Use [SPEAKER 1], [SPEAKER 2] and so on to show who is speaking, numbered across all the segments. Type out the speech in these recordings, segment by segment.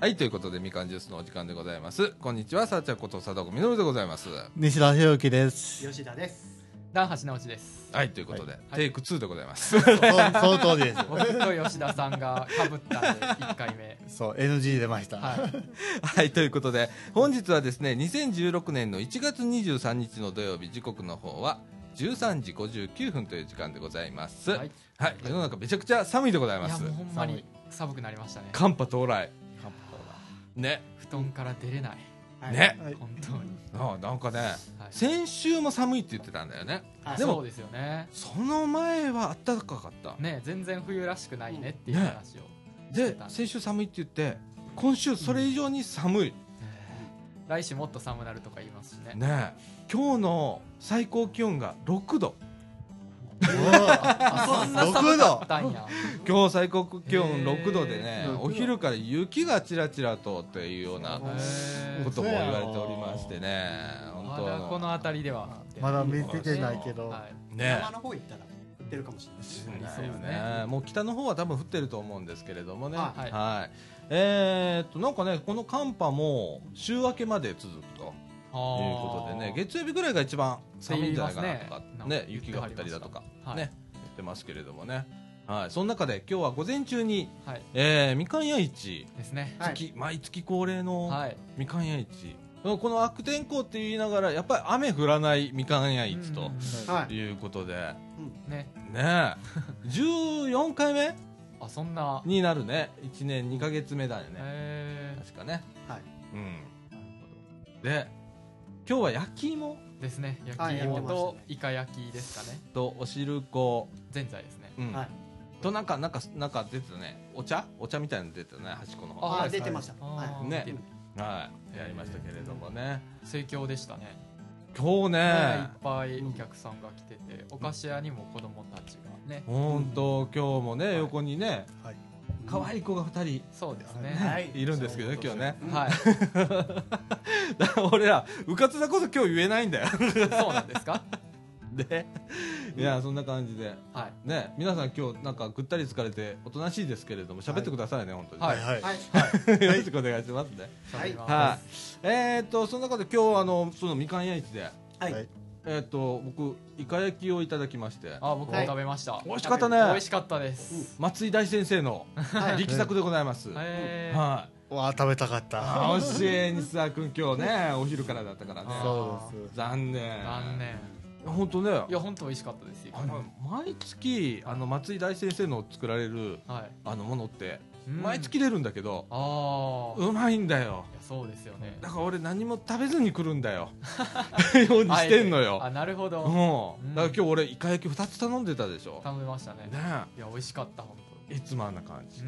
[SPEAKER 1] はい、ということで、みかんジュースのお時間でございます。こんにちは、さあちゃんこと佐藤みのるでございます。
[SPEAKER 2] 西田ひろきです。
[SPEAKER 3] 吉田です。
[SPEAKER 4] ダン橋直樹です。
[SPEAKER 1] はい、ということで、テイク2でございます。
[SPEAKER 2] そその通りで
[SPEAKER 4] 僕と吉田さんが被ったん で1回目。
[SPEAKER 2] す。そう、NG 出ました。
[SPEAKER 4] はい。
[SPEAKER 1] はい、ということで、本日はですね、2016年の1月23日の土曜日、時刻の方は、13時59分という時間でございます。は
[SPEAKER 4] はいい、
[SPEAKER 1] 世の中めちゃくちゃ寒いでござい
[SPEAKER 4] い
[SPEAKER 1] ま
[SPEAKER 4] や
[SPEAKER 1] す
[SPEAKER 4] もう。ほんまに寒くなりましたね。
[SPEAKER 1] 寒波到来。ね、
[SPEAKER 4] 布団から出れない。
[SPEAKER 3] はい
[SPEAKER 1] ね
[SPEAKER 2] はい
[SPEAKER 4] 本当に。
[SPEAKER 1] あなんかね、
[SPEAKER 4] はい
[SPEAKER 1] 先週も寒いって言ってたんだよね。
[SPEAKER 3] はい
[SPEAKER 1] でも
[SPEAKER 4] そうですよね。
[SPEAKER 1] その前は暖かかった。
[SPEAKER 4] ね全然冬らしくないねっていう話を。
[SPEAKER 1] で、先週寒いって言って、今週それ以上に寒い。
[SPEAKER 4] 来週もっと寒なるとか言いますしね。
[SPEAKER 1] ねえ今日の最高気温が6度
[SPEAKER 4] あそんな寒かったんや。
[SPEAKER 1] 今日最高気温6度でね
[SPEAKER 4] へー
[SPEAKER 1] お昼から雪がちらちらとっていうような
[SPEAKER 4] へ
[SPEAKER 1] こ
[SPEAKER 4] ー
[SPEAKER 1] とも言われておりましてね本
[SPEAKER 4] ま
[SPEAKER 1] 当
[SPEAKER 4] だ
[SPEAKER 1] あの
[SPEAKER 4] この辺りでは。
[SPEAKER 2] まだ見てないけど、
[SPEAKER 4] はい。
[SPEAKER 1] ね
[SPEAKER 3] 山の方行ったら売ってるかもしれないですね。
[SPEAKER 1] え
[SPEAKER 4] そうですね
[SPEAKER 1] ねえもう北の方は多分降ってると思うんですけれどもね
[SPEAKER 4] あ
[SPEAKER 1] は、
[SPEAKER 4] はいい
[SPEAKER 1] えーっとなんかねこの寒波も週明けまで続くと
[SPEAKER 4] と
[SPEAKER 1] ということでね月曜日ぐらいが一番寒いんじゃないかなと
[SPEAKER 4] っ
[SPEAKER 1] か
[SPEAKER 4] て言いますね
[SPEAKER 1] ね雪が降ったりだとか
[SPEAKER 4] はい
[SPEAKER 1] ね言ってますけれどもねはいその中で今日は午前中に
[SPEAKER 4] はい。
[SPEAKER 1] えーみかん屋市
[SPEAKER 4] ですね。
[SPEAKER 3] はい
[SPEAKER 1] 月毎月恒例の
[SPEAKER 4] はい。
[SPEAKER 1] みかん屋市この悪天候って言いながらやっぱり雨降らないみかん屋市と
[SPEAKER 3] はいい。
[SPEAKER 1] うことで
[SPEAKER 4] ね。
[SPEAKER 1] ねえ14回目
[SPEAKER 4] あそんな。
[SPEAKER 1] になるね1年2か月目だよね
[SPEAKER 4] え
[SPEAKER 1] 確かね
[SPEAKER 3] はい。
[SPEAKER 1] うんで今日は焼き芋
[SPEAKER 4] ーですね。
[SPEAKER 3] はいやっ
[SPEAKER 4] 焼き
[SPEAKER 3] て
[SPEAKER 4] 芋
[SPEAKER 3] ました
[SPEAKER 4] と
[SPEAKER 3] ね
[SPEAKER 4] イカ焼きですかね。
[SPEAKER 1] とお汁粉
[SPEAKER 4] ぜんざいですね。
[SPEAKER 1] うん
[SPEAKER 3] はい
[SPEAKER 1] となんかなんかなんか出てたねお茶お茶みたいなの出てたね端っこの方
[SPEAKER 4] あ
[SPEAKER 3] あ
[SPEAKER 4] は
[SPEAKER 3] ー、
[SPEAKER 4] い
[SPEAKER 3] 出てました。
[SPEAKER 4] はいあ
[SPEAKER 3] は
[SPEAKER 4] ー
[SPEAKER 3] い。
[SPEAKER 1] ね
[SPEAKER 3] 出て
[SPEAKER 1] はいやりましたけれどもね
[SPEAKER 4] 盛況でしたね。
[SPEAKER 1] 今日
[SPEAKER 4] ねい
[SPEAKER 1] ね
[SPEAKER 4] っぱいお客さんが来てて、お菓子屋にも子供たちがね。
[SPEAKER 1] 本当今日もね
[SPEAKER 4] い
[SPEAKER 1] 横にね
[SPEAKER 2] はい
[SPEAKER 1] 可愛い子が2人
[SPEAKER 4] そうです
[SPEAKER 3] は
[SPEAKER 4] ね。
[SPEAKER 3] い
[SPEAKER 1] いるんですけどね今日ね
[SPEAKER 3] うん
[SPEAKER 4] はい。
[SPEAKER 1] だから 俺らうかつなこと今日言えないんだよ
[SPEAKER 4] そうなんですか。
[SPEAKER 1] でいやそんな感じで
[SPEAKER 4] はい。
[SPEAKER 1] ね皆さん今日なんかぐったり疲れておとなしいですけれども喋ってくださいね本当にね
[SPEAKER 4] は
[SPEAKER 2] はいいはい
[SPEAKER 3] はい。
[SPEAKER 1] よろしくお願いしますね
[SPEAKER 3] はい
[SPEAKER 4] 喋ります
[SPEAKER 1] はいえーっとその中で今日あのそのみかん屋市で
[SPEAKER 3] はい。
[SPEAKER 2] はい
[SPEAKER 1] えーっと僕イカ焼きをいただきまして
[SPEAKER 4] あ、僕も食べました。
[SPEAKER 1] 美味しかったね
[SPEAKER 4] 美味しかったです。
[SPEAKER 1] 松井大先生の
[SPEAKER 3] はい
[SPEAKER 1] 力作でございます。はい。
[SPEAKER 4] えー
[SPEAKER 1] あ
[SPEAKER 2] わあ食べたかった。
[SPEAKER 1] あ、教えにさ君今日ね、お昼からだったからね。
[SPEAKER 4] あ
[SPEAKER 2] そうです。
[SPEAKER 1] 残念。
[SPEAKER 4] 残念。
[SPEAKER 1] 本当ね。
[SPEAKER 4] いや、本当美味しかったですよ。
[SPEAKER 1] あの毎月あの松井大先生の作られる
[SPEAKER 4] はい。
[SPEAKER 1] あのものって
[SPEAKER 4] うん
[SPEAKER 1] 毎。月出るんだけど、
[SPEAKER 4] ああ。
[SPEAKER 1] うまいんだよ。
[SPEAKER 4] いやそうですよね。
[SPEAKER 1] だから俺何も食べずに来るんだ よ。ようにしてんの
[SPEAKER 4] あえてあ、
[SPEAKER 1] よ。
[SPEAKER 4] なるほ
[SPEAKER 1] う
[SPEAKER 4] ど。
[SPEAKER 1] ん。だから今日俺イカ焼き二つ頼んでたでしょ。
[SPEAKER 4] 頼みましたね。
[SPEAKER 1] ね
[SPEAKER 4] いや、美味しかった、本
[SPEAKER 1] え。いつもあんな感じ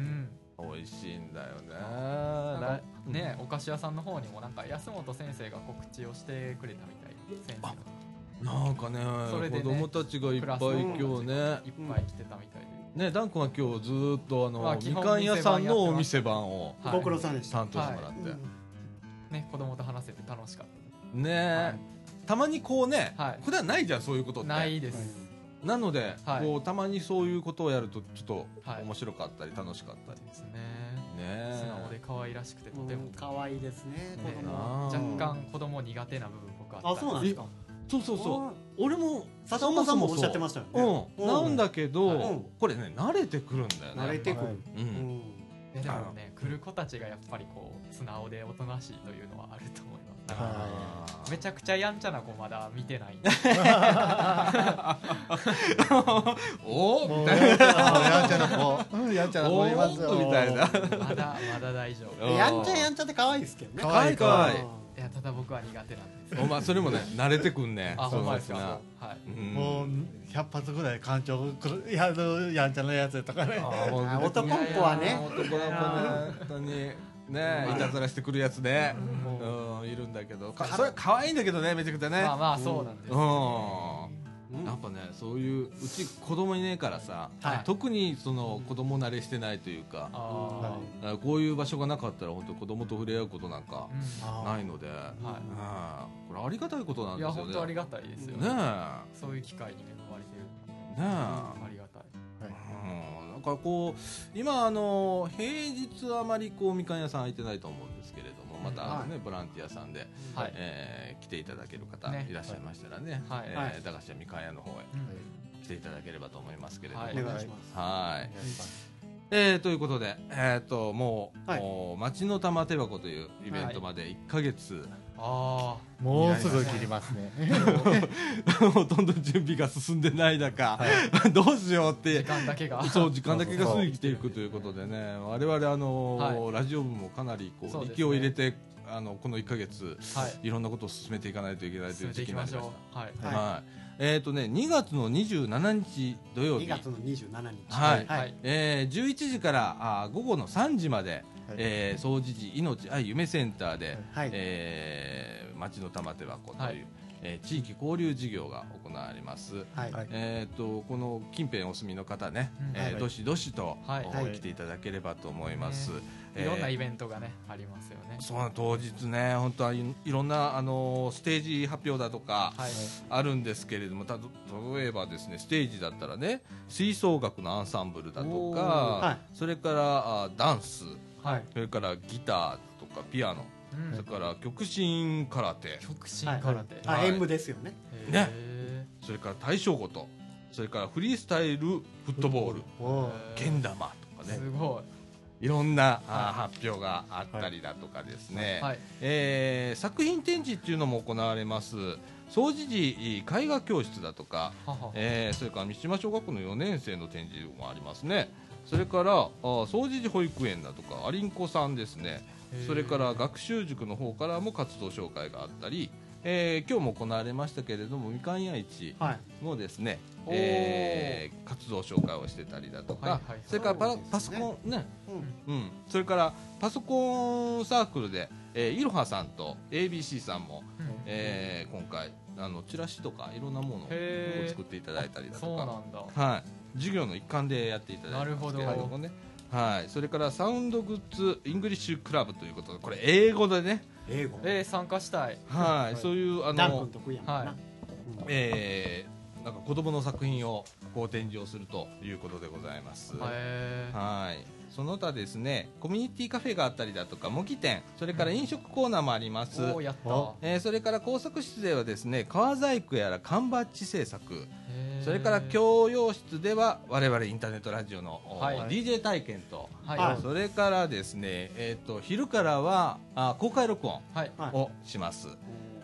[SPEAKER 4] 当。う。ん。
[SPEAKER 1] 美味しいんだよね。
[SPEAKER 4] なん
[SPEAKER 1] な
[SPEAKER 4] かね、お菓子屋さんの方にもなんか安本先生が告知をしてくれたみたい先生
[SPEAKER 1] なんかね
[SPEAKER 4] それで
[SPEAKER 1] 子
[SPEAKER 4] ね
[SPEAKER 1] 供たちがいっぱい今日ね
[SPEAKER 4] いっぱい来てたみたいで、
[SPEAKER 1] ねダン君は今日ずーっとあの、
[SPEAKER 4] まあ基
[SPEAKER 1] み
[SPEAKER 4] 本
[SPEAKER 1] かん屋さんのお店番を
[SPEAKER 4] はい
[SPEAKER 3] ご苦労さんでした。
[SPEAKER 1] 担当してもらって、
[SPEAKER 4] ね子供と話せて楽しかっ
[SPEAKER 1] ね、
[SPEAKER 4] はい
[SPEAKER 1] たまにこうね、
[SPEAKER 4] はい
[SPEAKER 1] 普段ないじゃんそういうことったて
[SPEAKER 4] ないです、
[SPEAKER 1] なので、
[SPEAKER 4] はい
[SPEAKER 1] こうたまにそういうことをやるとちょっ
[SPEAKER 4] は
[SPEAKER 1] と
[SPEAKER 4] い
[SPEAKER 1] 面白かったり楽しかったり
[SPEAKER 4] ですね
[SPEAKER 1] ね
[SPEAKER 4] 素直で可愛らしくてとても、
[SPEAKER 3] うん可愛いですね。子
[SPEAKER 4] ね
[SPEAKER 3] 供は。
[SPEAKER 1] なあ
[SPEAKER 4] 若干子供苦手な部分僕あった
[SPEAKER 3] あ、そうなんですか。
[SPEAKER 1] そうそうそう俺も
[SPEAKER 3] 佐藤さんもおっしゃってま
[SPEAKER 1] し
[SPEAKER 3] したよ
[SPEAKER 1] う
[SPEAKER 3] ね。
[SPEAKER 1] ん、なんだけど、
[SPEAKER 3] はい
[SPEAKER 1] これね慣れてくるんだよね
[SPEAKER 3] 慣れてくる。
[SPEAKER 1] う、
[SPEAKER 3] うんん
[SPEAKER 4] いやでもね来る子たちがやっぱりこう素直でおとなしいというのはあると思いま
[SPEAKER 1] あー
[SPEAKER 4] すめちゃくちゃやんちゃな子まだ見てないんで
[SPEAKER 1] おー
[SPEAKER 2] もうやんちゃなもうやんちゃな子、うんやんちゃな子います
[SPEAKER 1] おー
[SPEAKER 2] よ。
[SPEAKER 1] っとみたいな
[SPEAKER 4] まだまだ大丈 夫
[SPEAKER 1] うん
[SPEAKER 4] い
[SPEAKER 3] やんちゃやんちゃって可愛いですけどね。
[SPEAKER 2] 可愛い可
[SPEAKER 1] 愛い
[SPEAKER 3] うん
[SPEAKER 4] やただ僕は苦手なんで す
[SPEAKER 1] お前それもね慣れてくんね
[SPEAKER 4] あほんまです
[SPEAKER 1] そう
[SPEAKER 4] か
[SPEAKER 1] ね
[SPEAKER 4] はい
[SPEAKER 1] うん
[SPEAKER 2] もう百発ぐらい感情くるやるやんちゃなやつとかね。
[SPEAKER 1] あー本当に
[SPEAKER 3] 男の子はね
[SPEAKER 1] いやいや男の子ね本当にねいたずらしてくるやつねうんいるんだけどかそれは可愛いんだけどねめちゃくちゃね
[SPEAKER 4] まあまあそうなんです
[SPEAKER 1] う
[SPEAKER 4] よ
[SPEAKER 1] んやっぱねそういううち子供いねえからさ
[SPEAKER 4] はい
[SPEAKER 1] 特にその子供慣れしてないというか
[SPEAKER 4] あ
[SPEAKER 1] あこういう場所がなかったら本当子供と触れ合うことなんか
[SPEAKER 4] ーうん
[SPEAKER 2] あ
[SPEAKER 1] ないので
[SPEAKER 4] は
[SPEAKER 1] うんこれありがたいことなん
[SPEAKER 4] い、い
[SPEAKER 1] で
[SPEAKER 4] や
[SPEAKER 1] すよ
[SPEAKER 4] 本
[SPEAKER 1] ね
[SPEAKER 4] 当ありがたいですよ
[SPEAKER 1] ねえ
[SPEAKER 4] そういう機会に恵まれてる
[SPEAKER 1] ねえ
[SPEAKER 4] ありがたい
[SPEAKER 1] うん、なんかこう今あの平日あまりこうみかん屋さん開いてないと思うんですけれどもまたあのね、ボランティアさんで、
[SPEAKER 4] はい
[SPEAKER 1] えー来ていただける方
[SPEAKER 4] ね
[SPEAKER 1] いらっしゃいましたらね
[SPEAKER 4] はい
[SPEAKER 1] えー
[SPEAKER 3] は
[SPEAKER 1] 駄菓子屋みかん屋の方へ来ていただければと思いますけれども、
[SPEAKER 4] は
[SPEAKER 3] お
[SPEAKER 4] い
[SPEAKER 3] 願いします。
[SPEAKER 1] はい
[SPEAKER 3] お願いします
[SPEAKER 1] えーということで、えー、ともう、
[SPEAKER 3] はい
[SPEAKER 1] お町の玉手箱というイベントまで1か月、
[SPEAKER 4] あ
[SPEAKER 2] もうすぐ切りますね。
[SPEAKER 1] ほとんど準備が進んでない中、 どうしようっ
[SPEAKER 4] あ
[SPEAKER 1] て
[SPEAKER 4] 時間だけ が
[SPEAKER 1] そう時間だけが過ぎていくということでね我々あのー
[SPEAKER 4] は
[SPEAKER 1] ラジオ部もかなりこう
[SPEAKER 4] そうですね
[SPEAKER 1] 息を入れてあのこの1か月
[SPEAKER 4] はい
[SPEAKER 1] いろんなことを進めていかないといけないとい
[SPEAKER 4] 進
[SPEAKER 1] う
[SPEAKER 4] めて
[SPEAKER 1] 時
[SPEAKER 4] い
[SPEAKER 1] 期に
[SPEAKER 4] き
[SPEAKER 1] な
[SPEAKER 4] ま
[SPEAKER 1] り
[SPEAKER 4] し
[SPEAKER 1] まし
[SPEAKER 4] ょうはい
[SPEAKER 1] た。
[SPEAKER 3] はい
[SPEAKER 1] はいえーとね、2月の27日土曜
[SPEAKER 3] 2
[SPEAKER 1] 日、
[SPEAKER 3] 月の27日。
[SPEAKER 1] はい
[SPEAKER 3] はい。
[SPEAKER 1] えー、11時からあー午後の3時まで、
[SPEAKER 2] はい
[SPEAKER 1] えー総知事いのち愛夢センターで、
[SPEAKER 3] はい
[SPEAKER 1] えー町の玉手箱という、
[SPEAKER 4] はい
[SPEAKER 1] えー地域交流事業が行われます。
[SPEAKER 3] はい。
[SPEAKER 2] はい
[SPEAKER 1] えー、とこの近辺お住みの方ね、
[SPEAKER 4] うん
[SPEAKER 1] えー
[SPEAKER 2] はい
[SPEAKER 1] どしどしと、
[SPEAKER 4] はい
[SPEAKER 1] お
[SPEAKER 3] はい
[SPEAKER 1] 来ていただければと思います、
[SPEAKER 4] ね
[SPEAKER 1] えー
[SPEAKER 4] いろんなイベントがねありますよね
[SPEAKER 1] そうなの当日ね本当はいいろんな、あのーステージ発表だとか
[SPEAKER 4] はい
[SPEAKER 1] あるんですけれどもたと例えばですねステージだったらね吹奏楽のアンサンブルだと
[SPEAKER 4] お
[SPEAKER 1] か、
[SPEAKER 4] ー
[SPEAKER 3] は
[SPEAKER 1] それからあダンス
[SPEAKER 4] はい
[SPEAKER 1] それからギターとかピアノ、
[SPEAKER 4] うん
[SPEAKER 1] それから極真空手
[SPEAKER 4] 極真空手
[SPEAKER 1] はい
[SPEAKER 3] あ、演舞ですよね。
[SPEAKER 1] ね
[SPEAKER 4] へ
[SPEAKER 1] それから大正琴それからフリースタイルフットボール
[SPEAKER 2] おー
[SPEAKER 4] ー
[SPEAKER 1] けん玉とかね
[SPEAKER 4] すご
[SPEAKER 1] いろんな、あー発表があったりだとかですね、
[SPEAKER 4] いはい
[SPEAKER 1] えー作品展示っていうのも行われます総除時絵画教室だとか、
[SPEAKER 4] はは
[SPEAKER 1] えーそれから三島小学校の4年生の展示もありますねそれからあー総除時保育園だとかありんこさんですね
[SPEAKER 4] へー
[SPEAKER 1] それから学習塾の方からも活動紹介があったり、えー今日も行われましたけれどもみかん屋市
[SPEAKER 3] はい。
[SPEAKER 1] のですね、
[SPEAKER 4] おー
[SPEAKER 1] えー活動紹介をしてたりだとか、
[SPEAKER 4] はいはい
[SPEAKER 1] それからパ,、
[SPEAKER 3] そうですね
[SPEAKER 1] パソコンね、
[SPEAKER 3] うん
[SPEAKER 1] うん、それからパソコンサークルで、えーいろはさんと ABC さんも、
[SPEAKER 4] うん
[SPEAKER 1] えー今回あのチラシとかいろんなものを
[SPEAKER 4] へー
[SPEAKER 1] 作っていただいたりだ
[SPEAKER 4] そ
[SPEAKER 1] と
[SPEAKER 4] う
[SPEAKER 1] か、
[SPEAKER 4] なんだ
[SPEAKER 1] はい、授業の一環でやっていただいてますけれどもね。はい、それからサウンドグッズイングリッシュクラブということでこれ英語でね、
[SPEAKER 3] 英語。
[SPEAKER 4] えー参加したい
[SPEAKER 1] はい
[SPEAKER 3] はい
[SPEAKER 1] そういうあ
[SPEAKER 3] ダン君
[SPEAKER 1] の、
[SPEAKER 3] 得意やもん
[SPEAKER 4] は。
[SPEAKER 3] ないうん
[SPEAKER 1] えーなんか子供の作品をこう展示をするということでございます。
[SPEAKER 4] へー
[SPEAKER 1] はいその他ですねコミュニティカフェがあったりだとか模擬店それから飲食コーナーもあります、
[SPEAKER 4] おーやった
[SPEAKER 2] お
[SPEAKER 1] えーそれから工作室ではですね革細工やら缶バッジ制作
[SPEAKER 4] へー
[SPEAKER 1] それから教養室では我々インターネットラジオの、お
[SPEAKER 4] はい
[SPEAKER 1] DJ 体験と、
[SPEAKER 4] はい
[SPEAKER 3] はい
[SPEAKER 1] それからですね、えー、と昼からはあ公開録音
[SPEAKER 4] はい
[SPEAKER 3] はい
[SPEAKER 1] をします、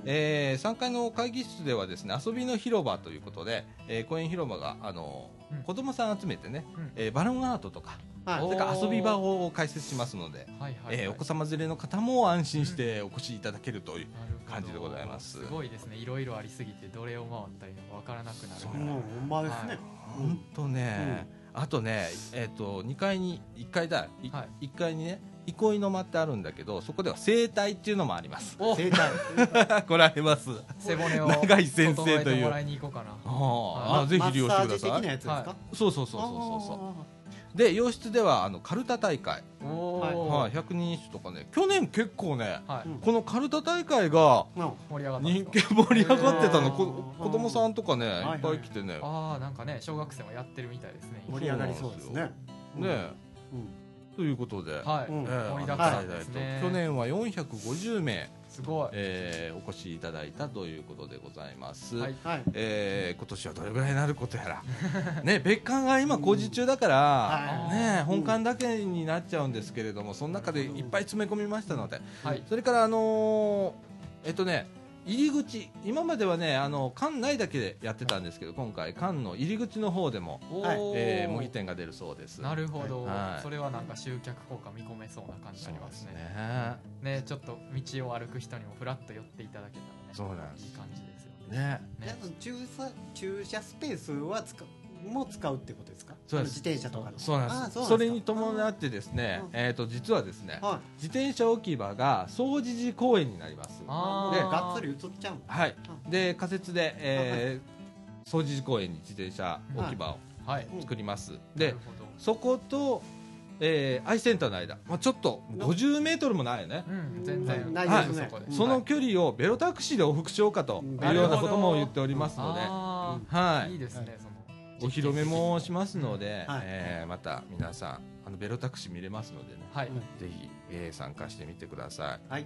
[SPEAKER 3] え
[SPEAKER 1] えー3階の会議室ではですね遊びの広場ということで、えー公園広場があの、
[SPEAKER 4] うん
[SPEAKER 1] 子供さん集めてね、
[SPEAKER 4] うん
[SPEAKER 1] えーバルーンアートとか、
[SPEAKER 3] はい
[SPEAKER 1] それから遊び場を開設しますので、
[SPEAKER 4] はいはいはい
[SPEAKER 1] えーお子様連れの方も安心してお越しいただけるという、
[SPEAKER 4] なるほど
[SPEAKER 1] 感じでございます
[SPEAKER 4] すごいですねいろいろありすぎてどれを回ったらいいのかわからなくなる
[SPEAKER 1] そう
[SPEAKER 3] うんもう、ほんまです
[SPEAKER 4] は
[SPEAKER 3] ね
[SPEAKER 4] い。
[SPEAKER 1] ほんとね、あとね、えー、と2階に1階だ、い
[SPEAKER 4] はい
[SPEAKER 1] 一階にね憩いの間ってあるんだけどそこでは整体っていうのもあります
[SPEAKER 4] お
[SPEAKER 3] 正解。
[SPEAKER 1] こられます
[SPEAKER 4] 背骨を
[SPEAKER 1] 長井先生という
[SPEAKER 4] 整えてもらいに行こうかな
[SPEAKER 1] あー
[SPEAKER 4] はい
[SPEAKER 1] あーぜひ利用してくだ
[SPEAKER 3] マッサージ的
[SPEAKER 1] さ
[SPEAKER 3] ないやつですか。
[SPEAKER 1] そうそうそうそうそう
[SPEAKER 3] う
[SPEAKER 1] うで洋室ではあのカルタ大会、
[SPEAKER 4] お
[SPEAKER 3] はい
[SPEAKER 4] ー
[SPEAKER 1] はい、100人一首とかね去年結構ね
[SPEAKER 4] はい
[SPEAKER 3] うん
[SPEAKER 1] このカルタ大会が
[SPEAKER 3] あー。うん
[SPEAKER 4] 盛り上がったん
[SPEAKER 1] 人
[SPEAKER 4] です
[SPEAKER 1] 気
[SPEAKER 4] か
[SPEAKER 1] 盛り上がってたの
[SPEAKER 3] へー
[SPEAKER 1] こ子供さんとかね
[SPEAKER 3] はいい
[SPEAKER 1] っぱい来てね、
[SPEAKER 4] ああなんかね小学生もやってるみたいですね
[SPEAKER 3] 盛り上がりそうですね。うん
[SPEAKER 1] ねえ
[SPEAKER 3] うん
[SPEAKER 1] ということで、
[SPEAKER 4] はい、
[SPEAKER 3] うん
[SPEAKER 1] えー
[SPEAKER 4] 盛りだくさん
[SPEAKER 1] あの
[SPEAKER 4] ですね
[SPEAKER 1] 去年は450名、
[SPEAKER 4] すごい、
[SPEAKER 1] えーお越しいただいたということでございます、
[SPEAKER 4] はい
[SPEAKER 3] はい。
[SPEAKER 1] えー今年はどれぐらいになることやら、 ね、別館が今工事中だから、
[SPEAKER 3] はい
[SPEAKER 1] ね、本館だけになっちゃうんですけれどもその中でいっぱい詰め込みましたので
[SPEAKER 4] はい
[SPEAKER 1] それからあのーえっとね入り口今まではねあの館内だけでやってたんですけど今回館の入り口の方でも、
[SPEAKER 4] おー、
[SPEAKER 3] はい
[SPEAKER 1] えー模擬店が出るそうです
[SPEAKER 4] なるほど、
[SPEAKER 1] はい
[SPEAKER 4] それはなんか集客効果見込めそうな感じありますね
[SPEAKER 1] ね
[SPEAKER 4] ねちょっと道を歩く人にもふらっと寄っていただけたらね
[SPEAKER 1] そうなんです
[SPEAKER 4] いい感じですよね
[SPEAKER 1] ね
[SPEAKER 3] であ
[SPEAKER 4] ね
[SPEAKER 3] と駐車駐車スペースは使うも使うってことですか。
[SPEAKER 1] そうです
[SPEAKER 3] 自転車とかの。
[SPEAKER 1] そうなんです
[SPEAKER 3] あー
[SPEAKER 1] それに伴っ。てですね、
[SPEAKER 3] うん
[SPEAKER 1] えー、と実はですね、
[SPEAKER 3] そうなんですか
[SPEAKER 1] 自転車置き場が総除寺公園になります
[SPEAKER 4] あ
[SPEAKER 3] はい。
[SPEAKER 1] で
[SPEAKER 3] もうが
[SPEAKER 4] あ
[SPEAKER 3] っつり映っちゃうの。
[SPEAKER 1] はいで仮設で、えー、総除寺公園に自転車置き場を
[SPEAKER 4] はい
[SPEAKER 1] 作ります、
[SPEAKER 4] な
[SPEAKER 1] で
[SPEAKER 4] るほど
[SPEAKER 1] そこと、えー、アイセンターの間、まあ、ちょっと50メートルもないよね
[SPEAKER 4] うん全然
[SPEAKER 3] ない
[SPEAKER 1] です
[SPEAKER 3] ね
[SPEAKER 4] そこで
[SPEAKER 3] うん
[SPEAKER 1] その距離をベロタクシーで往復しようかと
[SPEAKER 3] うん
[SPEAKER 1] いうようなことも言っておりますので、
[SPEAKER 4] あー
[SPEAKER 1] はい
[SPEAKER 4] いいですね、
[SPEAKER 2] は
[SPEAKER 4] その
[SPEAKER 1] お披露目もしますので、
[SPEAKER 3] はい
[SPEAKER 1] えーまた皆さんあのベロタクシー見れますのでね、
[SPEAKER 4] はい、
[SPEAKER 3] うん
[SPEAKER 1] ぜひ、えー参加してみてくださ
[SPEAKER 3] はい
[SPEAKER 1] い。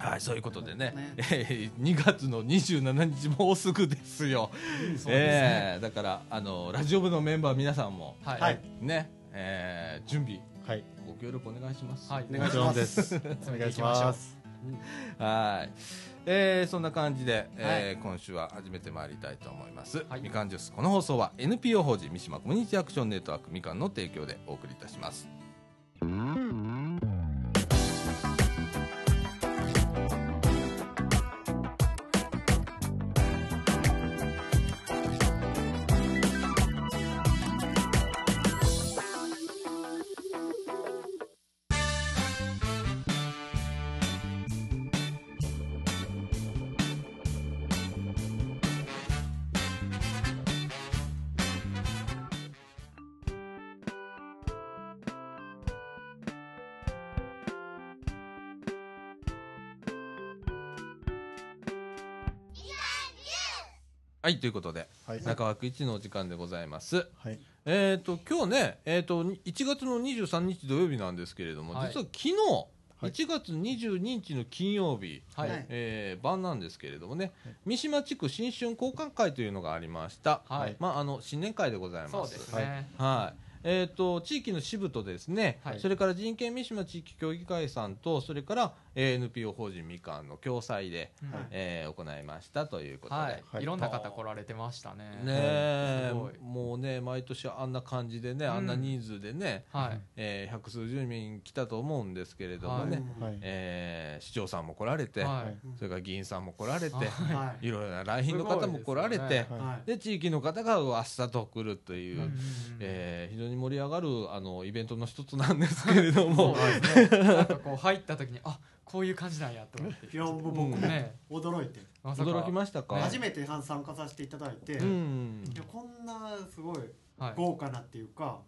[SPEAKER 1] はい、そういうことでね、
[SPEAKER 3] ね
[SPEAKER 1] えー2月の27日もうすぐですよ。
[SPEAKER 4] そうですね、
[SPEAKER 1] えーだからあのラジオ部のメンバー皆さんも
[SPEAKER 4] はい、
[SPEAKER 3] はい
[SPEAKER 1] ね、えー準備
[SPEAKER 2] はい
[SPEAKER 1] ご協力お願いします。
[SPEAKER 4] はい
[SPEAKER 3] お願いします
[SPEAKER 2] すお
[SPEAKER 4] 詰
[SPEAKER 2] 願
[SPEAKER 4] めて
[SPEAKER 2] い
[SPEAKER 4] い
[SPEAKER 2] し
[SPEAKER 4] きましょ
[SPEAKER 2] ま
[SPEAKER 4] う
[SPEAKER 2] す
[SPEAKER 1] はい、えーそんな感じで、えー今週は始めてまいりたいと思います、
[SPEAKER 4] はい
[SPEAKER 1] みかんジュースこの放送は NPO 法人三島コミュニティアクションネットワークみかんの提供でお送りいたしますはいということで
[SPEAKER 2] はい
[SPEAKER 1] 中枠一のお時間でございます
[SPEAKER 2] はい
[SPEAKER 1] えっ、と今日ねえっ、と1月の23日土曜日なんですけれども、
[SPEAKER 4] はい
[SPEAKER 1] 実は昨日
[SPEAKER 2] はい
[SPEAKER 1] 1月22日の金曜日、
[SPEAKER 4] はい、
[SPEAKER 3] はい
[SPEAKER 1] えー晩なんですけれどもね、
[SPEAKER 2] はい
[SPEAKER 1] 三島地区新春交換会というのがありました、
[SPEAKER 4] はい
[SPEAKER 1] まあ、あの新年会でございます
[SPEAKER 4] そうですね、
[SPEAKER 1] はい。えー、と地域の支部とですね、
[SPEAKER 4] はい
[SPEAKER 1] それから人権三島地域協議会さんとそれからえー NPO 法人みかんの共催で、
[SPEAKER 4] うん
[SPEAKER 2] は
[SPEAKER 4] はいい
[SPEAKER 1] えー行いましたということで、
[SPEAKER 2] はい
[SPEAKER 4] い、ろんな方来られてましたね
[SPEAKER 1] ねえ
[SPEAKER 4] すごい
[SPEAKER 1] もうね毎年あんな感じでね
[SPEAKER 4] うん
[SPEAKER 1] あんな人数でね、
[SPEAKER 4] はい、
[SPEAKER 1] えー百数十人来たと思うんですけれどもね、
[SPEAKER 4] は
[SPEAKER 2] はい
[SPEAKER 1] えー市長さんも来られて、
[SPEAKER 4] はい
[SPEAKER 1] それから議員さんも来られて、、
[SPEAKER 4] はい
[SPEAKER 3] はい
[SPEAKER 1] ろいろな来賓の方も来られ
[SPEAKER 4] すごい
[SPEAKER 1] て
[SPEAKER 4] です
[SPEAKER 1] で,、
[SPEAKER 4] よね
[SPEAKER 2] はい
[SPEAKER 3] はい
[SPEAKER 1] 地域の方があっさと来るというう。
[SPEAKER 4] んうんうん
[SPEAKER 1] えー非常に盛り上がるあのイベントの一つなんですけれど も、
[SPEAKER 4] そうですねなんかこう入った時にあこういう感じなんやと思って
[SPEAKER 3] いや僕
[SPEAKER 1] う
[SPEAKER 3] も
[SPEAKER 1] ん
[SPEAKER 4] ね
[SPEAKER 3] 驚いて
[SPEAKER 4] まさ か
[SPEAKER 1] 驚きましたか、
[SPEAKER 4] ね
[SPEAKER 3] 初めて参加させていただいてい
[SPEAKER 1] うん、
[SPEAKER 3] やこんなすごい
[SPEAKER 4] はい
[SPEAKER 3] 豪華なっていうか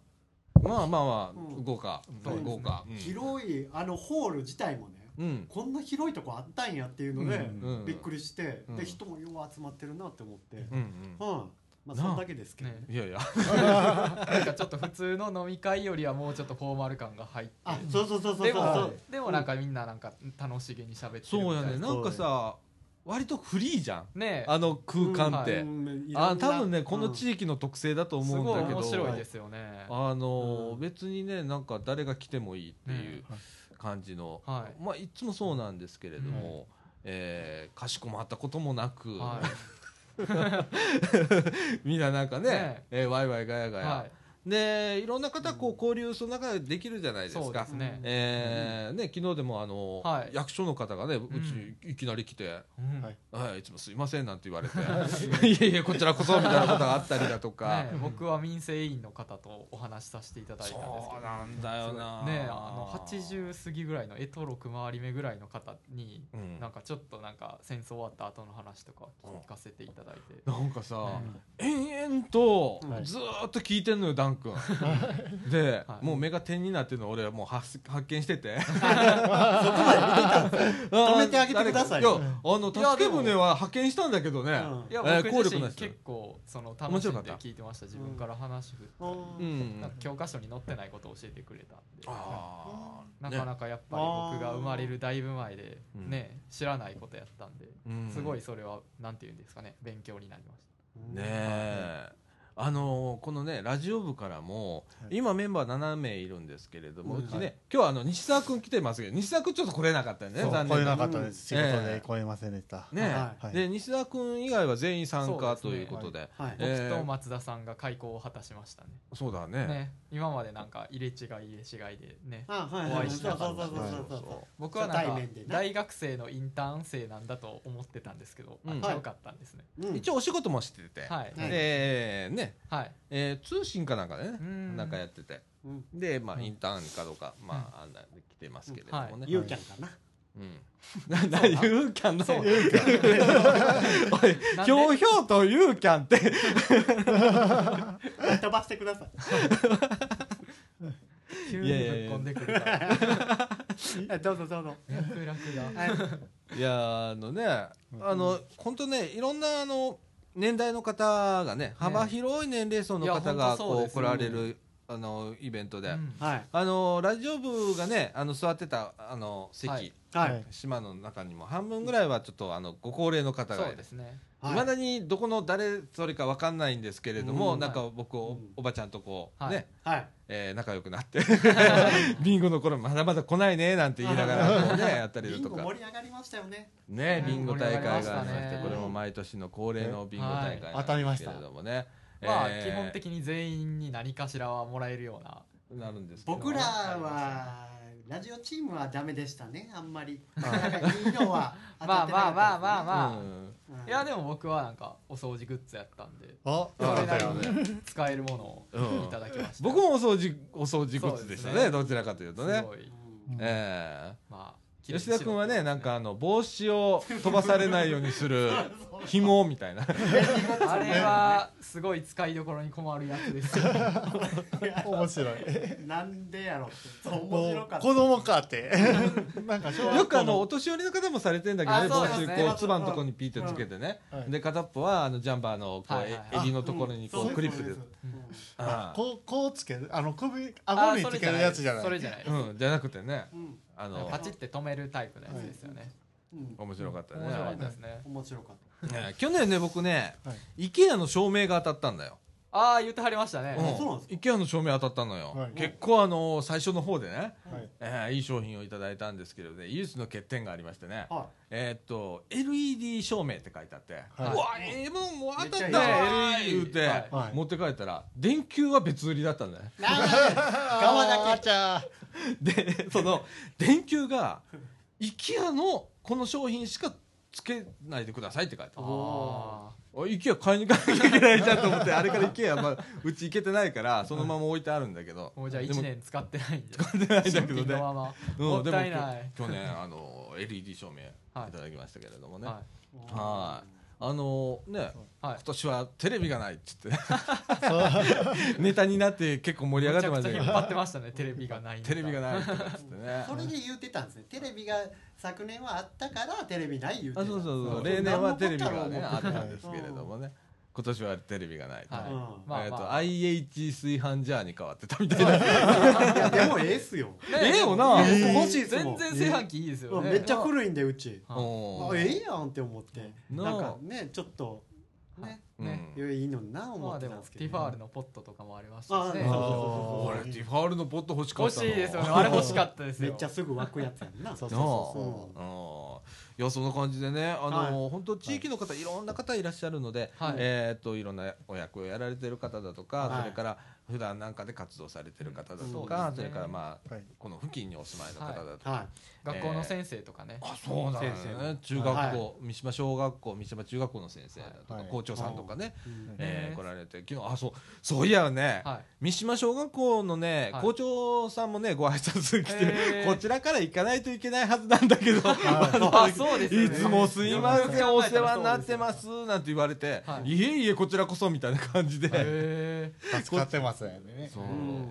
[SPEAKER 1] まあまあまあ、
[SPEAKER 3] うん
[SPEAKER 1] 豪華、
[SPEAKER 4] そうですね
[SPEAKER 1] 豪華、
[SPEAKER 3] 広いあのホール自体もね
[SPEAKER 1] うん、
[SPEAKER 3] こんな広いとこあったんやっていうので
[SPEAKER 2] うん
[SPEAKER 1] うん
[SPEAKER 3] びっくりして
[SPEAKER 1] うん
[SPEAKER 3] で人もよう集まってるなって思って
[SPEAKER 1] うんうん
[SPEAKER 3] うんまあそんだけですけどね
[SPEAKER 4] ね
[SPEAKER 1] いやいや、
[SPEAKER 4] なんかちょっと普通の飲み会よりはもうちょっとフォーマル感が入って
[SPEAKER 3] あそうそうそうそう
[SPEAKER 4] で
[SPEAKER 3] そ
[SPEAKER 4] も、
[SPEAKER 3] う
[SPEAKER 4] でもなんかみんななんか楽しげに喋ってる
[SPEAKER 1] そうやね、
[SPEAKER 4] ね
[SPEAKER 1] なんかさ、割とフリーじゃん、
[SPEAKER 4] ね
[SPEAKER 1] あの空間って、
[SPEAKER 3] うん
[SPEAKER 1] あ多分ね、この
[SPEAKER 3] 域
[SPEAKER 1] 地域の特性だと
[SPEAKER 4] す
[SPEAKER 1] 思うん
[SPEAKER 4] ごい
[SPEAKER 1] だけど、
[SPEAKER 4] 面白いですよね
[SPEAKER 1] あのー
[SPEAKER 3] うん
[SPEAKER 1] 別にね、なんか誰が来てもいいっていう
[SPEAKER 4] ね
[SPEAKER 1] 感じの、
[SPEAKER 4] はい
[SPEAKER 1] まあいつもそうなんですけれども。えーかしこまったこともなく、
[SPEAKER 4] はい
[SPEAKER 1] みんななんかね
[SPEAKER 4] ね
[SPEAKER 1] えーワイワイガヤガヤ、、
[SPEAKER 4] はい
[SPEAKER 1] でいろんな方こう交流その中でできるじゃない
[SPEAKER 4] い
[SPEAKER 1] です
[SPEAKER 4] そう
[SPEAKER 1] か
[SPEAKER 4] ですね
[SPEAKER 3] うん
[SPEAKER 1] えーね昨日でもあの、
[SPEAKER 4] はい
[SPEAKER 1] 役所の方がねう
[SPEAKER 4] うん
[SPEAKER 1] ちいきなり来て、
[SPEAKER 4] うん
[SPEAKER 2] はい
[SPEAKER 1] はい、いつもすいませんなんて言 われていやいやこちらこそみたいなことがあったりだとか、
[SPEAKER 4] ね僕は民生委員の方とお話しさせていただいたんですけ
[SPEAKER 1] そう
[SPEAKER 4] ど
[SPEAKER 1] なんだよな
[SPEAKER 4] ねあの80過ぎぐらいのえと6回り目ぐらいの方に
[SPEAKER 1] うん
[SPEAKER 4] なんかちょっとなんか戦争終わった後の話とか聞かせていただいて、
[SPEAKER 1] なんかさ、
[SPEAKER 4] ね
[SPEAKER 1] 延々と
[SPEAKER 2] はい
[SPEAKER 1] ずーっと聞いてんのよ、ダン君で、
[SPEAKER 4] はい
[SPEAKER 1] もう目が点になってるの俺はもう発発見してて
[SPEAKER 3] 止めてあげてください
[SPEAKER 1] あー誰かいやあの
[SPEAKER 4] いや
[SPEAKER 1] 助
[SPEAKER 4] で
[SPEAKER 1] け
[SPEAKER 4] も
[SPEAKER 1] 舟は派遣したんだけどね、
[SPEAKER 4] いや
[SPEAKER 1] えー
[SPEAKER 4] 僕自
[SPEAKER 1] 効力な
[SPEAKER 4] 身
[SPEAKER 1] しだよ
[SPEAKER 4] 結構その
[SPEAKER 1] 面
[SPEAKER 4] 楽し
[SPEAKER 1] 白
[SPEAKER 4] ん
[SPEAKER 1] かっ
[SPEAKER 4] で
[SPEAKER 1] た
[SPEAKER 4] 聞いてました自分から話振ったり、
[SPEAKER 1] うん
[SPEAKER 4] なんか教科書に載ってないことを教えてくれたんで
[SPEAKER 1] あー
[SPEAKER 4] なか
[SPEAKER 1] ね
[SPEAKER 4] なかやっぱり僕が生まれるだいぶ前で
[SPEAKER 1] うん
[SPEAKER 4] ね知らないことやったんで
[SPEAKER 1] うん
[SPEAKER 4] すごいそれはなんて言うんですかね勉強になりまし
[SPEAKER 1] ねえあのーこのねラジオ部からも、
[SPEAKER 2] はい
[SPEAKER 1] 今メンバー7名いるんですけれども、う
[SPEAKER 3] うん
[SPEAKER 1] ちね、今日はあの西澤君来てますけど西澤君ちょっと来れなかったよね
[SPEAKER 2] そう
[SPEAKER 1] 残
[SPEAKER 2] 超え
[SPEAKER 1] 念な
[SPEAKER 2] な
[SPEAKER 1] が
[SPEAKER 2] かったです仕事で超えませんでした
[SPEAKER 1] らね、
[SPEAKER 3] はい
[SPEAKER 2] はい
[SPEAKER 1] で西澤君以外は全員参加
[SPEAKER 4] そ
[SPEAKER 1] と
[SPEAKER 4] うで
[SPEAKER 1] いう
[SPEAKER 4] すね
[SPEAKER 1] ことでそう,、
[SPEAKER 3] はい
[SPEAKER 1] えー
[SPEAKER 4] た僕と松田さんが開校を果たしましたね
[SPEAKER 1] だね
[SPEAKER 4] ね今までなんか入れ違い入れ違いでね
[SPEAKER 3] あはい
[SPEAKER 4] お
[SPEAKER 3] は
[SPEAKER 4] 会
[SPEAKER 3] い
[SPEAKER 4] い
[SPEAKER 3] そ
[SPEAKER 4] し
[SPEAKER 3] うそ
[SPEAKER 4] な
[SPEAKER 3] う
[SPEAKER 4] か
[SPEAKER 3] そ
[SPEAKER 4] っ
[SPEAKER 3] う
[SPEAKER 4] た
[SPEAKER 1] そうそう
[SPEAKER 3] そうそう
[SPEAKER 4] んで
[SPEAKER 1] そ
[SPEAKER 4] 僕はなん
[SPEAKER 3] 初
[SPEAKER 4] か
[SPEAKER 3] 対面でね
[SPEAKER 4] 大学生のインターン生なんだと思ってたんですけどあ
[SPEAKER 1] うん
[SPEAKER 4] 違うかったんですね
[SPEAKER 1] う
[SPEAKER 3] うん
[SPEAKER 1] 一応お仕事もしてて、
[SPEAKER 4] は
[SPEAKER 3] は
[SPEAKER 4] い
[SPEAKER 3] い
[SPEAKER 1] えーね
[SPEAKER 4] はい
[SPEAKER 1] えー通信かなんかでね
[SPEAKER 4] うん
[SPEAKER 1] なんかやってて
[SPEAKER 3] うん
[SPEAKER 1] でま
[SPEAKER 2] う
[SPEAKER 1] あ
[SPEAKER 2] ん
[SPEAKER 1] インターンかどうか、まああんなで来てますけれどもね、
[SPEAKER 3] ゆうちゃんかな
[SPEAKER 1] うん、な何ユーキャンの
[SPEAKER 4] そう
[SPEAKER 1] ユーキャンおい
[SPEAKER 4] なん
[SPEAKER 1] ひ
[SPEAKER 4] で
[SPEAKER 1] ょうひょうとユーキャンって
[SPEAKER 3] 飛ばしてください
[SPEAKER 4] 急にぶっ込んでくるから
[SPEAKER 3] はいどうぞどうぞ
[SPEAKER 4] 脈絡が
[SPEAKER 3] はい
[SPEAKER 1] いやーあのねあの本当ねいろんなあの年代の方がね幅広い年齢層の方
[SPEAKER 4] いや
[SPEAKER 1] が
[SPEAKER 4] 本当そう
[SPEAKER 1] こ
[SPEAKER 4] で
[SPEAKER 1] う
[SPEAKER 4] す
[SPEAKER 1] 来られるあのイベントで、
[SPEAKER 4] うん
[SPEAKER 3] はい
[SPEAKER 1] あのラジオ部がねあの座ってたあの席、
[SPEAKER 4] はい
[SPEAKER 3] はい
[SPEAKER 1] 島の中にも半分ぐらいはちょっとあのご高齢の方が
[SPEAKER 4] そう
[SPEAKER 1] い
[SPEAKER 4] ですね
[SPEAKER 3] はい
[SPEAKER 1] まだにどこの誰それかわかんないんですけれども、
[SPEAKER 4] うん
[SPEAKER 1] なんか僕お,、
[SPEAKER 3] うん
[SPEAKER 1] ばちゃんとこう、
[SPEAKER 4] はい
[SPEAKER 1] ね、
[SPEAKER 3] はい
[SPEAKER 1] えー仲良くなって ビンゴの頃まだまだ来ないねなんて言いながらこうねやったり
[SPEAKER 3] ビ
[SPEAKER 1] だ
[SPEAKER 3] ン
[SPEAKER 1] と
[SPEAKER 3] ゴ盛
[SPEAKER 1] か
[SPEAKER 3] り上がりましたよね
[SPEAKER 1] ねビンゴ大会がありま
[SPEAKER 4] 盛り上が
[SPEAKER 1] し
[SPEAKER 4] りました
[SPEAKER 1] て
[SPEAKER 4] ね
[SPEAKER 1] これも毎年の恒例のビンゴ大会
[SPEAKER 2] はい当た
[SPEAKER 1] なんで
[SPEAKER 2] ります
[SPEAKER 1] け
[SPEAKER 2] した
[SPEAKER 1] れどもね、
[SPEAKER 4] まあ
[SPEAKER 1] えー
[SPEAKER 4] 基本的に全員に何かしらはもらえるような
[SPEAKER 1] なるんですけど
[SPEAKER 3] 僕らはラジオチームはダメでしたねあんまりなんかいいのは当た
[SPEAKER 4] ま
[SPEAKER 3] っ
[SPEAKER 4] あ
[SPEAKER 3] てな
[SPEAKER 4] ま
[SPEAKER 3] か
[SPEAKER 4] あまあまあ
[SPEAKER 3] っ
[SPEAKER 4] まあ、
[SPEAKER 1] うん
[SPEAKER 3] たですね
[SPEAKER 4] いやでも僕はなんかお掃除グッズやったんで
[SPEAKER 2] あ
[SPEAKER 4] それ
[SPEAKER 1] だ
[SPEAKER 4] なり
[SPEAKER 1] よね
[SPEAKER 4] に使えるもの
[SPEAKER 1] うん
[SPEAKER 4] をいただきました、
[SPEAKER 1] 僕もお掃除お掃除グッズでしたね
[SPEAKER 4] そうですね
[SPEAKER 1] どちらかというとね
[SPEAKER 4] すごい
[SPEAKER 3] うん
[SPEAKER 1] え
[SPEAKER 4] まあ
[SPEAKER 1] ー吉田君はねなんかあの帽子を飛ばされないようにす る紐みたいな
[SPEAKER 4] あれはすごい使いどころに困るやつで すよ
[SPEAKER 2] 面白い
[SPEAKER 3] なんでやろうって面
[SPEAKER 2] も
[SPEAKER 3] 白
[SPEAKER 2] う
[SPEAKER 3] かった
[SPEAKER 2] 子供かってなんか小学校
[SPEAKER 1] よくあのお年寄りの方もされてんだけどね
[SPEAKER 4] あ
[SPEAKER 1] 帽
[SPEAKER 4] そう
[SPEAKER 1] 子
[SPEAKER 4] ですね
[SPEAKER 1] こうつばのとこにピーってつけてね
[SPEAKER 2] はい
[SPEAKER 1] で片っぽはあのジャンバーのこう
[SPEAKER 4] はいはい
[SPEAKER 1] え襟のところにこうクリップで
[SPEAKER 3] うんそう
[SPEAKER 1] あ
[SPEAKER 2] こうこうつけるあの首顎につけるやつじゃない
[SPEAKER 4] それじゃない
[SPEAKER 1] ーうんじゃなくてね
[SPEAKER 3] うん
[SPEAKER 1] あ
[SPEAKER 4] あの
[SPEAKER 1] の
[SPEAKER 4] パチって止めるタイプのやつですよね、
[SPEAKER 3] うん
[SPEAKER 1] 面白かったね
[SPEAKER 4] 面白かったですね
[SPEAKER 3] 面白かっ
[SPEAKER 1] ね去年ね僕ね
[SPEAKER 2] は
[SPEAKER 1] IKEA の照明が当たったんだよ
[SPEAKER 4] ああ言ってはりましたね、
[SPEAKER 1] うん
[SPEAKER 3] そうなんです
[SPEAKER 1] IKEA の照明当たったのよ
[SPEAKER 2] はい
[SPEAKER 1] 結構あの最初の方でね
[SPEAKER 2] はい
[SPEAKER 1] えーいい商品をいただいたんですけれどね唯一の欠点がありましてね
[SPEAKER 3] たは
[SPEAKER 1] えーっと LED 照明って書いてあって、
[SPEAKER 2] はいう
[SPEAKER 1] わええもんもう当たったわ
[SPEAKER 4] めっちゃいい
[SPEAKER 1] ー言うて、
[SPEAKER 4] はい
[SPEAKER 2] はい
[SPEAKER 1] 持って帰ったら電球は別売りだったんだ ね
[SPEAKER 3] い側だけ
[SPEAKER 2] あーちゃ
[SPEAKER 1] でその電球が IKEA のこの商品しかつけないでくださいって書いてある
[SPEAKER 4] あ
[SPEAKER 1] お IKEA 買いに行かなきゃいけないじゃんと思ってあれから IKEA、まあ、うち行けてないからそのまま置いてあるんだけど
[SPEAKER 4] あもうじゃあ1年使ってないんで
[SPEAKER 1] でも買ってないんだけど
[SPEAKER 4] 新品
[SPEAKER 1] ね
[SPEAKER 4] のまま、
[SPEAKER 1] うん
[SPEAKER 4] もっ
[SPEAKER 1] でも
[SPEAKER 4] たいない
[SPEAKER 1] 去去年あの LED 照明いただきましたけれどもね、
[SPEAKER 4] はい
[SPEAKER 1] はいあのね
[SPEAKER 4] はい
[SPEAKER 1] 今年はテレビがないっつって ネタになって結構盛り上がってました
[SPEAKER 4] め
[SPEAKER 1] け
[SPEAKER 4] ちゃくちゃ引っ張
[SPEAKER 1] ど
[SPEAKER 4] ってましたねテレビがないんだ
[SPEAKER 1] テレビがないと かっつってね
[SPEAKER 3] それで言ってたんですねテレビが昨年はあったからテレビない言うて
[SPEAKER 1] あ
[SPEAKER 3] た
[SPEAKER 1] そうそうそうう例年はテレビが
[SPEAKER 3] 何
[SPEAKER 1] ね
[SPEAKER 3] のこ
[SPEAKER 1] あ
[SPEAKER 3] とだ
[SPEAKER 1] っ
[SPEAKER 3] ろう
[SPEAKER 1] たんですけれどもね今年はテレビがないと、
[SPEAKER 4] はい
[SPEAKER 3] うん
[SPEAKER 4] まあ
[SPEAKER 1] えっ
[SPEAKER 4] ま
[SPEAKER 1] と
[SPEAKER 4] あ
[SPEAKER 1] IH 炊飯ジャーに変わってたみたいな
[SPEAKER 3] いやでもええっすよ
[SPEAKER 1] ええよな
[SPEAKER 3] ええ欲しいっ
[SPEAKER 4] 全
[SPEAKER 3] すもん
[SPEAKER 4] 然炊飯器いいですよね
[SPEAKER 3] めっちゃ古いんでうち
[SPEAKER 4] はい
[SPEAKER 1] お
[SPEAKER 3] あ
[SPEAKER 1] ー
[SPEAKER 3] ええやんって思って
[SPEAKER 1] な
[SPEAKER 3] なんかねちょっとね
[SPEAKER 1] うん
[SPEAKER 4] ね
[SPEAKER 3] いいのにな思
[SPEAKER 4] ま
[SPEAKER 3] っ
[SPEAKER 4] あ
[SPEAKER 3] て
[SPEAKER 4] で
[SPEAKER 3] たん
[SPEAKER 4] も
[SPEAKER 3] ですけ
[SPEAKER 4] ティフ
[SPEAKER 3] ど
[SPEAKER 4] ァ
[SPEAKER 3] ね
[SPEAKER 4] ールのポットとかもありまし
[SPEAKER 3] あ
[SPEAKER 4] た
[SPEAKER 3] そう
[SPEAKER 4] しね
[SPEAKER 2] あ
[SPEAKER 1] 俺
[SPEAKER 3] そうそうそう
[SPEAKER 1] ティファールのポット欲しか
[SPEAKER 4] 欲
[SPEAKER 1] った
[SPEAKER 4] し
[SPEAKER 1] ない
[SPEAKER 4] ですよねあれ欲しかったです
[SPEAKER 3] め
[SPEAKER 4] よ
[SPEAKER 3] っちゃすぐ湧くやつやんな
[SPEAKER 2] そう
[SPEAKER 1] な
[SPEAKER 2] そ
[SPEAKER 1] あ
[SPEAKER 2] う
[SPEAKER 3] そう
[SPEAKER 1] うんいやそんな感じでねあの、本当地域の方いろんな方いらっしゃるので、
[SPEAKER 4] はい
[SPEAKER 1] えーっといろんなお役をやられてる方だとか、
[SPEAKER 3] はい
[SPEAKER 1] それから普段なんかで活動されてる方だと
[SPEAKER 4] うん
[SPEAKER 1] か、
[SPEAKER 4] そ
[SPEAKER 1] そ
[SPEAKER 4] うですね
[SPEAKER 1] れからまあ
[SPEAKER 2] はい
[SPEAKER 1] この付近にお住まいの方だとか、
[SPEAKER 3] は
[SPEAKER 4] 学校の先生とかね、
[SPEAKER 1] あそうなんです
[SPEAKER 4] 先生
[SPEAKER 1] ね
[SPEAKER 4] の
[SPEAKER 1] 中学校、
[SPEAKER 3] は
[SPEAKER 1] 三島小学校三島中学校の先生だとか、
[SPEAKER 2] はい
[SPEAKER 1] 校長さんとかね、
[SPEAKER 3] いうん
[SPEAKER 1] えー来
[SPEAKER 4] ね
[SPEAKER 1] られて昨日あそうそういやね、
[SPEAKER 4] はい
[SPEAKER 1] 三島小学校のね、
[SPEAKER 4] はい
[SPEAKER 1] 校長さんもねご挨拶来て、
[SPEAKER 4] へー
[SPEAKER 1] こちらから行かないといけないはずなんだけど、
[SPEAKER 4] あそうですよね
[SPEAKER 1] いつもすいませんお世話になってますすなんて言われて、、
[SPEAKER 4] はい
[SPEAKER 1] えいえこちらこそみたいな感じで、
[SPEAKER 4] へえ
[SPEAKER 2] 助かってますよね
[SPEAKER 1] そう
[SPEAKER 3] うん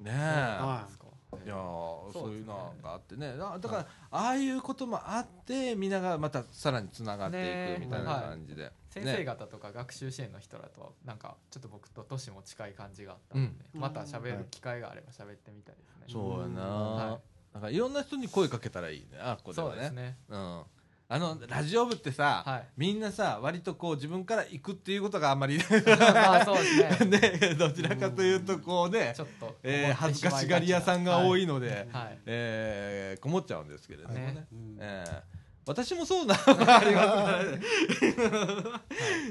[SPEAKER 1] ねえ、
[SPEAKER 3] はい
[SPEAKER 1] いやー
[SPEAKER 4] そ
[SPEAKER 1] そうう
[SPEAKER 4] で
[SPEAKER 1] いう
[SPEAKER 4] すね
[SPEAKER 1] のがあってねあだから、ああいうこともあってみんながまたさらにつながっていくみたいな感じで、
[SPEAKER 4] 先生方とか学習支援の人だとなんかちょっと僕と年も近い感じがあったので、
[SPEAKER 3] うん
[SPEAKER 4] また喋る機会があれば喋ってみたいですね、
[SPEAKER 1] そうやな、
[SPEAKER 4] は
[SPEAKER 1] なんかいろんな人に声かけたらいいねあここで
[SPEAKER 4] そ
[SPEAKER 1] は
[SPEAKER 4] う
[SPEAKER 1] ね
[SPEAKER 4] ですね
[SPEAKER 1] うんあのラジオ部ってさ、
[SPEAKER 4] はい
[SPEAKER 1] みんなさ割とこう自分から行くっていうことがあんまり ね
[SPEAKER 4] まあそうですね
[SPEAKER 1] どちらかというとこうね
[SPEAKER 4] ちょっと、
[SPEAKER 1] えー恥ずかしがり屋さんが多いので、
[SPEAKER 4] はい、はい
[SPEAKER 1] えーこもっちゃうんですけれどもね
[SPEAKER 4] ね
[SPEAKER 3] うん
[SPEAKER 1] えー私もそうな ありますからね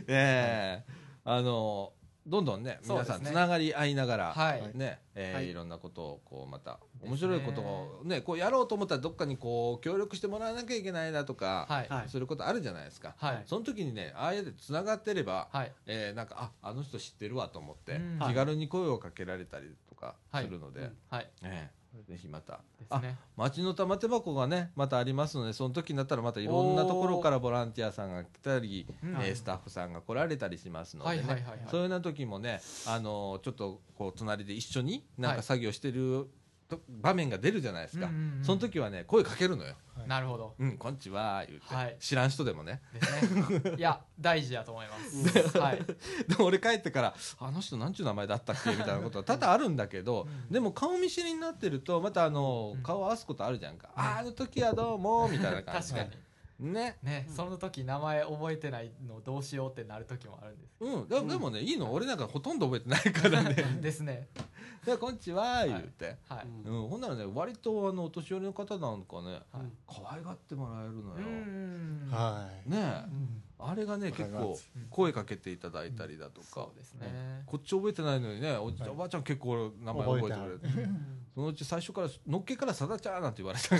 [SPEAKER 1] えーあのどんどんね皆
[SPEAKER 4] そ
[SPEAKER 1] さ
[SPEAKER 4] うんです
[SPEAKER 1] つ
[SPEAKER 4] ね
[SPEAKER 1] ながり合いながら、
[SPEAKER 4] はい
[SPEAKER 1] ねえー、
[SPEAKER 3] はいい
[SPEAKER 1] ろんなことをこうまた
[SPEAKER 4] ですね
[SPEAKER 1] 面白いことをねこうやろうと思ったらどっかにこう協力してもらわなきゃいけないなとか、
[SPEAKER 4] はい
[SPEAKER 3] はい
[SPEAKER 1] することあるじゃないですか、
[SPEAKER 4] はい
[SPEAKER 1] その時にねああやってつながってれば、
[SPEAKER 4] はい
[SPEAKER 1] えーなんかああの人知ってるわと思って
[SPEAKER 4] うん
[SPEAKER 1] 気軽に声をかけられたりとか
[SPEAKER 4] はい
[SPEAKER 1] するので、
[SPEAKER 3] うん
[SPEAKER 4] はい
[SPEAKER 1] えーぜひまた
[SPEAKER 4] ですね
[SPEAKER 1] 町の玉手箱がねまたありますのでその時になったらまたいろんなところからボランティアさんが来たり、
[SPEAKER 4] うん
[SPEAKER 1] えースタッフさんが来られたりしますのでね、
[SPEAKER 4] はいはいはいはい
[SPEAKER 1] そういうような時もね、あのーちょっとこう隣で一緒になん
[SPEAKER 4] は
[SPEAKER 1] か
[SPEAKER 4] い
[SPEAKER 1] 作業してると場面が出るじゃないですか、
[SPEAKER 4] うんうんうん
[SPEAKER 1] その時はね声かけるのよ
[SPEAKER 4] なるほど
[SPEAKER 1] 「うんこんちは」言うて、
[SPEAKER 4] はい
[SPEAKER 1] 知らん人でもね
[SPEAKER 4] です ねいや大事やと思いますはい
[SPEAKER 1] でも俺帰ってから「あの人なんちゅう名前だったっけ?」みたいなことは多々あるんだけど、
[SPEAKER 4] うん
[SPEAKER 1] でも顔見知りになってるとまたあの
[SPEAKER 4] うん
[SPEAKER 1] 顔合わすことあるじゃんか「あーあの時はどうも」みたいな感
[SPEAKER 4] 確
[SPEAKER 1] じ
[SPEAKER 4] か
[SPEAKER 1] で
[SPEAKER 4] に
[SPEAKER 1] ね
[SPEAKER 4] ね
[SPEAKER 3] うん
[SPEAKER 4] その時名前覚えてないのどうしようってなる時もあるんです
[SPEAKER 1] うん、でもでもね、いいの俺なんかほとんど覚えてないからね
[SPEAKER 4] ですね
[SPEAKER 1] 「 でこんちは」言うて、
[SPEAKER 4] はい、
[SPEAKER 1] うんほんならね割とあのお年寄りの方なんかね可愛がってもらえるのよ、
[SPEAKER 4] うーん
[SPEAKER 2] はい。
[SPEAKER 1] ねえ
[SPEAKER 2] うん
[SPEAKER 1] あれがね
[SPEAKER 2] わか
[SPEAKER 1] 結
[SPEAKER 2] ります
[SPEAKER 1] 構声かけていただいたりだとか、
[SPEAKER 4] そうですね、
[SPEAKER 1] こっち覚えてないのにねおじ、
[SPEAKER 2] はい
[SPEAKER 1] おばあちゃん結構名前覚えてくれる
[SPEAKER 3] うん
[SPEAKER 1] そのうち最初から「のっけからさだちゃん」なんて言われたけ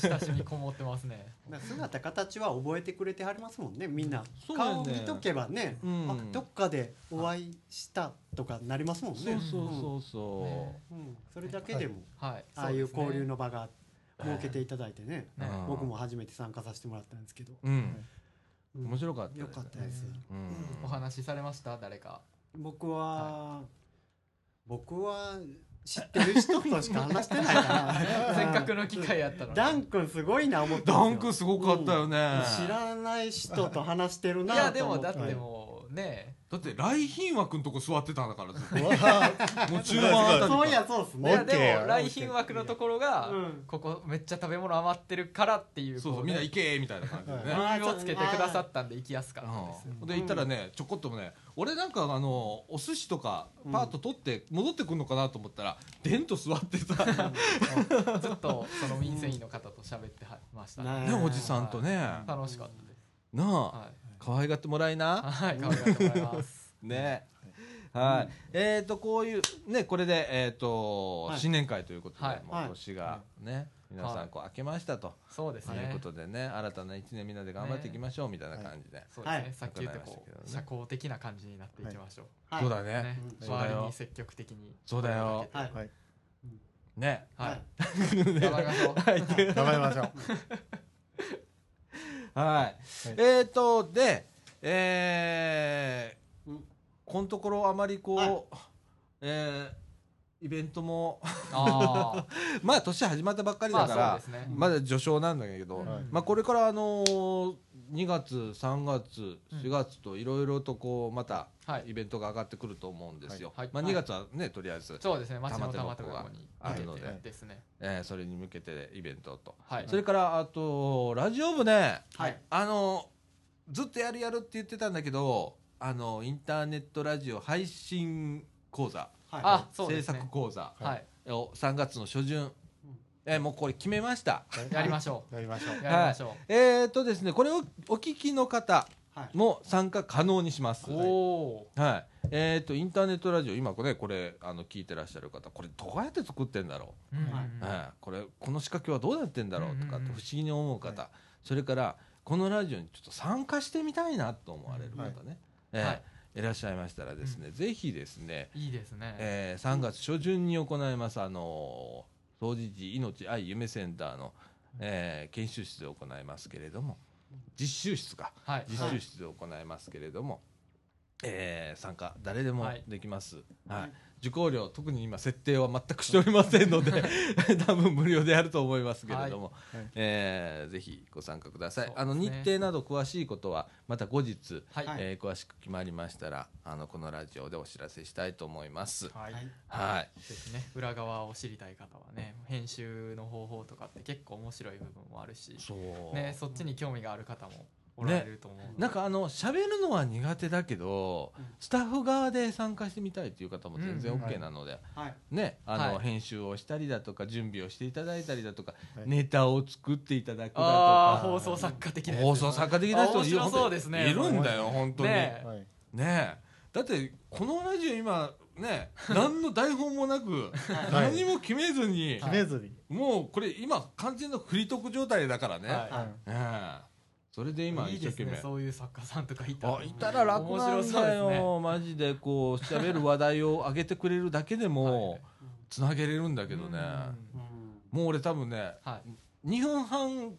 [SPEAKER 1] ど
[SPEAKER 4] 親しみこもってますね
[SPEAKER 3] なんか姿形は覚えてくれてはりますもんねみんな、
[SPEAKER 1] そうやね
[SPEAKER 3] 顔見とけばね、
[SPEAKER 1] うん
[SPEAKER 3] あどっかでお会いしたとかなりますもんね
[SPEAKER 1] そうそうそうそう、
[SPEAKER 4] ね
[SPEAKER 3] うんうんそれだけでも、
[SPEAKER 4] はい
[SPEAKER 3] ああいう交流
[SPEAKER 4] の、
[SPEAKER 3] の場が設けていただいてね、
[SPEAKER 4] ね
[SPEAKER 1] うん
[SPEAKER 3] 僕も初めて参加させてもらったんですけど、
[SPEAKER 1] うん
[SPEAKER 3] うん
[SPEAKER 1] 面白かったです
[SPEAKER 3] よかったです、
[SPEAKER 1] うん
[SPEAKER 4] お話しされました誰か
[SPEAKER 3] 僕は、僕は知ってる人としか話してないから
[SPEAKER 4] せっかくの機会やったのに
[SPEAKER 3] ダン君すごいな思って
[SPEAKER 1] ダンクすごかったよね、
[SPEAKER 3] 知らない人と話してる
[SPEAKER 4] い
[SPEAKER 3] な
[SPEAKER 4] やで
[SPEAKER 3] と思
[SPEAKER 4] も
[SPEAKER 3] って
[SPEAKER 4] だってもうね
[SPEAKER 1] だって来賓枠のとこ座ってたんだからずっと
[SPEAKER 2] わあ
[SPEAKER 1] もう中盤あたり
[SPEAKER 3] そう
[SPEAKER 1] か
[SPEAKER 3] い
[SPEAKER 1] ら
[SPEAKER 3] やそうっす
[SPEAKER 4] いや
[SPEAKER 3] ね
[SPEAKER 2] オッケー
[SPEAKER 4] で
[SPEAKER 2] よ
[SPEAKER 4] も来賓枠のところが
[SPEAKER 3] うん
[SPEAKER 4] ここめっちゃ食べ物余ってるからっていう
[SPEAKER 1] そうそ
[SPEAKER 4] こ
[SPEAKER 1] う
[SPEAKER 4] う
[SPEAKER 1] みん
[SPEAKER 4] ね
[SPEAKER 1] な行けみたいな感じでね、
[SPEAKER 2] はい
[SPEAKER 4] 理由をつけてくださったんで行きやすかったです
[SPEAKER 1] うん、で行ったらねちょこっともね俺なんかあのお寿司とか
[SPEAKER 3] うん
[SPEAKER 1] パーッと取って戻ってくるのかなと思ったらでんと座ってたね
[SPEAKER 4] ずっとその民生委員の方と喋っては ました
[SPEAKER 3] ね
[SPEAKER 4] ね
[SPEAKER 1] おじさんとねな
[SPEAKER 4] 楽しかったです
[SPEAKER 1] あ
[SPEAKER 4] はい
[SPEAKER 1] 可愛がってもらいな
[SPEAKER 4] はい頑張ってもらいます
[SPEAKER 1] ねはいえーとこういうねこれでえーと
[SPEAKER 3] はい
[SPEAKER 1] 新年会ということで
[SPEAKER 4] はい
[SPEAKER 1] もう年がね皆さんこう明けましたと
[SPEAKER 4] そ うです
[SPEAKER 1] いう
[SPEAKER 4] ね
[SPEAKER 1] ことでね新たな1年みんなで頑張っていきましょうみたいな感じで
[SPEAKER 4] そうです
[SPEAKER 3] は
[SPEAKER 4] ね
[SPEAKER 3] い
[SPEAKER 4] さっき言ったこ
[SPEAKER 1] わかりま
[SPEAKER 4] う
[SPEAKER 1] した
[SPEAKER 4] 社
[SPEAKER 1] け
[SPEAKER 4] 交的な感じになっていきましょ
[SPEAKER 3] はい
[SPEAKER 1] そうだ
[SPEAKER 4] う
[SPEAKER 1] ね
[SPEAKER 4] ね
[SPEAKER 3] うん
[SPEAKER 4] 周りに積極的に
[SPEAKER 1] そうだよ
[SPEAKER 3] はい
[SPEAKER 2] はい。
[SPEAKER 1] ね
[SPEAKER 4] は
[SPEAKER 3] はい
[SPEAKER 4] い頑張りましょう
[SPEAKER 2] 頑張りましょう。
[SPEAKER 1] はい、えーとでえー
[SPEAKER 3] うん
[SPEAKER 1] このところあまりこう、
[SPEAKER 3] はい
[SPEAKER 1] えーイベントも
[SPEAKER 4] あ
[SPEAKER 1] まあ年始まったばっか
[SPEAKER 4] ー
[SPEAKER 1] りだ
[SPEAKER 4] まあ
[SPEAKER 1] か
[SPEAKER 4] そう
[SPEAKER 1] ら、
[SPEAKER 4] ですね
[SPEAKER 1] まだ序章なんだけど、
[SPEAKER 4] うん
[SPEAKER 2] はい
[SPEAKER 1] まあ、これからあのー2月3月4月といろいろとこうまた
[SPEAKER 4] はい
[SPEAKER 1] イベントが上がってくると思うんですよ、
[SPEAKER 4] はい
[SPEAKER 1] まあ、
[SPEAKER 4] はい
[SPEAKER 1] 2月はね、とりあえず、
[SPEAKER 4] そうですね町の
[SPEAKER 1] 玉手
[SPEAKER 4] 玉
[SPEAKER 1] 箱
[SPEAKER 4] と
[SPEAKER 1] が
[SPEAKER 4] こに
[SPEAKER 1] あ
[SPEAKER 2] る
[SPEAKER 1] ので
[SPEAKER 4] ですね
[SPEAKER 1] えーそれに向けてイベントと、
[SPEAKER 4] はい
[SPEAKER 1] それからあとラジオ部ね
[SPEAKER 3] はい
[SPEAKER 1] あのずっとやるやるって言ってたんだけどあのインターネットラジオ配信講座、
[SPEAKER 3] は
[SPEAKER 4] あそうです
[SPEAKER 1] 制
[SPEAKER 4] ね
[SPEAKER 1] 作講座
[SPEAKER 4] はい
[SPEAKER 1] を3月の初旬、えーもうこれ決めました
[SPEAKER 4] やりましょ
[SPEAKER 2] やりましょう
[SPEAKER 4] う。やりましょ
[SPEAKER 1] えっ、とですねこれをお聞きの方
[SPEAKER 3] いはい
[SPEAKER 1] も参加可能にします
[SPEAKER 4] う
[SPEAKER 1] はい
[SPEAKER 4] お
[SPEAKER 1] はいえっ、とインターネットラジオ今これこれあの聞いてらっしゃる方これどうやって作ってんだろう
[SPEAKER 4] ー
[SPEAKER 3] は
[SPEAKER 4] うん
[SPEAKER 1] はいこれこの仕掛けはどうなってんだろうとかって不
[SPEAKER 4] うんうんうん
[SPEAKER 1] 思議に思う方、それからこのラジオにちょっと参加してみたいなと思われる方ね、えー
[SPEAKER 4] はい
[SPEAKER 1] い、らっしゃいましたらですね、ぜひですね、
[SPEAKER 4] いいですね
[SPEAKER 1] えー3月初旬に行います、あのー総除時命愛夢センターの、えー研修室で行いますけれども実習室か
[SPEAKER 4] はい
[SPEAKER 1] 実習室で行いますけれども、えー参加誰でもできます、はい
[SPEAKER 3] はい
[SPEAKER 1] 受講料特に今設定は全くしておりませんの で 多分無料でやると思いますけれども、
[SPEAKER 2] はい
[SPEAKER 1] えーぜひご参加ください、
[SPEAKER 4] そうで
[SPEAKER 1] あ
[SPEAKER 4] すね
[SPEAKER 1] の日程など詳しいことはまた後日、
[SPEAKER 4] はい
[SPEAKER 3] はい
[SPEAKER 1] えー詳しく決まりましたらあのこのラジオでお知らせしたいと思います
[SPEAKER 4] はい
[SPEAKER 3] はい
[SPEAKER 1] はい
[SPEAKER 4] ですね裏側を知りたい方はね編集の方法とかって結構面白い部分もあるし
[SPEAKER 1] そう、
[SPEAKER 4] ねそっちに興味がある方もおられると思うので
[SPEAKER 1] なんかあの喋るのは苦手だけど、
[SPEAKER 3] うん
[SPEAKER 1] スタッフ側で参加してみたいという方も全然
[SPEAKER 4] うんうん
[SPEAKER 1] OK なので、
[SPEAKER 3] はい
[SPEAKER 1] ね、あの、
[SPEAKER 4] はい
[SPEAKER 1] 編集をしたりだとか準備をしていただいたりだとか、
[SPEAKER 2] はい
[SPEAKER 1] ネタを作っていただく
[SPEAKER 4] あ
[SPEAKER 1] だ
[SPEAKER 4] あ
[SPEAKER 1] とか
[SPEAKER 4] 放送作家的なやつ
[SPEAKER 1] 放送作家的な人
[SPEAKER 4] あ面白そうですね
[SPEAKER 1] いるんだよ本当にね
[SPEAKER 4] ね
[SPEAKER 2] はい。
[SPEAKER 1] えだってこのラジオ今ね 何の台本もなく何も決めずに、
[SPEAKER 2] 決めずに。
[SPEAKER 1] もうこれ今完全なフリートーク状態だからね、
[SPEAKER 4] は
[SPEAKER 2] はい
[SPEAKER 1] ねえそれで今
[SPEAKER 4] いい
[SPEAKER 1] 一生
[SPEAKER 4] です
[SPEAKER 1] 懸命
[SPEAKER 4] ねそういう作家さんとかいたら
[SPEAKER 1] あいたら楽なんだよ
[SPEAKER 4] 面白そうですね
[SPEAKER 1] マジでこう喋る話題を上げてくれるだけでも、
[SPEAKER 4] はい
[SPEAKER 1] つなげれるんだけどね、
[SPEAKER 4] うん
[SPEAKER 1] もう俺多分ね
[SPEAKER 4] はい
[SPEAKER 1] 2分半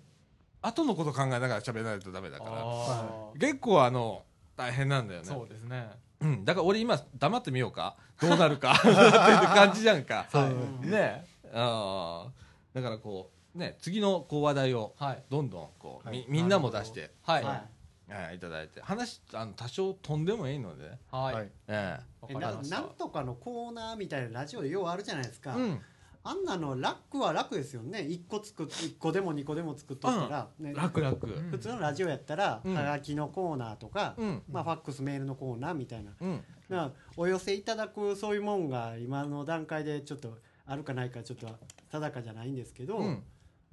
[SPEAKER 1] 後のこと考えながら喋らないとダメだから
[SPEAKER 4] あー
[SPEAKER 1] 結構あの大変なんだよね
[SPEAKER 4] そうですね
[SPEAKER 1] うん、だから俺今黙ってみようかどうなるか っていう感じじゃんか、
[SPEAKER 4] はい
[SPEAKER 3] うん
[SPEAKER 1] ねえあーだからこうね次のこう話題を
[SPEAKER 4] はい
[SPEAKER 1] どんどんこう、
[SPEAKER 2] はい
[SPEAKER 1] みみんなも出して、
[SPEAKER 4] はい
[SPEAKER 3] は
[SPEAKER 1] えーいただいて話あの多少飛んでもいいので、
[SPEAKER 4] はい
[SPEAKER 2] はい
[SPEAKER 1] え
[SPEAKER 4] わ
[SPEAKER 3] いえ
[SPEAKER 4] か
[SPEAKER 3] な
[SPEAKER 4] りまし
[SPEAKER 3] な
[SPEAKER 4] た
[SPEAKER 3] んとかのコーナーみたいなラジオようあるじゃないです
[SPEAKER 1] え
[SPEAKER 3] か、
[SPEAKER 1] うん、
[SPEAKER 3] あんなの楽は楽ですよね1個作っ一個でも2個でも作っとったら、ね、
[SPEAKER 1] 楽々
[SPEAKER 4] ん
[SPEAKER 3] 普通のラジオやったら、
[SPEAKER 1] うん
[SPEAKER 3] はがきのコーナーとか、
[SPEAKER 1] うん
[SPEAKER 3] まあ、ファックスメールのコーナーみたいな
[SPEAKER 1] うん
[SPEAKER 3] まあ、お寄せいただくそういうもんが今の段階でちょっとあるかないかちょっと定かじゃないんですけど、
[SPEAKER 1] うん、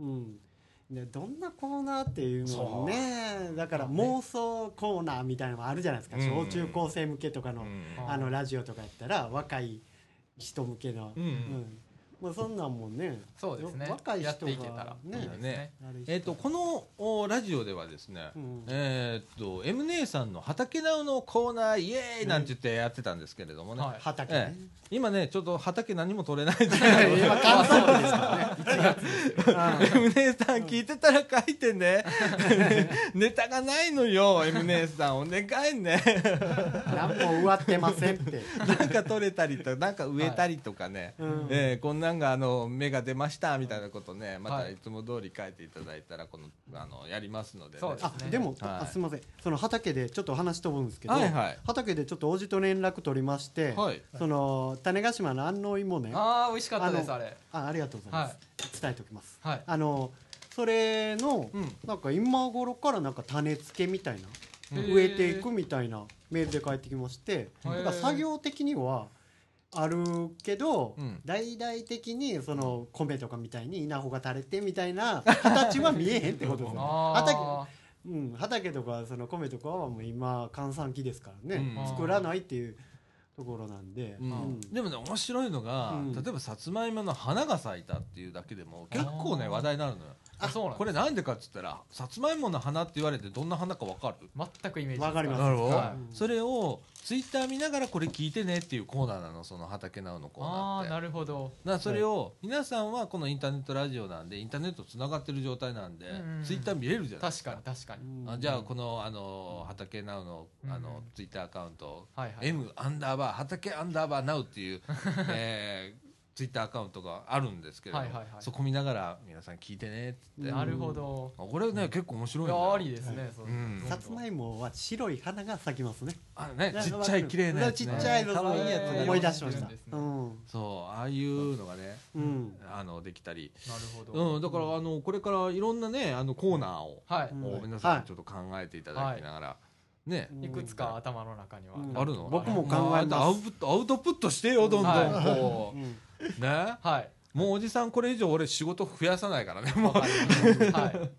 [SPEAKER 3] うんでどんなコーナーっていうの
[SPEAKER 2] そ
[SPEAKER 3] も
[SPEAKER 2] う
[SPEAKER 3] ねだから妄想コーナーみたいなのもあるじゃないですか、
[SPEAKER 1] うん
[SPEAKER 3] 小中高生向けとかの,、
[SPEAKER 1] うん
[SPEAKER 3] あのラジオとかやったら若い人向けの、
[SPEAKER 1] うん
[SPEAKER 3] うんまあ、そんなんもね
[SPEAKER 4] そうですね
[SPEAKER 3] 若い人が
[SPEAKER 4] やっていけたら
[SPEAKER 3] ね
[SPEAKER 4] いいですね
[SPEAKER 3] あれ
[SPEAKER 1] えっ、とこのおラジオではですね、
[SPEAKER 3] うん
[SPEAKER 1] えっと M 姉さんの畑直のコーナーイエーイなんて言ってやってたんですけれどもね、
[SPEAKER 4] はい
[SPEAKER 3] 畑
[SPEAKER 1] え
[SPEAKER 3] ね、
[SPEAKER 1] え今ねちょっと畑何も取 れないんで
[SPEAKER 3] 今関西区です からね
[SPEAKER 1] M 姉さん聞いてたら書いて ねネタがないのよ M 姉さんお願いね
[SPEAKER 3] うん何も植わってませんって、
[SPEAKER 1] なんか取れたりとかなんか植えたりとかね、
[SPEAKER 3] うん
[SPEAKER 1] ええこんなんがあの芽が出ましたみたいなことねまた
[SPEAKER 4] はい
[SPEAKER 1] いつも通り書いていただいたらこのあのやりますのでね、
[SPEAKER 4] そうです
[SPEAKER 3] あでも、
[SPEAKER 1] はい
[SPEAKER 3] あすみませんその畑でちょっと話飛ぶんですけど、
[SPEAKER 1] はいはい
[SPEAKER 3] 畑でちょっとおじと連絡取りまして、
[SPEAKER 1] はい
[SPEAKER 3] その種子島の安納芋ねあ
[SPEAKER 4] ああ美味しかったです
[SPEAKER 3] あ
[SPEAKER 4] あ
[SPEAKER 3] の
[SPEAKER 4] れ
[SPEAKER 3] ありがとうございます、伝えておきます
[SPEAKER 4] はい
[SPEAKER 3] あのそれの、
[SPEAKER 1] うん
[SPEAKER 3] なんか今頃からなんか種付けみたいな、
[SPEAKER 4] うん
[SPEAKER 3] 植えていくみたいなメールで返ってきまして、
[SPEAKER 4] へー
[SPEAKER 3] なんか作業的にはあるけど、
[SPEAKER 1] うん
[SPEAKER 3] 大々的にその米とかみたいに稲穂が垂れてみたいな形は見えへんって ことですよね畑
[SPEAKER 4] あ
[SPEAKER 3] うん、畑とかその米とかはもう今閑散期ですからね、
[SPEAKER 1] うん
[SPEAKER 3] 作らないっていうところなんで、
[SPEAKER 1] うん
[SPEAKER 3] うん
[SPEAKER 1] でもね面白いのが、
[SPEAKER 3] うん
[SPEAKER 1] 例えばさつまいもの花が咲いたっていうだけでも結構ね
[SPEAKER 4] あー
[SPEAKER 1] 話題になるのよ
[SPEAKER 4] あそうなん
[SPEAKER 1] こ
[SPEAKER 4] これ
[SPEAKER 1] れなんでかっつったらさつまいもの花って言われてどんな花かわかる
[SPEAKER 4] 全くイメージ
[SPEAKER 3] わかります
[SPEAKER 1] なるほど
[SPEAKER 4] はい
[SPEAKER 1] それをツイッター見ながらこれ聞いてねっていうコーナーなのその畑直のコーナー
[SPEAKER 4] あ
[SPEAKER 1] っ
[SPEAKER 4] あ
[SPEAKER 1] て
[SPEAKER 4] なるほど
[SPEAKER 1] なそれを皆さんはこのインターネットラジオなんでインターネットつながってる状態なんで
[SPEAKER 4] うん
[SPEAKER 1] ツイッター見れるじゃないで
[SPEAKER 4] 確
[SPEAKER 1] すか
[SPEAKER 4] かに確かに
[SPEAKER 3] うん
[SPEAKER 1] あじゃあこのあの畑直のあ
[SPEAKER 4] う
[SPEAKER 1] の
[SPEAKER 4] ん
[SPEAKER 1] ツイッターアカウント
[SPEAKER 4] はいはい
[SPEAKER 1] M アンダーバー畑アンダーバーナウっていう、えー、ツイッターアカウントがあるんですけれども、
[SPEAKER 4] はいはいはい
[SPEAKER 1] そこ見ながら皆さん聞いてねっつって、
[SPEAKER 3] うん
[SPEAKER 4] なるほど
[SPEAKER 1] あこれね結構面
[SPEAKER 4] い
[SPEAKER 1] 白いんだ
[SPEAKER 4] や
[SPEAKER 1] よ
[SPEAKER 4] ありですねそう
[SPEAKER 1] うん
[SPEAKER 4] どんどん
[SPEAKER 3] さつまいもは白い花が咲きますね
[SPEAKER 1] あのねちっちゃい綺麗なやつ、ね、
[SPEAKER 3] ちっちゃいの
[SPEAKER 1] 可愛いやつね
[SPEAKER 3] 思い出しまし
[SPEAKER 4] いい
[SPEAKER 3] た
[SPEAKER 4] んですね
[SPEAKER 3] うん
[SPEAKER 1] そうああいうのがね
[SPEAKER 3] うん
[SPEAKER 1] あのできたり、
[SPEAKER 4] なるほど
[SPEAKER 1] うん、だからあのこれからいろんなねあのコーナーを、
[SPEAKER 4] はい
[SPEAKER 3] うん
[SPEAKER 1] も
[SPEAKER 3] は
[SPEAKER 1] う
[SPEAKER 3] い
[SPEAKER 1] 皆さんちょっと考えていただきながら、ね
[SPEAKER 3] うん
[SPEAKER 4] いくつか頭の中には
[SPEAKER 3] うん
[SPEAKER 1] あるの
[SPEAKER 3] 僕も考え
[SPEAKER 1] アウ
[SPEAKER 3] ます
[SPEAKER 1] トアウトプットしてよどんどん
[SPEAKER 4] は
[SPEAKER 1] こ
[SPEAKER 3] うん
[SPEAKER 1] う、ね
[SPEAKER 4] はい
[SPEAKER 1] もうおじさんこれ以上俺仕事増やさないからねもう
[SPEAKER 4] わかりましたはい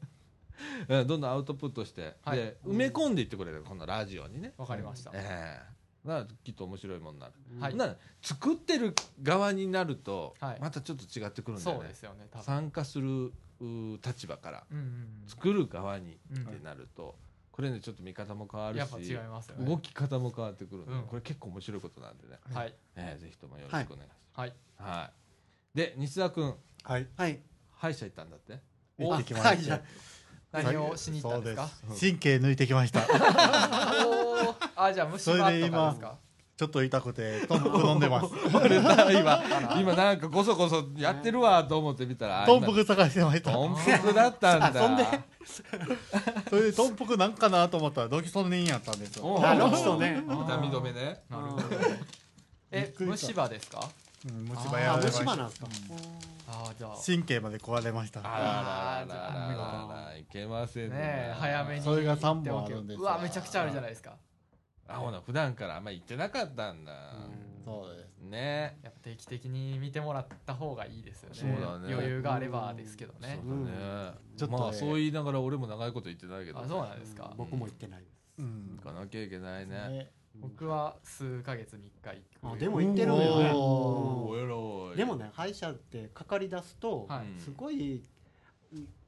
[SPEAKER 1] えーどんどんアウトプットして、
[SPEAKER 4] はい
[SPEAKER 1] で埋め込んでいってくれるこのラジオにね、
[SPEAKER 4] わかりました
[SPEAKER 1] ええなきっと面白いものになる、
[SPEAKER 4] はい
[SPEAKER 1] なら作ってる側になると、
[SPEAKER 4] はい
[SPEAKER 1] またちょっと違ってくるんだよ
[SPEAKER 4] そう
[SPEAKER 1] ね
[SPEAKER 4] ですよね多分
[SPEAKER 1] 参加するう立場から
[SPEAKER 4] うんうん
[SPEAKER 1] 作る側に
[SPEAKER 4] うん
[SPEAKER 1] ってなると、これねちょっと見方も変わ
[SPEAKER 4] うん
[SPEAKER 1] る
[SPEAKER 4] やっぱ違
[SPEAKER 1] し
[SPEAKER 4] いますよ
[SPEAKER 1] 動
[SPEAKER 4] ね
[SPEAKER 1] き方も変わってくるので、
[SPEAKER 4] うん
[SPEAKER 1] これ結構面白いことなんでね、
[SPEAKER 4] はい
[SPEAKER 1] ええぜひともよろしくお願いし
[SPEAKER 4] はい
[SPEAKER 1] ます、はいで西田君
[SPEAKER 2] はい
[SPEAKER 3] はい
[SPEAKER 1] 歯医者行ったんだって
[SPEAKER 2] 行ってきま
[SPEAKER 3] あはい
[SPEAKER 2] し
[SPEAKER 3] じゃ
[SPEAKER 2] た
[SPEAKER 3] あ
[SPEAKER 4] 何をしに行ったんですか
[SPEAKER 2] そう神経抜いてきました
[SPEAKER 4] おーあじゃあ虫歯とかですか
[SPEAKER 2] ちょっと痛くてとんぷく飲んでます
[SPEAKER 1] 俺さ今今なんかこそこそやってるわと思って見たらあ
[SPEAKER 2] とんぷく探してました
[SPEAKER 1] とんぷくだったんだ
[SPEAKER 3] あそんで
[SPEAKER 2] それでとんぷくなんかなと思ったらドキソネインやったんですよ、
[SPEAKER 1] お
[SPEAKER 3] あロキソね
[SPEAKER 1] 痛み止めね
[SPEAKER 4] なる
[SPEAKER 3] うん
[SPEAKER 4] ほど
[SPEAKER 2] び
[SPEAKER 4] え
[SPEAKER 2] っくりした
[SPEAKER 4] 虫歯ですか
[SPEAKER 2] うん、虫歯やら
[SPEAKER 3] あ
[SPEAKER 2] れまし
[SPEAKER 3] 虫歯
[SPEAKER 2] た
[SPEAKER 3] なんですか
[SPEAKER 4] あーじゃあ
[SPEAKER 2] 神経まで壊れました
[SPEAKER 1] あ
[SPEAKER 4] あー
[SPEAKER 1] ら
[SPEAKER 4] じ
[SPEAKER 1] ら
[SPEAKER 4] ゃあ
[SPEAKER 1] ららららいけません
[SPEAKER 4] ねえ早めに
[SPEAKER 2] それが三本あるんですよ
[SPEAKER 4] うわめちゃくちゃあるじゃないですか
[SPEAKER 1] あほな普段からあんまり行ってなかったんだ
[SPEAKER 2] そうです
[SPEAKER 1] ね
[SPEAKER 4] やっぱ定期的に見てもらった方がいいですよね
[SPEAKER 1] そうだね
[SPEAKER 4] 余裕があればですけど
[SPEAKER 1] そうだ
[SPEAKER 4] ね
[SPEAKER 1] ね
[SPEAKER 2] ちょっとね
[SPEAKER 1] まあそう言いながら俺も長いこと言ってないけど
[SPEAKER 4] あそう
[SPEAKER 1] 行
[SPEAKER 4] なんですか
[SPEAKER 3] うん僕も行ってないです
[SPEAKER 2] うん
[SPEAKER 1] かなきゃいけないね
[SPEAKER 4] 僕は数ヶ月に1回行く
[SPEAKER 3] あでも行ってるのよね
[SPEAKER 2] お
[SPEAKER 1] お
[SPEAKER 3] うん
[SPEAKER 1] えろい
[SPEAKER 3] でもね歯医者ってかかり出すと
[SPEAKER 4] はい
[SPEAKER 1] うん
[SPEAKER 3] すごい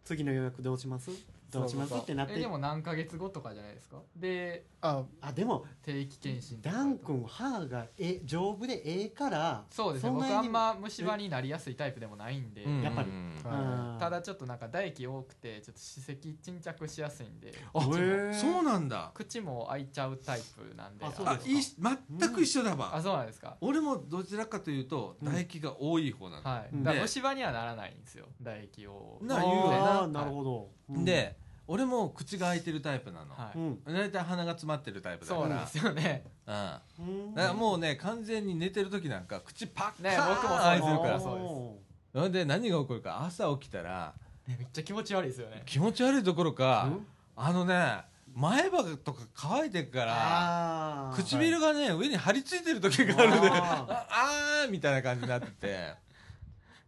[SPEAKER 3] 次の予約どうしますどうします
[SPEAKER 2] そうそうそう
[SPEAKER 3] ってなっ
[SPEAKER 4] え
[SPEAKER 3] て
[SPEAKER 4] でも何ヶ月後とかじゃないですかで
[SPEAKER 2] あ
[SPEAKER 3] あでも
[SPEAKER 4] 定期検診とか
[SPEAKER 3] ダン君歯がえ丈夫でええから
[SPEAKER 4] そうですね
[SPEAKER 3] そん
[SPEAKER 4] 僕
[SPEAKER 3] なに
[SPEAKER 4] あんま虫歯になりやすいタイプでもないんで、
[SPEAKER 1] うん
[SPEAKER 3] やっぱり
[SPEAKER 1] うん
[SPEAKER 2] はい
[SPEAKER 3] あー
[SPEAKER 4] ただちょっとなんか唾液多くてちょっと歯石沈着しやすいんで
[SPEAKER 1] あ
[SPEAKER 4] 口
[SPEAKER 3] へ
[SPEAKER 4] も
[SPEAKER 3] ー
[SPEAKER 1] そうなんだ
[SPEAKER 4] 口も開いちゃうタイプなんで
[SPEAKER 3] あ
[SPEAKER 4] あ
[SPEAKER 3] そう
[SPEAKER 1] あいいし全く一緒だ
[SPEAKER 4] あ
[SPEAKER 1] わ
[SPEAKER 4] そうなんですか
[SPEAKER 1] 俺もどちらかというと
[SPEAKER 3] うん
[SPEAKER 1] 唾液が多い方なの
[SPEAKER 4] はい、
[SPEAKER 3] うん
[SPEAKER 4] だか
[SPEAKER 1] で
[SPEAKER 4] ら虫歯にはならないんですよ唾液を
[SPEAKER 1] な言うよな
[SPEAKER 3] あーなるほど、うん、
[SPEAKER 1] で俺も口が開いてるタイプなの
[SPEAKER 4] はい、
[SPEAKER 3] うん
[SPEAKER 1] 大体鼻が詰まってるタイプだ
[SPEAKER 4] そ
[SPEAKER 1] か
[SPEAKER 4] うなん
[SPEAKER 1] ら
[SPEAKER 4] ですよね
[SPEAKER 1] うん
[SPEAKER 3] うん
[SPEAKER 1] だからもうね完全に寝てる時なんか口パッカ
[SPEAKER 4] ね
[SPEAKER 1] ーン
[SPEAKER 4] 僕もそう
[SPEAKER 1] 開いてる
[SPEAKER 4] 僕
[SPEAKER 1] か
[SPEAKER 4] も
[SPEAKER 1] ら
[SPEAKER 4] そう
[SPEAKER 1] それで何が起こるか朝起きたら
[SPEAKER 4] ねめっちゃ気持ち悪いですよね
[SPEAKER 1] 気持ち悪いどころか
[SPEAKER 3] うん
[SPEAKER 1] あのね前歯とか乾いてるから
[SPEAKER 3] あー
[SPEAKER 1] 唇がね上に張り付いてる時があるね
[SPEAKER 3] あー
[SPEAKER 1] ああーみたいな感じになってて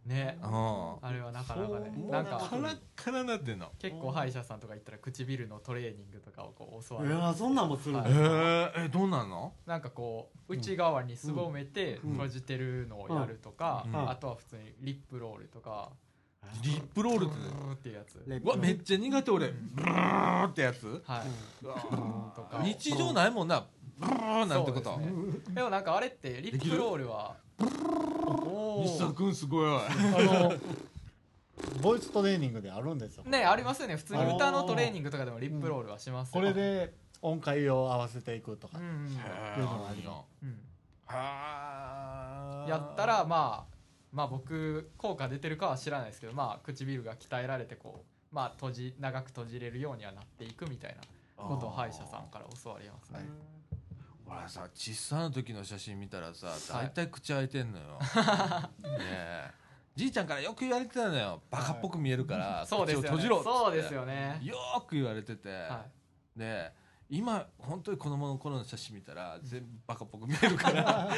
[SPEAKER 4] ね
[SPEAKER 1] うんカ
[SPEAKER 4] あれはなかなかね
[SPEAKER 3] そう
[SPEAKER 4] なんか
[SPEAKER 3] そう
[SPEAKER 1] ラッカラになってんの
[SPEAKER 4] 結構歯医者さんとか行ったら唇のトレーニングとかをこう教わ
[SPEAKER 3] い
[SPEAKER 4] る
[SPEAKER 3] やーそんなんもするんだ
[SPEAKER 1] えー、えどうなんの
[SPEAKER 4] なんかこう内側にすぼめて
[SPEAKER 3] うん
[SPEAKER 4] 閉じてるのをやるとか、
[SPEAKER 1] うん
[SPEAKER 4] あとは普通にリップロールとか、
[SPEAKER 1] リップロールって
[SPEAKER 4] ーっていうやつ
[SPEAKER 3] レッ
[SPEAKER 1] うわめっちゃ苦手俺
[SPEAKER 4] うん
[SPEAKER 1] ブルーってやつ
[SPEAKER 4] はい、
[SPEAKER 3] う
[SPEAKER 1] うわ
[SPEAKER 3] ん
[SPEAKER 4] とか
[SPEAKER 1] 日常ないもんなブルーなんてこ
[SPEAKER 4] そ
[SPEAKER 1] と
[SPEAKER 4] うですねでもなんかあれってリップロールはお
[SPEAKER 1] 西田
[SPEAKER 4] ー
[SPEAKER 1] 君すごい
[SPEAKER 2] あのボイストレーニングであるんですよ
[SPEAKER 4] ねありますよね普通に歌のトレーニングとかでもリップロールはします
[SPEAKER 2] こ
[SPEAKER 4] よ
[SPEAKER 2] れで音階を合わせていくと
[SPEAKER 4] う
[SPEAKER 2] か
[SPEAKER 4] ん、うん
[SPEAKER 2] ーある
[SPEAKER 1] よ
[SPEAKER 4] うん
[SPEAKER 1] は
[SPEAKER 4] やったらまあまあ僕効果出てるかは知らないですけどまあ唇が鍛えられてこうまあ閉じ長く閉じれるようにはなっていくみたいなことを歯医者さんから教わりますね
[SPEAKER 1] 俺さ小さな時の写真見たらさ
[SPEAKER 4] はい
[SPEAKER 1] 大体口開いてんのよね えじいちゃんからよく言われてたのよバカっぽく見えるから
[SPEAKER 4] そうです
[SPEAKER 1] 口
[SPEAKER 4] よね
[SPEAKER 1] を閉じろっつって
[SPEAKER 4] そうですよね
[SPEAKER 1] よーく言われてて
[SPEAKER 4] は
[SPEAKER 1] で今本当に子供の頃の写真見たら全部バカっぽく見えるから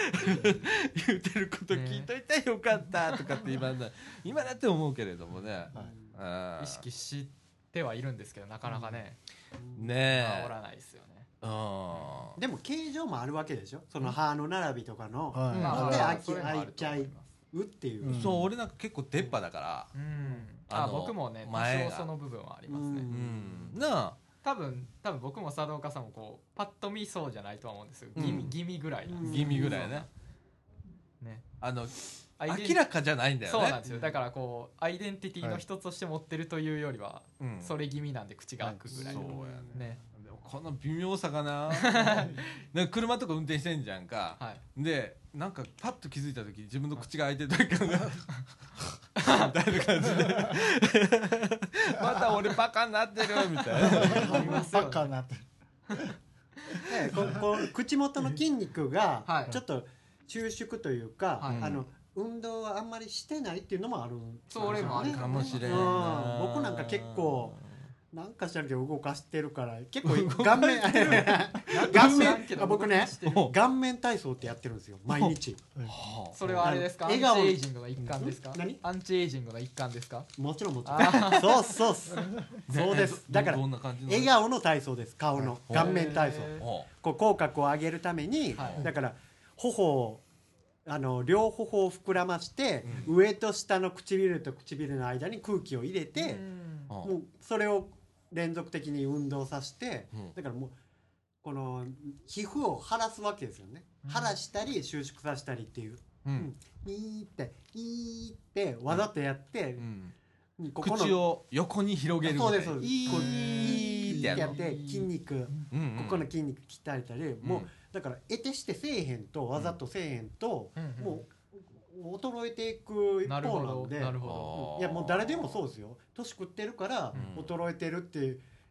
[SPEAKER 1] 言ってること聞いといたらよかったとかって今だ今だって思うけれどもね
[SPEAKER 2] はい
[SPEAKER 1] あー
[SPEAKER 4] い意識してはいるんですけどなかなかね治
[SPEAKER 1] ね
[SPEAKER 4] らないですよね
[SPEAKER 1] え
[SPEAKER 3] でも形状もあるわけでしょその歯の並びとかの、
[SPEAKER 2] はい
[SPEAKER 1] うん
[SPEAKER 3] なん
[SPEAKER 4] ま
[SPEAKER 3] で
[SPEAKER 4] ま
[SPEAKER 3] 飽き
[SPEAKER 4] それもあ
[SPEAKER 3] 飽
[SPEAKER 4] る
[SPEAKER 3] い
[SPEAKER 4] と
[SPEAKER 3] ちゃ
[SPEAKER 4] 思
[SPEAKER 3] い
[SPEAKER 4] います
[SPEAKER 3] うっていう、
[SPEAKER 2] うん
[SPEAKER 1] そう俺なんか結構出っ歯だから
[SPEAKER 4] うん
[SPEAKER 1] あ
[SPEAKER 4] あ
[SPEAKER 1] の
[SPEAKER 4] 僕もね多
[SPEAKER 1] 前
[SPEAKER 4] 少
[SPEAKER 1] が
[SPEAKER 4] その部分はありますね
[SPEAKER 3] うん
[SPEAKER 1] うんな
[SPEAKER 4] 多分多分僕も佐藤岡さんもこうパッと見そうじゃないとは思うんですよ
[SPEAKER 1] うん
[SPEAKER 4] ギミギミぐらいなん
[SPEAKER 1] あ
[SPEAKER 4] です
[SPEAKER 1] ギミぐらいね
[SPEAKER 4] ね
[SPEAKER 1] あの
[SPEAKER 4] アイデン
[SPEAKER 1] 明らかじゃないんだよ
[SPEAKER 4] そう
[SPEAKER 1] ね
[SPEAKER 4] なんですよだからこうアイデンティティの一つとして持ってるというよりは、
[SPEAKER 1] うん
[SPEAKER 4] それ気味なんで口が開くぐらいの、
[SPEAKER 1] そうやね
[SPEAKER 4] ね
[SPEAKER 1] でもこの微妙さがな なんか車とか運転してんじゃんか
[SPEAKER 4] はい
[SPEAKER 1] でなんかパッと気づいた時自分の口が開いてた時が みたいな感じで また俺バカになって るみたいな
[SPEAKER 4] ありますよ
[SPEAKER 2] バカになってる
[SPEAKER 3] ねここう口元の筋肉
[SPEAKER 4] は
[SPEAKER 3] が
[SPEAKER 4] い
[SPEAKER 3] ちょっと収縮というか、
[SPEAKER 4] はい
[SPEAKER 3] あの運動はあんまりしてないっていうのもあるんですよ
[SPEAKER 4] それもある
[SPEAKER 1] かもしれんな
[SPEAKER 3] うん僕なんか結構なんかしらんけど動かしてるから結構顔面 顔面あ僕ね顔面体操ってやってるんですよ毎日
[SPEAKER 1] はあ
[SPEAKER 4] それはあれですかアン
[SPEAKER 3] 笑
[SPEAKER 4] チ
[SPEAKER 3] 顔
[SPEAKER 4] エイジングの一環ですか
[SPEAKER 3] ん何
[SPEAKER 4] アンチエイジングの一環ですか
[SPEAKER 3] もちろんもちろ
[SPEAKER 4] あ
[SPEAKER 3] んそうそうっすそうで
[SPEAKER 1] ね
[SPEAKER 3] す
[SPEAKER 1] ど
[SPEAKER 3] だから
[SPEAKER 1] どんな感じの
[SPEAKER 3] 笑顔の体操です顔の
[SPEAKER 1] はい
[SPEAKER 3] 顔面体操
[SPEAKER 4] へー
[SPEAKER 1] は
[SPEAKER 3] こう口角を上げるために
[SPEAKER 4] はい
[SPEAKER 3] だから頬をあの両頬を膨らまして
[SPEAKER 1] う
[SPEAKER 3] 上と下の唇と唇の間に空気を入れて
[SPEAKER 4] うん
[SPEAKER 1] あはあ
[SPEAKER 3] もうそれを連続的に運動させて
[SPEAKER 1] うん
[SPEAKER 3] だからもうこの皮膚を晴らすわけですよね
[SPEAKER 4] うん
[SPEAKER 3] 晴らしたり収縮させたりっていう
[SPEAKER 1] うん
[SPEAKER 3] いーっていーってわざとやって
[SPEAKER 1] うん
[SPEAKER 3] ここの
[SPEAKER 1] 口を横に広げるみた
[SPEAKER 3] そ
[SPEAKER 1] いうな
[SPEAKER 3] ですそうです
[SPEAKER 1] い
[SPEAKER 3] こう
[SPEAKER 1] いーってやる
[SPEAKER 3] や
[SPEAKER 1] の
[SPEAKER 3] って筋肉
[SPEAKER 1] うんうん
[SPEAKER 3] ここの筋肉鍛えたり、もうだから得てしてせえへんとわざとせえへんと、
[SPEAKER 4] うんうん
[SPEAKER 3] もう衰えていく一
[SPEAKER 4] なる
[SPEAKER 3] 方
[SPEAKER 4] ほ
[SPEAKER 3] なん
[SPEAKER 4] ど
[SPEAKER 3] で
[SPEAKER 4] なる
[SPEAKER 1] あー
[SPEAKER 3] う
[SPEAKER 4] ほ
[SPEAKER 3] んいやもう誰でもそうですよ年食ってるから
[SPEAKER 1] うん
[SPEAKER 3] 衰えてるって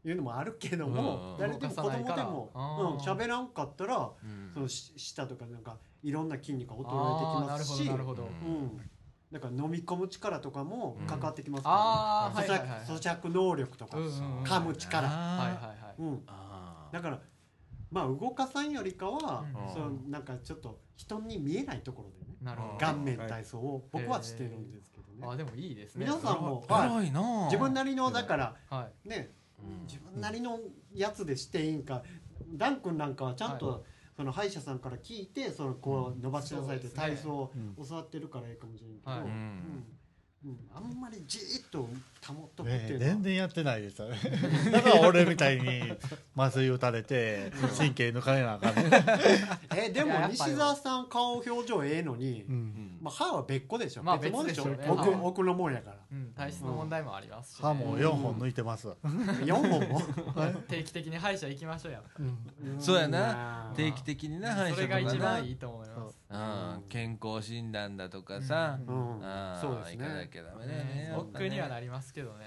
[SPEAKER 3] いうのもあるけども、
[SPEAKER 1] うん
[SPEAKER 3] 誰でも子
[SPEAKER 4] 動かさない
[SPEAKER 3] 供
[SPEAKER 4] か
[SPEAKER 3] で
[SPEAKER 4] ら
[SPEAKER 3] も
[SPEAKER 4] あ
[SPEAKER 3] うん
[SPEAKER 4] ー
[SPEAKER 3] 喋らんかったら
[SPEAKER 1] うん
[SPEAKER 3] そのし舌とかなんかいろんな筋肉が
[SPEAKER 4] ど
[SPEAKER 3] 衰えてき
[SPEAKER 4] あー
[SPEAKER 3] ますし
[SPEAKER 4] なるほどなるほど、
[SPEAKER 1] うん
[SPEAKER 3] うん、だから飲み込む力とかもかかってきます
[SPEAKER 4] ああはい
[SPEAKER 3] 咀
[SPEAKER 4] はい
[SPEAKER 3] 嚼
[SPEAKER 4] はいはい
[SPEAKER 3] 咀嚼能力とか、
[SPEAKER 4] うんうんうん
[SPEAKER 3] 噛む力
[SPEAKER 4] はいはい
[SPEAKER 1] あ
[SPEAKER 4] はい
[SPEAKER 3] うん、
[SPEAKER 1] ーあー
[SPEAKER 3] だからまあ動かさんよりかは、
[SPEAKER 1] うん
[SPEAKER 3] そうなんかちょっと人に見えないところでね
[SPEAKER 4] なるほど
[SPEAKER 1] ガ
[SPEAKER 3] 顔
[SPEAKER 1] ン
[SPEAKER 3] 面体操を僕はしてるんですけど
[SPEAKER 4] あ
[SPEAKER 3] ね、
[SPEAKER 4] でもいいですね
[SPEAKER 3] 皆さんも、はい
[SPEAKER 1] 偉いな
[SPEAKER 3] 自分なりのだから
[SPEAKER 4] はい
[SPEAKER 3] ね
[SPEAKER 1] うん
[SPEAKER 3] 自分なりのやつでしていいんかダン君なんかはちゃんと、その歯医者さんから聞いてそのこう伸ばしなさいって
[SPEAKER 4] そうで
[SPEAKER 3] 体
[SPEAKER 4] すね
[SPEAKER 3] 操を教わってるからいいかもしれんけど、
[SPEAKER 4] はい
[SPEAKER 3] うん
[SPEAKER 1] うん
[SPEAKER 3] うん、あんまりじーっと保っとくっ
[SPEAKER 2] ね
[SPEAKER 3] て
[SPEAKER 2] え
[SPEAKER 3] いうのは、
[SPEAKER 2] 全然やってないですよねだから俺みたいに麻酔打たれて神経抜かれなあかんね、
[SPEAKER 3] えで
[SPEAKER 4] いや
[SPEAKER 3] も
[SPEAKER 4] やっぱよ
[SPEAKER 3] 西澤さん顔表情ええのに、
[SPEAKER 2] うん、
[SPEAKER 3] まあ、歯は別個でしょ、
[SPEAKER 4] まあ
[SPEAKER 3] 別もんでしょ
[SPEAKER 4] 別でしょうね
[SPEAKER 3] 奥
[SPEAKER 4] はい
[SPEAKER 3] 奥のもんやから
[SPEAKER 4] うん、体質の問題もありますし、ね
[SPEAKER 2] 歯も4本抜いてます、
[SPEAKER 3] 4本も、
[SPEAKER 4] 定期的に歯医者行きましょうやっ
[SPEAKER 1] そうや
[SPEAKER 3] な
[SPEAKER 1] 定期的にな
[SPEAKER 4] ぱ
[SPEAKER 1] 歯医
[SPEAKER 4] りそ
[SPEAKER 1] 者
[SPEAKER 4] れが
[SPEAKER 1] と
[SPEAKER 4] 一
[SPEAKER 1] か
[SPEAKER 4] 番いいと思います
[SPEAKER 1] な、
[SPEAKER 3] う
[SPEAKER 1] うん
[SPEAKER 3] ん、
[SPEAKER 1] 健康診断だとかさ、
[SPEAKER 4] うん
[SPEAKER 3] うん、
[SPEAKER 1] あー
[SPEAKER 3] そうです
[SPEAKER 1] 行かな
[SPEAKER 3] ね
[SPEAKER 1] きゃダメだよね
[SPEAKER 4] ね
[SPEAKER 1] やっぱ
[SPEAKER 4] 億
[SPEAKER 1] ね
[SPEAKER 4] 劫にはなりますけどね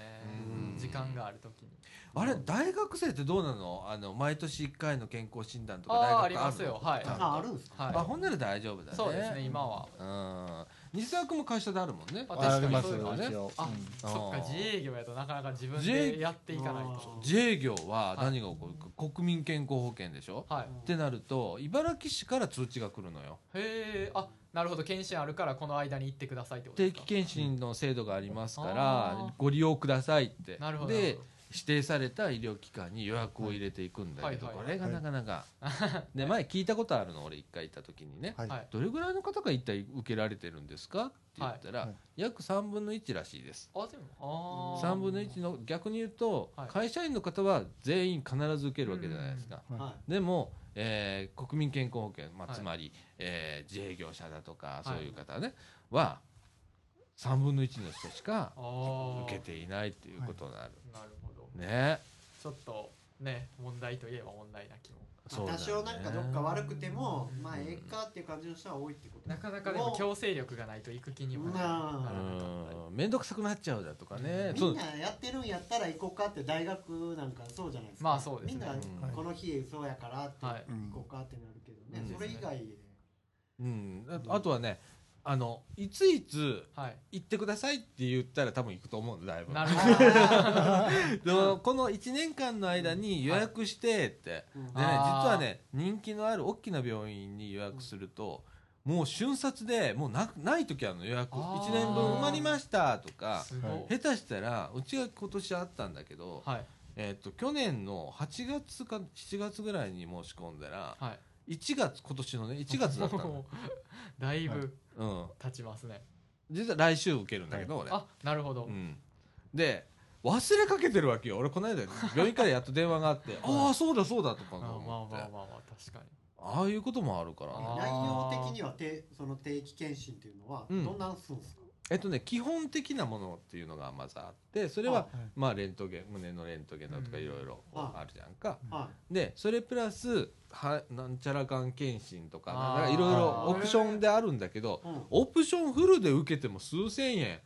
[SPEAKER 1] うん
[SPEAKER 4] 時間がある時に
[SPEAKER 1] あれ大学生ってどうなのあの毎年1回の健康診断とか大学
[SPEAKER 4] ああー
[SPEAKER 1] あ
[SPEAKER 4] あ
[SPEAKER 1] る
[SPEAKER 4] り
[SPEAKER 1] の
[SPEAKER 4] ますよはい
[SPEAKER 1] ちゃんと
[SPEAKER 3] ああるんですか
[SPEAKER 1] あ
[SPEAKER 4] は
[SPEAKER 1] ほんなら大丈夫だ
[SPEAKER 4] い
[SPEAKER 1] ね
[SPEAKER 4] そうですね今は
[SPEAKER 1] うん西澤君も会社であるもんね
[SPEAKER 4] あ
[SPEAKER 2] あ
[SPEAKER 4] 確
[SPEAKER 2] りま
[SPEAKER 4] かに
[SPEAKER 2] す
[SPEAKER 4] そういうの
[SPEAKER 2] よ
[SPEAKER 4] はね
[SPEAKER 2] 一応
[SPEAKER 4] あ
[SPEAKER 1] うん
[SPEAKER 4] そっか
[SPEAKER 1] あー
[SPEAKER 4] 自営業やとなかなか自分
[SPEAKER 1] 自営
[SPEAKER 4] でやっていかないと
[SPEAKER 1] 自営業は何が起こるか国民健康保険でしょ
[SPEAKER 4] はい
[SPEAKER 1] ってなると茨城市から通知が来るのよ
[SPEAKER 4] へえあなるほど検診あるからこの間に行ってくださいってことで
[SPEAKER 1] 定
[SPEAKER 4] すか
[SPEAKER 1] 期検診の制度がありますか
[SPEAKER 4] うんあ
[SPEAKER 1] ら
[SPEAKER 4] ー
[SPEAKER 1] ご利用くださいって
[SPEAKER 4] なるほどなる
[SPEAKER 1] で
[SPEAKER 4] ほど
[SPEAKER 1] 指定された医療機関に予約を入れていくんだけど
[SPEAKER 4] はい
[SPEAKER 1] こ
[SPEAKER 4] はい
[SPEAKER 1] れがなかなかで前聞いたことあるの俺一回行った時にね
[SPEAKER 2] はい
[SPEAKER 4] はい
[SPEAKER 1] どれぐらいの方が一体受けられてるんですかって言ったら、
[SPEAKER 2] はいはい
[SPEAKER 1] 約3分の1らしいです
[SPEAKER 4] あでもあー
[SPEAKER 1] 3分の1の逆に言うと、
[SPEAKER 4] はい
[SPEAKER 1] 会社員の方は全員必ず受けるわけじゃないですか、
[SPEAKER 3] はい
[SPEAKER 1] でも、えー国民健康保険、まあ、
[SPEAKER 4] はい
[SPEAKER 1] つまり、えー自営業者だとか
[SPEAKER 4] は
[SPEAKER 1] そ
[SPEAKER 4] いう
[SPEAKER 1] いう方ね、は3分の1の人しか
[SPEAKER 4] あー
[SPEAKER 1] 受けていないっていうことになる、
[SPEAKER 4] なるほど
[SPEAKER 1] ね
[SPEAKER 4] ちょっとね問題といえば問題な気も
[SPEAKER 1] そうだ
[SPEAKER 3] 多
[SPEAKER 1] ね
[SPEAKER 3] 少なんかどっか悪くてもまあええかっていう感じの人は多いってこと
[SPEAKER 4] なかなかでも強制力がないと行く気にもねな
[SPEAKER 3] なあ
[SPEAKER 1] う
[SPEAKER 4] らなかったり
[SPEAKER 1] ん面倒くさくなっちゃうだとかね、
[SPEAKER 3] み
[SPEAKER 1] そうん
[SPEAKER 3] なやってるんやったら行こうかって大学なんかそうじゃないですか
[SPEAKER 4] まあそうですね
[SPEAKER 3] みんなこの日そうやからって
[SPEAKER 4] はい
[SPEAKER 2] うん
[SPEAKER 3] 行こうかってなるけどね、
[SPEAKER 1] うん
[SPEAKER 3] それ以外で、
[SPEAKER 1] うん、ああとはねあのいついつ
[SPEAKER 4] はい
[SPEAKER 1] 行ってくださいって言ったら多分行くと思うんだだいぶ
[SPEAKER 4] な るほど
[SPEAKER 3] あ
[SPEAKER 1] でもこの1年間の間に予約してって、
[SPEAKER 3] ーうん
[SPEAKER 1] でね実
[SPEAKER 4] あー
[SPEAKER 1] はね人気のある大きな病院に予約すると、もう瞬殺でもうなない時あるの予約
[SPEAKER 4] あー
[SPEAKER 1] 1年分埋まりましたとか
[SPEAKER 4] すごい
[SPEAKER 2] は
[SPEAKER 1] 下手したらうちが今年あったんだけど、
[SPEAKER 4] はい
[SPEAKER 1] えっと去年の8月か7月ぐらいに申し込んだら
[SPEAKER 4] はい
[SPEAKER 1] 1月今年のね1月だったの、
[SPEAKER 4] もうだい
[SPEAKER 2] は
[SPEAKER 4] ぶ
[SPEAKER 1] うん、
[SPEAKER 4] 経ちますね
[SPEAKER 1] 実は来週受けるんだけど俺。
[SPEAKER 4] あなるほど
[SPEAKER 1] うん、で忘れかけてるわけよ俺こ の間病院からやっと電話があって「ああそうだそうだ」とか
[SPEAKER 4] あまあま
[SPEAKER 1] 思
[SPEAKER 4] あ
[SPEAKER 1] っ
[SPEAKER 4] まあ
[SPEAKER 1] て
[SPEAKER 4] まあ確かに
[SPEAKER 1] ああいうこともあるからね
[SPEAKER 4] あー
[SPEAKER 3] 内容的にはてその定期検診っていうのは
[SPEAKER 1] う
[SPEAKER 3] ど
[SPEAKER 1] ん
[SPEAKER 3] んなんするんですか、
[SPEAKER 1] えっとね基本的なものっていうのがまずあってそれは
[SPEAKER 2] あはい
[SPEAKER 1] まあレントゲン胸のレントゲンだとか
[SPEAKER 4] うん
[SPEAKER 1] いろいろ
[SPEAKER 3] あ
[SPEAKER 1] あるじゃんか
[SPEAKER 2] うん
[SPEAKER 3] は
[SPEAKER 1] でそれプラスはなんちゃらがん検診とか
[SPEAKER 4] あ
[SPEAKER 1] な
[SPEAKER 4] ー
[SPEAKER 1] んかいろいろオプションであるんだけど
[SPEAKER 3] い、うん
[SPEAKER 1] オプションフルで受けても数千円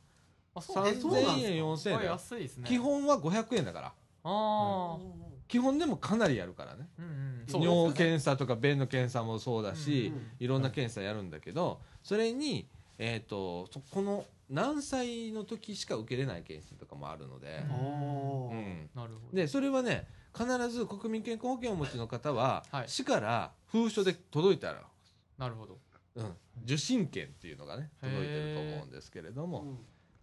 [SPEAKER 4] あそう
[SPEAKER 3] えそうなん
[SPEAKER 1] 3000
[SPEAKER 3] で
[SPEAKER 1] 円
[SPEAKER 4] す
[SPEAKER 1] 4000円
[SPEAKER 4] ごい
[SPEAKER 1] だよ
[SPEAKER 4] 安いですね
[SPEAKER 1] 基本は500円だから
[SPEAKER 4] ああ
[SPEAKER 1] 基本でもかなりやるからね
[SPEAKER 4] うんうん
[SPEAKER 3] そうですね
[SPEAKER 1] 尿検査とか便の検査もそうだし、
[SPEAKER 3] うんうん
[SPEAKER 1] いろんな検査やるんだけど、それに、えー、とそこの何歳の時しか受けれない検診とかもあるので、
[SPEAKER 3] お
[SPEAKER 1] う
[SPEAKER 3] ー
[SPEAKER 1] ん
[SPEAKER 4] なるほど
[SPEAKER 1] でそれはね必ず国民健康保険をお持ちの方は、
[SPEAKER 4] はい
[SPEAKER 1] 市から封書で届いたら、
[SPEAKER 4] なるほど
[SPEAKER 1] うん、受信券っていうのがね届いてると思うんですけれど
[SPEAKER 3] う
[SPEAKER 1] も、
[SPEAKER 3] ん
[SPEAKER 2] い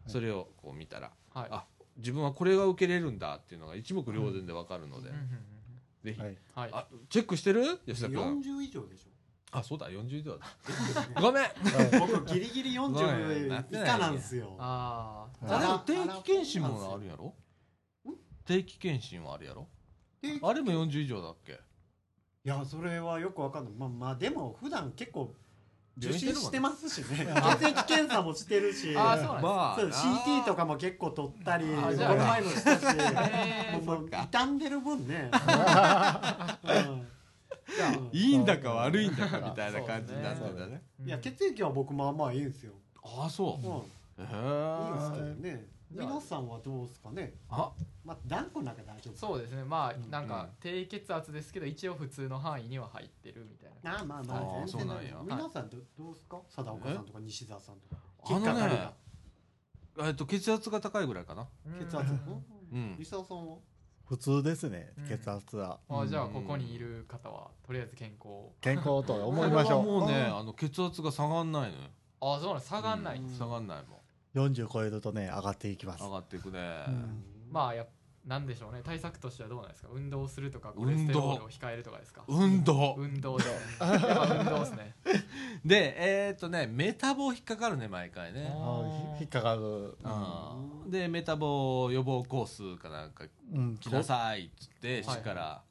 [SPEAKER 1] それをこう見たら
[SPEAKER 4] はい
[SPEAKER 1] あ自分はこれが受けれるんだっていうのが一目瞭然でわかるので、
[SPEAKER 4] うんうんうん
[SPEAKER 1] ぜひ、
[SPEAKER 2] はい
[SPEAKER 4] はい
[SPEAKER 1] あチェックしてる吉田君
[SPEAKER 3] 40以上でしょ
[SPEAKER 1] あそうだ40度だごめん
[SPEAKER 3] 僕ギリギリ40以下なんですよ
[SPEAKER 4] あー
[SPEAKER 1] あ
[SPEAKER 3] あ
[SPEAKER 1] で
[SPEAKER 3] で
[SPEAKER 1] も
[SPEAKER 3] も
[SPEAKER 1] 定期検診もあ
[SPEAKER 3] あ
[SPEAKER 1] る
[SPEAKER 3] る
[SPEAKER 1] やろ
[SPEAKER 3] ん
[SPEAKER 1] 定期検診はあるやろ
[SPEAKER 3] で
[SPEAKER 1] あれも40以上だっけ
[SPEAKER 3] いやそれはよくわかんないまあまあでも普段結構受
[SPEAKER 1] 病院
[SPEAKER 3] 診
[SPEAKER 1] 行っ
[SPEAKER 3] してて
[SPEAKER 1] る
[SPEAKER 3] ますしね血液検査もしてるし
[SPEAKER 4] あーそうなんです
[SPEAKER 1] ま
[SPEAKER 3] そう CT と
[SPEAKER 1] か
[SPEAKER 3] かも結構取ったりこ
[SPEAKER 4] あ
[SPEAKER 3] の
[SPEAKER 4] じゃあ
[SPEAKER 3] 前もしたし
[SPEAKER 4] へー
[SPEAKER 3] もうもう傷んでる分ねうん
[SPEAKER 1] いいんだか悪いんだかみたいな
[SPEAKER 4] そう
[SPEAKER 1] 感じになって
[SPEAKER 4] そ
[SPEAKER 1] ん
[SPEAKER 4] う
[SPEAKER 1] だね
[SPEAKER 3] いや血液は僕まあまあいいんですよ
[SPEAKER 1] ああそううん
[SPEAKER 3] いいん
[SPEAKER 1] へえ
[SPEAKER 3] ですけどね
[SPEAKER 4] じゃあ
[SPEAKER 3] 皆さんはどうですかね
[SPEAKER 1] あ
[SPEAKER 3] まあ断固なんか大丈夫
[SPEAKER 4] そうですねま
[SPEAKER 3] うん
[SPEAKER 4] あなん
[SPEAKER 1] うん
[SPEAKER 4] か低血圧ですけど一応普通の範囲には入ってるみたいな
[SPEAKER 3] ああまあまあ
[SPEAKER 1] あー
[SPEAKER 3] 全然
[SPEAKER 1] そうなんや
[SPEAKER 3] 皆さんどどうですか貞岡さんとか西澤さんとか
[SPEAKER 1] あの
[SPEAKER 3] 引っかかる
[SPEAKER 1] ね
[SPEAKER 3] が
[SPEAKER 1] えっと血圧が高いぐらいかな
[SPEAKER 4] うん
[SPEAKER 3] 血圧
[SPEAKER 1] う
[SPEAKER 3] うん
[SPEAKER 1] ん
[SPEAKER 3] 西澤さんは
[SPEAKER 2] 普通ですね
[SPEAKER 4] うん
[SPEAKER 2] 血圧は、
[SPEAKER 4] あじゃあ
[SPEAKER 1] うん
[SPEAKER 4] ここにいる方はとりあえず健康
[SPEAKER 2] 健康と思いましょう
[SPEAKER 1] 俺はもうねあの血圧が下がんないのよ
[SPEAKER 4] あそうなの下がんない、
[SPEAKER 1] う
[SPEAKER 3] うん
[SPEAKER 1] 下がんないもん
[SPEAKER 2] 40超えるとね上がっていきます
[SPEAKER 1] 上がっていくね
[SPEAKER 2] うん
[SPEAKER 4] まあやなんでしょうね対策としてはどうなんですか運動するとか
[SPEAKER 1] 運動
[SPEAKER 4] コレステロールを控えるとかですか
[SPEAKER 1] 運動
[SPEAKER 4] 運 動ですねやっぱ運動ですね
[SPEAKER 1] でえーっとねメタボ引っかかるね毎回ね
[SPEAKER 2] あー引っかかる、
[SPEAKER 1] あーでメタボ予防コースかなんか
[SPEAKER 2] うん、
[SPEAKER 1] 来なさいっつって
[SPEAKER 4] はい
[SPEAKER 1] 市から、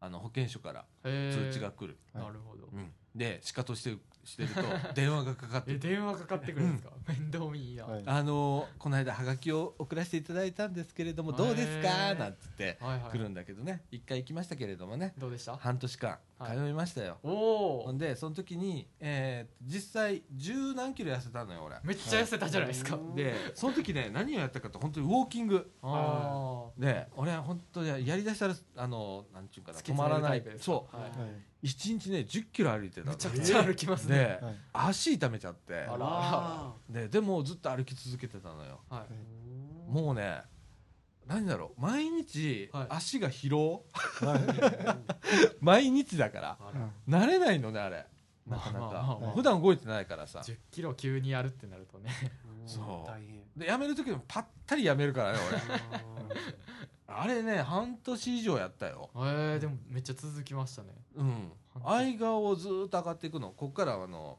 [SPEAKER 1] あの保健所から
[SPEAKER 4] へー
[SPEAKER 1] 通知が来る、
[SPEAKER 4] なるほど
[SPEAKER 1] うんで歯科としてしてると 電話がかかって
[SPEAKER 4] え
[SPEAKER 1] くる
[SPEAKER 4] 電話かかってくるんですか面倒見いいな
[SPEAKER 2] は
[SPEAKER 4] はい
[SPEAKER 2] い
[SPEAKER 1] あのーこの間はがきを送らせていただいたんですけれどもどうです
[SPEAKER 4] へ
[SPEAKER 1] か
[SPEAKER 4] ー
[SPEAKER 1] なんつって
[SPEAKER 4] は
[SPEAKER 1] 来る
[SPEAKER 4] い
[SPEAKER 1] んだけどね一回行きましたけれどもね
[SPEAKER 4] どうでした
[SPEAKER 1] 半年間
[SPEAKER 4] はい
[SPEAKER 1] 通いましたよ、
[SPEAKER 4] お
[SPEAKER 1] ほ
[SPEAKER 4] お
[SPEAKER 1] んでその時に、えー実際十何キロ痩せたのよ俺
[SPEAKER 4] めっちゃ痩せたじゃないですか
[SPEAKER 1] でその時ね何をやったかって本当にウォーキング
[SPEAKER 4] ああ
[SPEAKER 1] で俺は本当にやりだしたらあのなんちゅうかな
[SPEAKER 4] 突
[SPEAKER 1] 止
[SPEAKER 4] き詰
[SPEAKER 1] まら
[SPEAKER 4] める
[SPEAKER 1] な
[SPEAKER 4] タ
[SPEAKER 1] い
[SPEAKER 4] イプですか
[SPEAKER 1] そ
[SPEAKER 4] はい
[SPEAKER 2] は
[SPEAKER 1] う一日ね10キロ歩いてたの
[SPEAKER 4] めちゃくちゃ歩きま すね
[SPEAKER 1] で、
[SPEAKER 2] はい
[SPEAKER 1] 足痛めちゃって
[SPEAKER 4] あら
[SPEAKER 3] あ
[SPEAKER 1] ででもずっと歩き続けてたのよ
[SPEAKER 4] は
[SPEAKER 3] らも
[SPEAKER 1] もうね何だろう毎日
[SPEAKER 4] はい
[SPEAKER 1] 足が疲労、
[SPEAKER 2] はい
[SPEAKER 1] 毎日だから
[SPEAKER 4] いあ
[SPEAKER 2] う
[SPEAKER 4] ら
[SPEAKER 2] ん
[SPEAKER 1] 慣れないのねあれなかな
[SPEAKER 4] まあまあ
[SPEAKER 1] か
[SPEAKER 4] まあ
[SPEAKER 1] 普段動いてないからさ
[SPEAKER 4] 10キロ急にやるってなるとね
[SPEAKER 3] う
[SPEAKER 1] そう
[SPEAKER 3] 大変
[SPEAKER 1] でやめる時もパッタリやめるからね俺 あれね半年以上やったよ
[SPEAKER 4] えー、でもめっちゃ続きましたね、
[SPEAKER 1] うん愛顔をずーっと上がっていくのこっからあの、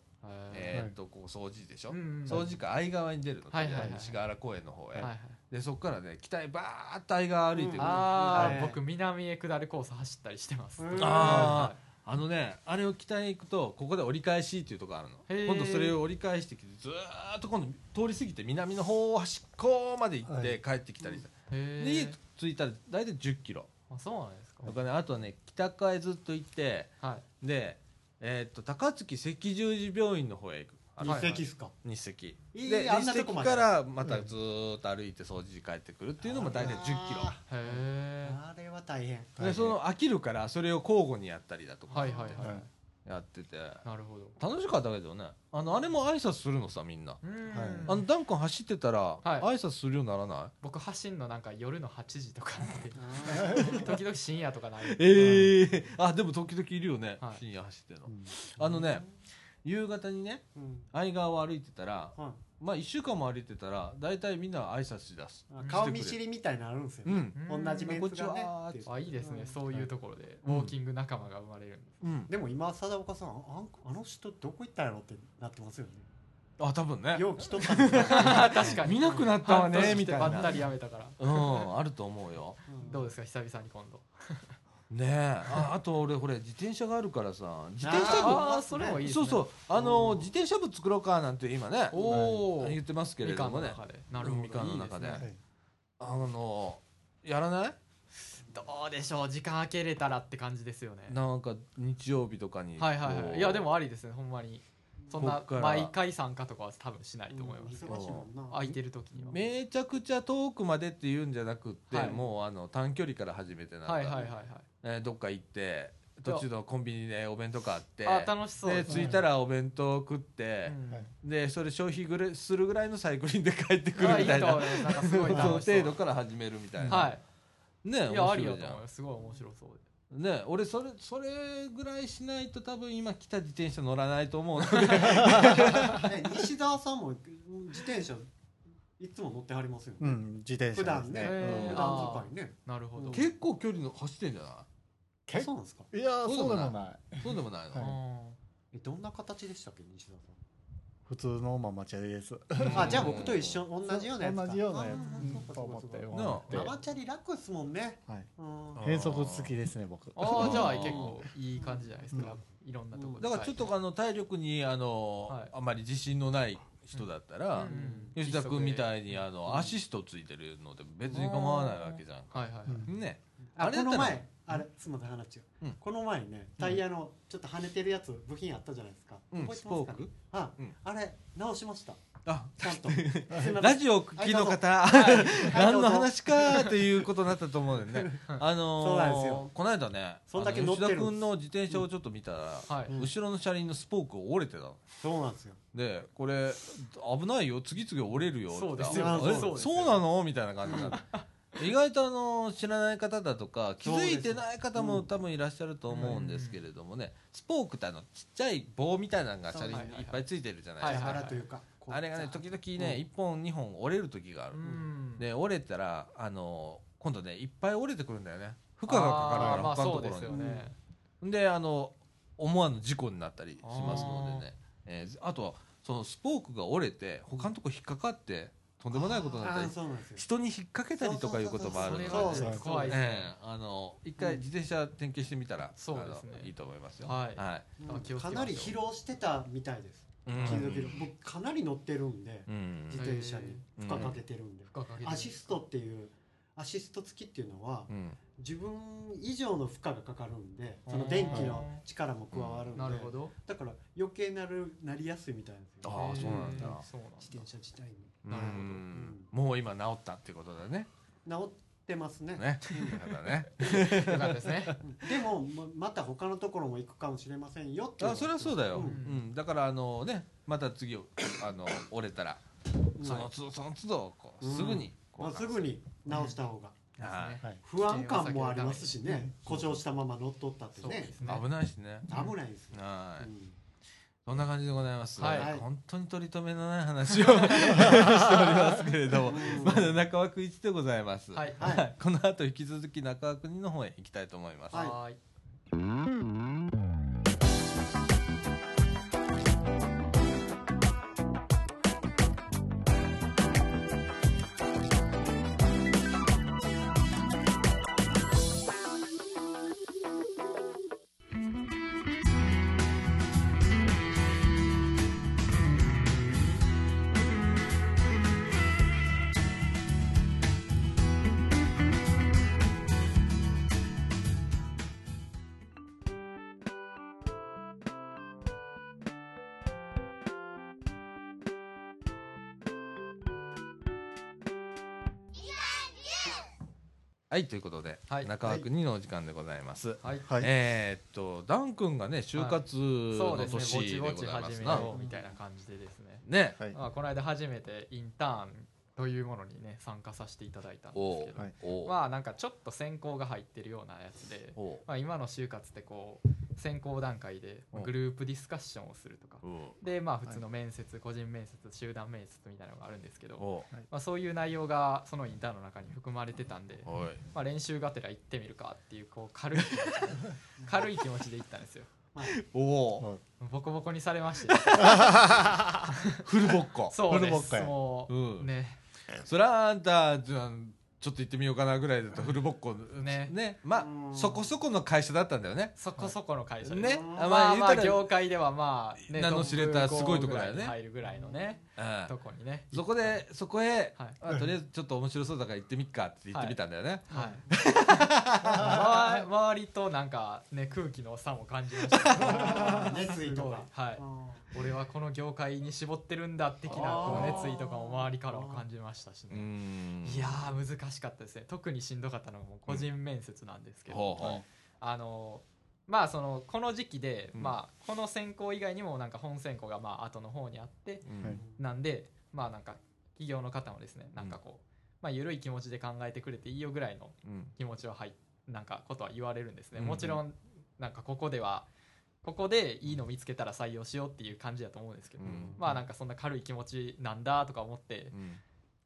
[SPEAKER 4] え
[SPEAKER 1] えーっとこう掃除でしょ、
[SPEAKER 4] ーうん
[SPEAKER 1] 掃除か愛川に出るの、
[SPEAKER 4] はいはいはい
[SPEAKER 1] 西ヶ原公園の方へ、
[SPEAKER 4] はいはい
[SPEAKER 1] でそこからね北へバーッと愛川歩いてくる、
[SPEAKER 3] うん
[SPEAKER 1] あ
[SPEAKER 4] あ
[SPEAKER 3] は
[SPEAKER 4] ー
[SPEAKER 3] い
[SPEAKER 4] 僕南へ下るコース走ったりしてます
[SPEAKER 3] うん
[SPEAKER 1] あのねあれを北へ行くとここで折り返しっていうとこある
[SPEAKER 4] へー
[SPEAKER 1] の今度それを折り返してきてずーっと今度通り過ぎて南の方端っこまで行っ
[SPEAKER 2] は
[SPEAKER 1] て
[SPEAKER 2] い
[SPEAKER 1] 帰ってきたりさ、
[SPEAKER 4] へ
[SPEAKER 1] で家
[SPEAKER 4] え
[SPEAKER 1] 着いたら大体1 0キロ
[SPEAKER 4] あそうなんですか
[SPEAKER 1] とかねあとはね北川へずっと行って
[SPEAKER 4] はい
[SPEAKER 1] で、えーっと高槻赤十字病院の方へ行くあの
[SPEAKER 3] 日赤っすか
[SPEAKER 1] 日赤
[SPEAKER 3] いい
[SPEAKER 1] で
[SPEAKER 3] あんな
[SPEAKER 1] 日
[SPEAKER 3] とこ
[SPEAKER 1] 赤
[SPEAKER 3] まで
[SPEAKER 1] からまたずーっと歩いて掃除時帰ってくるっていうのも大体1 0キロ
[SPEAKER 3] あ
[SPEAKER 4] へえ
[SPEAKER 3] ーあれは大変
[SPEAKER 2] 大
[SPEAKER 1] で
[SPEAKER 2] 変
[SPEAKER 1] その飽きるからそれを交互にやったりだとか
[SPEAKER 4] はいはいはい
[SPEAKER 2] はい
[SPEAKER 1] やってて
[SPEAKER 4] なるほど
[SPEAKER 1] 楽しかったけどねあのあれも挨拶するのさみんな、
[SPEAKER 4] うん、
[SPEAKER 2] はい
[SPEAKER 1] あのダン君走ってたら、
[SPEAKER 4] はい
[SPEAKER 1] 挨拶するようにならない
[SPEAKER 4] 僕走んのなんか夜の8時とかって
[SPEAKER 3] あ
[SPEAKER 4] 時々深夜とかない
[SPEAKER 1] ええあでも時々いるよね、
[SPEAKER 4] はい
[SPEAKER 1] 深夜走ってるの、
[SPEAKER 2] うん
[SPEAKER 3] ー
[SPEAKER 1] あのね夕方にね
[SPEAKER 3] うん
[SPEAKER 1] 相川を歩いてたら
[SPEAKER 3] はい
[SPEAKER 1] まあ1週間も歩いてたら大体みんな挨拶しだす
[SPEAKER 3] あ顔見知りみたいなのあるんですよ
[SPEAKER 1] う
[SPEAKER 3] ね
[SPEAKER 1] ん
[SPEAKER 4] うん
[SPEAKER 3] 同じメンツがね
[SPEAKER 1] こんにち
[SPEAKER 4] あいいですね、
[SPEAKER 3] うん
[SPEAKER 4] そういうところで
[SPEAKER 1] う
[SPEAKER 4] ウ
[SPEAKER 1] ん
[SPEAKER 4] ォーキング仲間が生まれるんです、
[SPEAKER 1] うん
[SPEAKER 3] でも今貞岡さんあんあの人どこ行ったんやろってなってますよね
[SPEAKER 1] あ多分ね
[SPEAKER 3] よう来とったんですよ
[SPEAKER 4] 確かに
[SPEAKER 1] 見なくなったわ
[SPEAKER 4] 半年
[SPEAKER 1] ね
[SPEAKER 4] 来て
[SPEAKER 1] みたい
[SPEAKER 4] ばっ
[SPEAKER 1] な
[SPEAKER 4] たりやめたから
[SPEAKER 1] うんあると思うよ
[SPEAKER 4] どうですか久々に今度
[SPEAKER 1] ねえああと俺これ自転車があるからさ自転車部
[SPEAKER 4] あーそれもいいです
[SPEAKER 1] そ
[SPEAKER 4] ね
[SPEAKER 1] うそうあの
[SPEAKER 3] うん
[SPEAKER 1] 自転車部作ろうかなんて今ね
[SPEAKER 4] おお
[SPEAKER 1] 言ってますけれどもね
[SPEAKER 4] みかんの中でなるほど
[SPEAKER 1] みかんの中で
[SPEAKER 4] いい
[SPEAKER 2] は
[SPEAKER 4] すね
[SPEAKER 2] い
[SPEAKER 1] あのやらない
[SPEAKER 4] どうでしょう時間空けれたらって感じですよね
[SPEAKER 1] なんか日曜日とかに
[SPEAKER 4] はいはい
[SPEAKER 1] こ
[SPEAKER 4] は
[SPEAKER 1] う
[SPEAKER 4] いいやでもありですねほんまにそんな
[SPEAKER 1] こっから
[SPEAKER 4] 毎回参加とかは多分しないと思います、
[SPEAKER 3] 忙しいもんな
[SPEAKER 4] 空いてる時には
[SPEAKER 1] めちゃくちゃ遠くまでっていうんじゃなくって、
[SPEAKER 4] はい
[SPEAKER 1] もうあの短距離から始めてなんか、
[SPEAKER 4] はいはいはいはい
[SPEAKER 1] えーどっか行って途中のコンビニでお弁当買って
[SPEAKER 4] あ楽しそう
[SPEAKER 1] で
[SPEAKER 4] です
[SPEAKER 1] 着
[SPEAKER 4] ね
[SPEAKER 1] いたらお弁当食って、
[SPEAKER 4] うん
[SPEAKER 2] はい
[SPEAKER 1] でそれ消費ぐらいするぐらいのサイクリングで帰ってくる
[SPEAKER 4] あい
[SPEAKER 1] み
[SPEAKER 4] いと
[SPEAKER 1] たいな
[SPEAKER 4] 思いますなんかすごい
[SPEAKER 1] その
[SPEAKER 4] 楽しそう
[SPEAKER 1] 程度から始めるみたいな、
[SPEAKER 4] は
[SPEAKER 1] ね
[SPEAKER 4] いいや
[SPEAKER 1] 面
[SPEAKER 4] あり
[SPEAKER 1] 白
[SPEAKER 4] や
[SPEAKER 1] いじ
[SPEAKER 4] と
[SPEAKER 1] ゃ
[SPEAKER 4] 思いますすごい面白そうん
[SPEAKER 1] ね俺それそれぐらいしないと多分今来た自転車乗らないと思うの で
[SPEAKER 3] ね西澤さんも自転車いつも乗ってはりますよね、
[SPEAKER 2] うん、自転
[SPEAKER 3] 普
[SPEAKER 2] 車です
[SPEAKER 3] 段ね
[SPEAKER 2] ね。
[SPEAKER 4] へー
[SPEAKER 3] 普段使いね
[SPEAKER 4] なるほど、
[SPEAKER 3] うん
[SPEAKER 1] 結構距離の走ってんじゃな
[SPEAKER 2] け
[SPEAKER 3] そうなんですか
[SPEAKER 2] いやー、
[SPEAKER 1] そ
[SPEAKER 2] そう
[SPEAKER 1] で
[SPEAKER 2] うで
[SPEAKER 1] も
[SPEAKER 2] もない。
[SPEAKER 1] いそうでもないの、
[SPEAKER 2] はい
[SPEAKER 3] えどんな形でしたっけ西澤
[SPEAKER 2] 普通のママチャリです。
[SPEAKER 3] さん、あじゃあ僕と一緒同じようなやつか
[SPEAKER 2] 同じようなやつ
[SPEAKER 3] あーそうか
[SPEAKER 2] と
[SPEAKER 3] そう
[SPEAKER 2] 思
[SPEAKER 3] か
[SPEAKER 2] っ
[SPEAKER 3] そう
[SPEAKER 2] て
[SPEAKER 3] か
[SPEAKER 2] よ。
[SPEAKER 1] な
[SPEAKER 3] ママチャリ楽っすもんね
[SPEAKER 2] はい。
[SPEAKER 3] うん
[SPEAKER 1] あ
[SPEAKER 2] 変速付きですね、僕。
[SPEAKER 4] ああじゃ
[SPEAKER 1] あ
[SPEAKER 4] あ
[SPEAKER 1] ー
[SPEAKER 4] 結構いい感じじゃないですか、いろんなところ
[SPEAKER 1] だからちょっとあの体力にあの、
[SPEAKER 4] はい
[SPEAKER 1] あまり自信のない人だったら、吉田君み
[SPEAKER 4] い
[SPEAKER 1] たいにあの、
[SPEAKER 4] うん
[SPEAKER 1] アシストついてるので別に構わないわけじゃん
[SPEAKER 4] はいはいはい、
[SPEAKER 2] うん
[SPEAKER 1] ね
[SPEAKER 3] あ
[SPEAKER 1] あれだ
[SPEAKER 3] こ
[SPEAKER 1] った
[SPEAKER 3] の
[SPEAKER 1] ら
[SPEAKER 3] 前あれすみません話違う、
[SPEAKER 1] うん
[SPEAKER 3] この前ねタイヤのちょっと跳ねてるやつ部品あったじゃないですか、
[SPEAKER 1] うん
[SPEAKER 3] 覚え
[SPEAKER 1] ス
[SPEAKER 3] てま
[SPEAKER 1] ポ
[SPEAKER 3] す
[SPEAKER 1] ー
[SPEAKER 3] か、ね
[SPEAKER 1] ク、
[SPEAKER 3] あ
[SPEAKER 1] うん
[SPEAKER 3] あれ直しました
[SPEAKER 1] あ
[SPEAKER 3] ちゃん とすいません
[SPEAKER 1] ラジオ聞きの方、
[SPEAKER 3] はい
[SPEAKER 1] 何の話かということになったと思うんだよね。あのー
[SPEAKER 3] そうなんですよ
[SPEAKER 1] この間ね、
[SPEAKER 3] そんだけ乗ってるん
[SPEAKER 1] あ
[SPEAKER 3] で
[SPEAKER 1] の吉
[SPEAKER 3] す
[SPEAKER 1] 田君の自転車をちょっと見たら、
[SPEAKER 4] はい
[SPEAKER 3] うん
[SPEAKER 1] 後ろの車輪のスポーク折れてたの。
[SPEAKER 3] そうなんですよ
[SPEAKER 1] で、これ危ないよ、次々折れるよ。
[SPEAKER 4] そうです
[SPEAKER 3] よ
[SPEAKER 1] あ
[SPEAKER 3] そう
[SPEAKER 1] え
[SPEAKER 3] です
[SPEAKER 1] そ
[SPEAKER 4] よ
[SPEAKER 1] うなのみたいな感じになって意外とあの知らない方だとか気づいてない方も
[SPEAKER 3] そうです
[SPEAKER 1] 多分いらっしゃると思うんですけれどもね、スポークってあのちっちゃい棒みたいなのが車輪にいっぱいついてるじゃないですか
[SPEAKER 4] はいはいは
[SPEAKER 3] 力
[SPEAKER 4] い
[SPEAKER 3] というかこう
[SPEAKER 1] あれがね時々ね、
[SPEAKER 3] うん
[SPEAKER 1] 1本2本折れる時がある、
[SPEAKER 4] うん
[SPEAKER 1] で折れたらあの今度ねいっぱい降りてくるんだよね負荷がかか
[SPEAKER 4] あ
[SPEAKER 1] るから
[SPEAKER 4] ーまあ
[SPEAKER 1] 他のところ
[SPEAKER 4] そうで
[SPEAKER 1] に
[SPEAKER 4] すよね、
[SPEAKER 1] であの思わぬ事故になったりしますのでねあ,、えーあとはそのスポークが折れて他のとこ引っかかってとんでもないことになった
[SPEAKER 3] あ
[SPEAKER 1] り
[SPEAKER 3] ーそうなんですよ
[SPEAKER 1] 人に引っ掛けたりとかいうこともあるので、
[SPEAKER 4] それは
[SPEAKER 3] そうそう
[SPEAKER 4] ね
[SPEAKER 3] そう
[SPEAKER 4] 怖いですね、
[SPEAKER 1] ええあの一回自転車点検してみたら、
[SPEAKER 4] そうですね
[SPEAKER 1] あのいいと思いますよ。
[SPEAKER 4] はい
[SPEAKER 3] うん
[SPEAKER 4] 気をつ
[SPEAKER 3] か
[SPEAKER 4] けましょ
[SPEAKER 3] な
[SPEAKER 4] う
[SPEAKER 3] り疲労してたみたいです
[SPEAKER 1] う
[SPEAKER 3] 気
[SPEAKER 1] ん
[SPEAKER 3] づけど僕かなり乗ってるんで
[SPEAKER 1] うん
[SPEAKER 3] 自転車に
[SPEAKER 1] う
[SPEAKER 3] 負
[SPEAKER 1] ん
[SPEAKER 3] 荷かけてるんで
[SPEAKER 4] 負荷かけてる
[SPEAKER 3] アシストっていうアシスト付きっていうのは
[SPEAKER 1] うん
[SPEAKER 3] 自分以上の負荷がかかるんでその電気の力も加わるんで
[SPEAKER 4] なるほど
[SPEAKER 3] だから余計なるなりやすいみたいなんです
[SPEAKER 1] あーそ
[SPEAKER 3] よ
[SPEAKER 1] うなんだ
[SPEAKER 4] へーそうなんだ
[SPEAKER 3] 自転車自体に
[SPEAKER 1] うん
[SPEAKER 4] なるほど
[SPEAKER 1] うんもう今治ったってことだね。
[SPEAKER 3] 治ってますね
[SPEAKER 1] ね。だからね。
[SPEAKER 4] よかったですね
[SPEAKER 3] うんでもままた他のところも行くかもしれませんよって
[SPEAKER 1] あ、それはそうだよ。うんん、だからあのね、また次をあの折れたら、
[SPEAKER 3] うん
[SPEAKER 1] その都度その都度こう
[SPEAKER 3] うん
[SPEAKER 1] すぐに
[SPEAKER 3] まあ、
[SPEAKER 1] 交換
[SPEAKER 3] すぐに直した方が
[SPEAKER 1] は
[SPEAKER 4] ですね
[SPEAKER 3] 不安感もありますしね故障したまま乗っ取ったって
[SPEAKER 4] そうで
[SPEAKER 3] ね
[SPEAKER 4] すね
[SPEAKER 1] 危ないしね。
[SPEAKER 3] 危ないですね、
[SPEAKER 1] は
[SPEAKER 3] う
[SPEAKER 1] い。
[SPEAKER 3] ん
[SPEAKER 1] そんな感じでございます。
[SPEAKER 4] はい
[SPEAKER 1] 本当に取り留めのない 話を しておりますけれども、 まだ中枠一でございます。
[SPEAKER 4] はい
[SPEAKER 3] は い
[SPEAKER 1] はいこの後引き続き中川国の方へ行きたいと思います。
[SPEAKER 3] はい
[SPEAKER 4] はい
[SPEAKER 1] はい、ということで、
[SPEAKER 4] はい
[SPEAKER 1] 中川国のお時間でございます。
[SPEAKER 4] はい
[SPEAKER 2] はい
[SPEAKER 1] えーっと、ダン君がね、就活
[SPEAKER 4] そ
[SPEAKER 1] の
[SPEAKER 4] うですね
[SPEAKER 1] 年
[SPEAKER 4] ぼち
[SPEAKER 1] で
[SPEAKER 4] ぼ
[SPEAKER 1] ござ
[SPEAKER 4] ち
[SPEAKER 1] いま
[SPEAKER 4] 始
[SPEAKER 1] す
[SPEAKER 4] め
[SPEAKER 1] な。
[SPEAKER 4] ようみたいな感じでですね
[SPEAKER 1] ね、
[SPEAKER 2] はい
[SPEAKER 4] まあ、この間初めてインターンというものにね参加させていただいたんで
[SPEAKER 2] おう
[SPEAKER 4] すけど、
[SPEAKER 2] はい
[SPEAKER 1] おう
[SPEAKER 4] まあなんかちょっと選考が入ってるようなやつで、
[SPEAKER 1] おう
[SPEAKER 4] まあ、今の就活ってこう選考段階で
[SPEAKER 1] うん
[SPEAKER 4] グループディスカッションをするとか
[SPEAKER 1] おう
[SPEAKER 4] でまあ普通の面接個人面接集団面接みたいなのがあるんですけど、
[SPEAKER 1] おう
[SPEAKER 4] まあ、そういう内容がそのインターンの中に含まれてたんで、
[SPEAKER 1] おい
[SPEAKER 4] まあ、練習がてら行ってみるかっていうこう 軽い軽い気持ちで行ったんですよ。
[SPEAKER 1] おう
[SPEAKER 4] ボコボコにされま して、
[SPEAKER 1] フルボッコ。
[SPEAKER 4] そう
[SPEAKER 2] フルボッ
[SPEAKER 4] で
[SPEAKER 2] コ
[SPEAKER 4] す
[SPEAKER 2] や
[SPEAKER 4] もう、
[SPEAKER 1] うん
[SPEAKER 4] ね
[SPEAKER 1] そりゃあんた、じゃあちょっと行ってみようかなぐらいだとフルボッコ。
[SPEAKER 4] ね
[SPEAKER 1] ね。ま
[SPEAKER 3] う
[SPEAKER 1] あ、
[SPEAKER 3] ん
[SPEAKER 1] そこそこの会社だったんだよね。
[SPEAKER 4] そこそこの会社です
[SPEAKER 1] ね。
[SPEAKER 3] あ
[SPEAKER 4] まあま
[SPEAKER 1] 言うた
[SPEAKER 4] あ
[SPEAKER 1] ら
[SPEAKER 4] 業界ではまあ、
[SPEAKER 1] 名の知れたすごいとこだよね
[SPEAKER 4] トップ5ぐらに入るぐらいのね
[SPEAKER 1] うん
[SPEAKER 4] とこにね
[SPEAKER 1] そこで、そこへ、
[SPEAKER 4] はい
[SPEAKER 1] あとりあえずちょっと面白そうだから行ってみっかって言ってみたんだよね。
[SPEAKER 4] はい 周り周りとなんかね空気の差も感じました
[SPEAKER 3] あー 熱意
[SPEAKER 4] す
[SPEAKER 3] と
[SPEAKER 4] ごい
[SPEAKER 3] か
[SPEAKER 4] はい俺はこの業界に絞ってるんだ的なこ
[SPEAKER 3] あ
[SPEAKER 4] う
[SPEAKER 3] ー
[SPEAKER 4] 熱意とかも周りからも感じましたし
[SPEAKER 1] う
[SPEAKER 4] ね
[SPEAKER 1] ん。
[SPEAKER 4] いやー難しかったですね特にしんどかったのがもう個人面接なんですけど、
[SPEAKER 1] ほうほ
[SPEAKER 4] あのまあそのこの時期で、
[SPEAKER 1] うん
[SPEAKER 4] まあこの選考以外にもなんか本選考がまあ後の方にあって
[SPEAKER 1] う。うん
[SPEAKER 2] はい
[SPEAKER 4] なんでまあなんか企業の方もですねなんかこう、まあ緩い気持ちで考えてくれていいよぐらいの
[SPEAKER 1] うん
[SPEAKER 4] 気持ちははいなんかことは言われるんですね、
[SPEAKER 1] うんうん
[SPEAKER 4] もちろんなんかここではここでいいの見つけたら採用しようっていう感じだと思うんですけど、
[SPEAKER 1] うん
[SPEAKER 4] まあなんかそんな軽い気持ちなんだとか思って
[SPEAKER 1] うん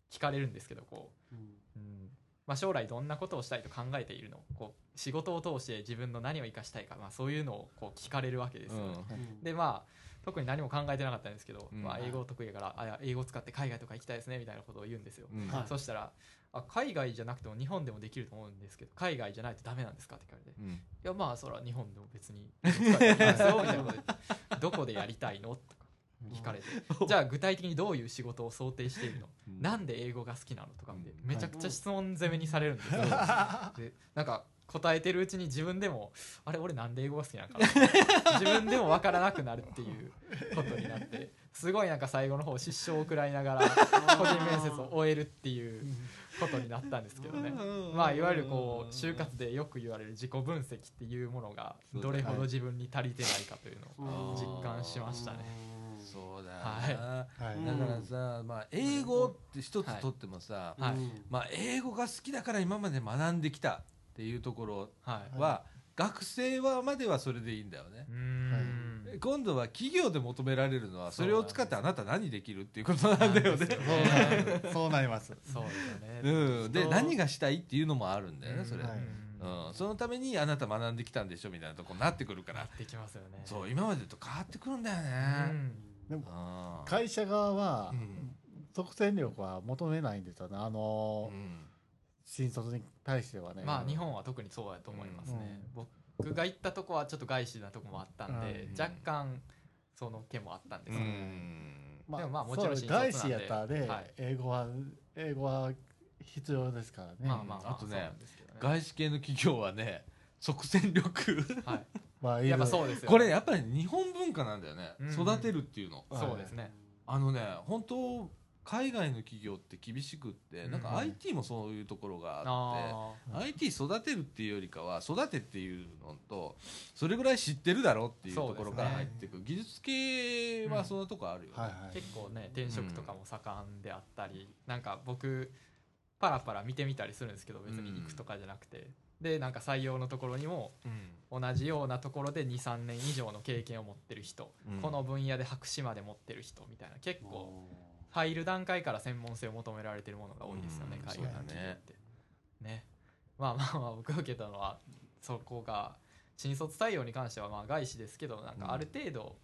[SPEAKER 4] 聞かれるんですけどこ
[SPEAKER 3] うん
[SPEAKER 4] う、うんまあ、将来どんなことをしたいと考えているのこう仕事を通して自分の何を生かしたいか、まあ、そういうのをこう聞かれるわけですよね。
[SPEAKER 3] うん
[SPEAKER 4] でまあ特に何も考えてなかったんですけど、
[SPEAKER 1] うん
[SPEAKER 4] まあ、英語得意だからあいや英語使って海外とか行きたいですねみたいなことを言うんですよ、
[SPEAKER 1] うん
[SPEAKER 3] はい
[SPEAKER 4] そしたらあ海外じゃなくても日本でもできると思うんですけど海外じゃないとダメなんですかって聞かれて「い
[SPEAKER 1] うん
[SPEAKER 4] やまあそら日本でも別に英語使ってますよ」みたいなこと言って「 どこでやりたいの?」とか聞かれて「じゃあ具体的にどういう仕事を想定しているの
[SPEAKER 1] うん
[SPEAKER 4] なんで英語が好きなの?」とかって
[SPEAKER 1] うん
[SPEAKER 4] めちゃくちゃ質問攻めにされるんですよ、 でなんか答えてるうちに自分でもあれ俺なんで英語が好きな のかな自分でも分からなくなるっていうことになってすごいなんか最後の方失笑を食らいな がら個人面接を終えるっていうことになったんですけどねまあいわゆるこう就活でよく言われる自己分析っていうものがどれほど自分に足りてないかというのを実感しましたね。
[SPEAKER 1] そうだよな
[SPEAKER 4] は
[SPEAKER 2] はい
[SPEAKER 3] うん
[SPEAKER 1] だからさ、まあ、英語って一つとってもさ、
[SPEAKER 4] はい
[SPEAKER 3] うん
[SPEAKER 1] まあ、英語が好きだから今まで学んできたっていうところ
[SPEAKER 4] はい
[SPEAKER 1] は、学生はまではそれでいいんだよね
[SPEAKER 4] うーん
[SPEAKER 1] 今度は企業で求められるのはそれを使ってあなた何できるっていうことなんだよね。
[SPEAKER 2] そうそうなります。
[SPEAKER 4] そうですよね。
[SPEAKER 1] うん、で
[SPEAKER 4] 人
[SPEAKER 1] 何がしたいっていうのもあるんだよね、それ、
[SPEAKER 2] はい
[SPEAKER 1] うん、そのためにあなた学んできたんでしょみたいなとこになってくるから
[SPEAKER 4] できますよね。
[SPEAKER 1] そう今までと変わってくるんだよね、
[SPEAKER 4] うん
[SPEAKER 2] でも
[SPEAKER 1] うん
[SPEAKER 2] 会社側は
[SPEAKER 1] うん
[SPEAKER 2] 得点力は求めないんですよね。あの
[SPEAKER 1] うん
[SPEAKER 2] 新卒に対してはね。
[SPEAKER 4] まあ日本は特にそうだと思いますね。僕が行ったとこはちょっと外資なとこもあったんで、
[SPEAKER 1] うん
[SPEAKER 4] 若干その手もあったんで
[SPEAKER 1] う
[SPEAKER 4] すけど、
[SPEAKER 1] ん
[SPEAKER 2] ま
[SPEAKER 4] でもまあもち
[SPEAKER 2] そう
[SPEAKER 4] ろん新卒なん
[SPEAKER 2] 外
[SPEAKER 4] で
[SPEAKER 2] 資やったらね
[SPEAKER 4] はい
[SPEAKER 2] 英語は英語は必要ですからね。
[SPEAKER 4] まあまあまあ
[SPEAKER 1] あとね
[SPEAKER 4] そうなんですけどね
[SPEAKER 1] 外資系の企業はね即戦力
[SPEAKER 4] はい
[SPEAKER 2] まあい
[SPEAKER 4] やっ
[SPEAKER 2] ろ
[SPEAKER 4] ぱ
[SPEAKER 2] いろ
[SPEAKER 4] そうですよね。
[SPEAKER 1] これやっぱり日本文化なんだよね、
[SPEAKER 4] うん
[SPEAKER 1] 育てるっていうの
[SPEAKER 4] そうですね。
[SPEAKER 1] あのね本当海外の企業って厳しくって、なん
[SPEAKER 4] うん
[SPEAKER 1] か
[SPEAKER 4] はい
[SPEAKER 1] IT もそういうところがあって、
[SPEAKER 4] あ
[SPEAKER 1] IT 育てるっていうよりかは育てっていうのとそれぐらい知ってるだろうっていうところから
[SPEAKER 4] そう
[SPEAKER 1] 入
[SPEAKER 4] です
[SPEAKER 1] っ
[SPEAKER 4] ね
[SPEAKER 1] ていく、技術系はそんなとこあるよね、
[SPEAKER 2] はいは
[SPEAKER 4] あ
[SPEAKER 2] い
[SPEAKER 4] 結。構ね転職とかも盛んであったり、なんか僕パラパラ見てみたりするんですけど別に行くとかじゃなくて、でなんか採用のところにも同じようなところで23年以上の経験を持ってる人、
[SPEAKER 1] うん
[SPEAKER 4] この分野で博士まで持ってる人みたいな結構入る段階から専門性を求められてるものが多いですよね、
[SPEAKER 1] うん
[SPEAKER 4] 海外の企業って。ねまあまあまあ僕が受けたのはそこが新卒採用に関してはまあ外資ですけどなんかある程度、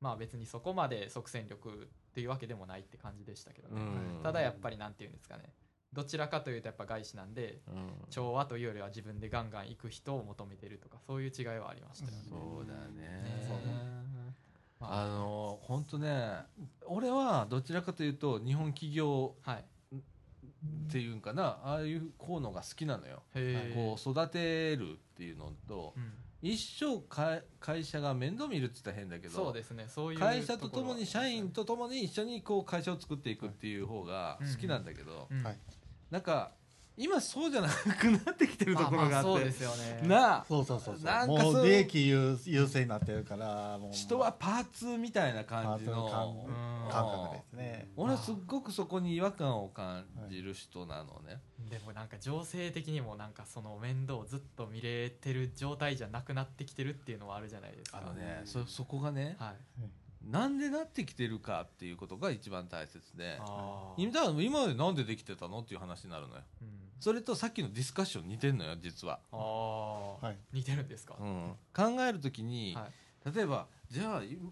[SPEAKER 4] まあ別にそこまで即戦力っていうわけでもないって感じでしたけどね、
[SPEAKER 1] うん
[SPEAKER 4] ただやっぱりなんていうんですかねどちらかというとやっぱ外資なんで
[SPEAKER 1] うん
[SPEAKER 4] 調和というよりは自分でガンガン行く人を求めてるとかそういう違いはありましたよね。
[SPEAKER 1] そうだね
[SPEAKER 4] ね
[SPEAKER 1] あの本当ね俺はどちらかというと日本企業
[SPEAKER 4] はい、へ
[SPEAKER 1] っていうんかなああいうこうのが好きなのよ、
[SPEAKER 4] え
[SPEAKER 1] こう育てるっていうのと
[SPEAKER 4] うん
[SPEAKER 1] 一生か会社が面倒見るって言ったら変だけど
[SPEAKER 4] そうですねそういう
[SPEAKER 1] 会社とともに
[SPEAKER 4] ころ
[SPEAKER 1] 社
[SPEAKER 4] は
[SPEAKER 1] 員とともに一緒にこう会社を作っていくっていう方が好きなんだけど、
[SPEAKER 4] うん
[SPEAKER 2] はい
[SPEAKER 1] なんか今そうじゃなくなってきてるところがあって、
[SPEAKER 4] ままそうですよね
[SPEAKER 1] なあ
[SPEAKER 2] そうそうそうそう
[SPEAKER 1] なんかそう
[SPEAKER 2] もう利益優優先になってるからもう
[SPEAKER 1] 人はパーツみたいな感じ
[SPEAKER 2] パーツ
[SPEAKER 1] の
[SPEAKER 2] の
[SPEAKER 4] うん
[SPEAKER 2] 感覚ですね。
[SPEAKER 1] 俺はすっごくそこに違和感を感じる人なのね、
[SPEAKER 4] でもなんか情勢的にもなんかその面倒をずっと見れてる状態じゃなくなってきてるっていうのはあるじゃないですか
[SPEAKER 1] あのねそそこがね
[SPEAKER 4] はい
[SPEAKER 1] なんでなってきてるかっていうことが一番大切で
[SPEAKER 4] あー
[SPEAKER 1] 今だから今までなんでできてたのっていう話になるのよ
[SPEAKER 4] うん
[SPEAKER 1] それとさっきのディスカッション似てんのよ実は、
[SPEAKER 4] あー
[SPEAKER 2] はい
[SPEAKER 4] 似てるんですか、
[SPEAKER 1] うん、考えるときに、
[SPEAKER 4] はい
[SPEAKER 1] 例えばじゃあいいう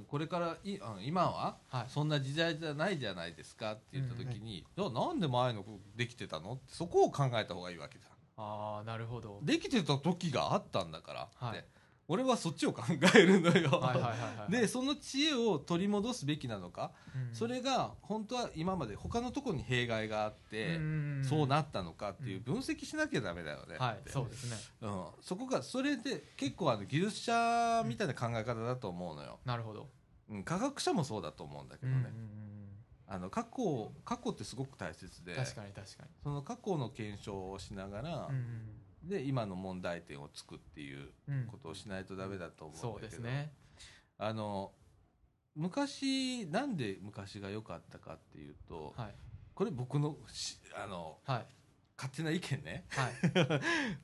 [SPEAKER 1] んこれからいあの今は
[SPEAKER 4] はい
[SPEAKER 1] そんな時代じゃないじゃないですかって言った時に、じゃあなんで前の子できてたのってそこを考えた方がいいわけじゃ
[SPEAKER 4] ああなるほど
[SPEAKER 1] んできてた時があったんだからって、
[SPEAKER 4] はい
[SPEAKER 1] 俺はそっちを考えるのよ、
[SPEAKER 4] はいはいはいはい
[SPEAKER 1] でその知恵を取り戻すべきなのか、
[SPEAKER 4] うん
[SPEAKER 1] それが本当は今まで他のところに弊害があって、
[SPEAKER 4] ん
[SPEAKER 1] そうなったのかっていう分析しなきゃダメだよね、
[SPEAKER 4] は
[SPEAKER 1] っ
[SPEAKER 4] い
[SPEAKER 1] て
[SPEAKER 4] そうですね
[SPEAKER 1] うん、そこがそれで結構あの技術者みたいな考え方だと思うのよ、
[SPEAKER 4] なるほど、
[SPEAKER 1] うん、科学者もそうだと思うんだけ
[SPEAKER 4] うん
[SPEAKER 1] ど
[SPEAKER 4] うん
[SPEAKER 1] ね、
[SPEAKER 4] うん
[SPEAKER 1] あの過去過去ってすごく大切
[SPEAKER 4] う
[SPEAKER 1] で
[SPEAKER 4] ん、確かに確かに、
[SPEAKER 1] その過去の検証をしながら、
[SPEAKER 4] うん
[SPEAKER 1] で今の問題点をつくっていう
[SPEAKER 4] うんうん
[SPEAKER 1] ことをしないとダメだと思
[SPEAKER 4] そ
[SPEAKER 1] うん
[SPEAKER 4] う
[SPEAKER 1] だ
[SPEAKER 4] で
[SPEAKER 1] け
[SPEAKER 4] す
[SPEAKER 1] ど、
[SPEAKER 4] ね
[SPEAKER 1] あの昔なんで昔が良かったかっていうと、
[SPEAKER 4] はい
[SPEAKER 1] これ僕のしあの
[SPEAKER 4] はい
[SPEAKER 1] 勝手な意見ね
[SPEAKER 4] はい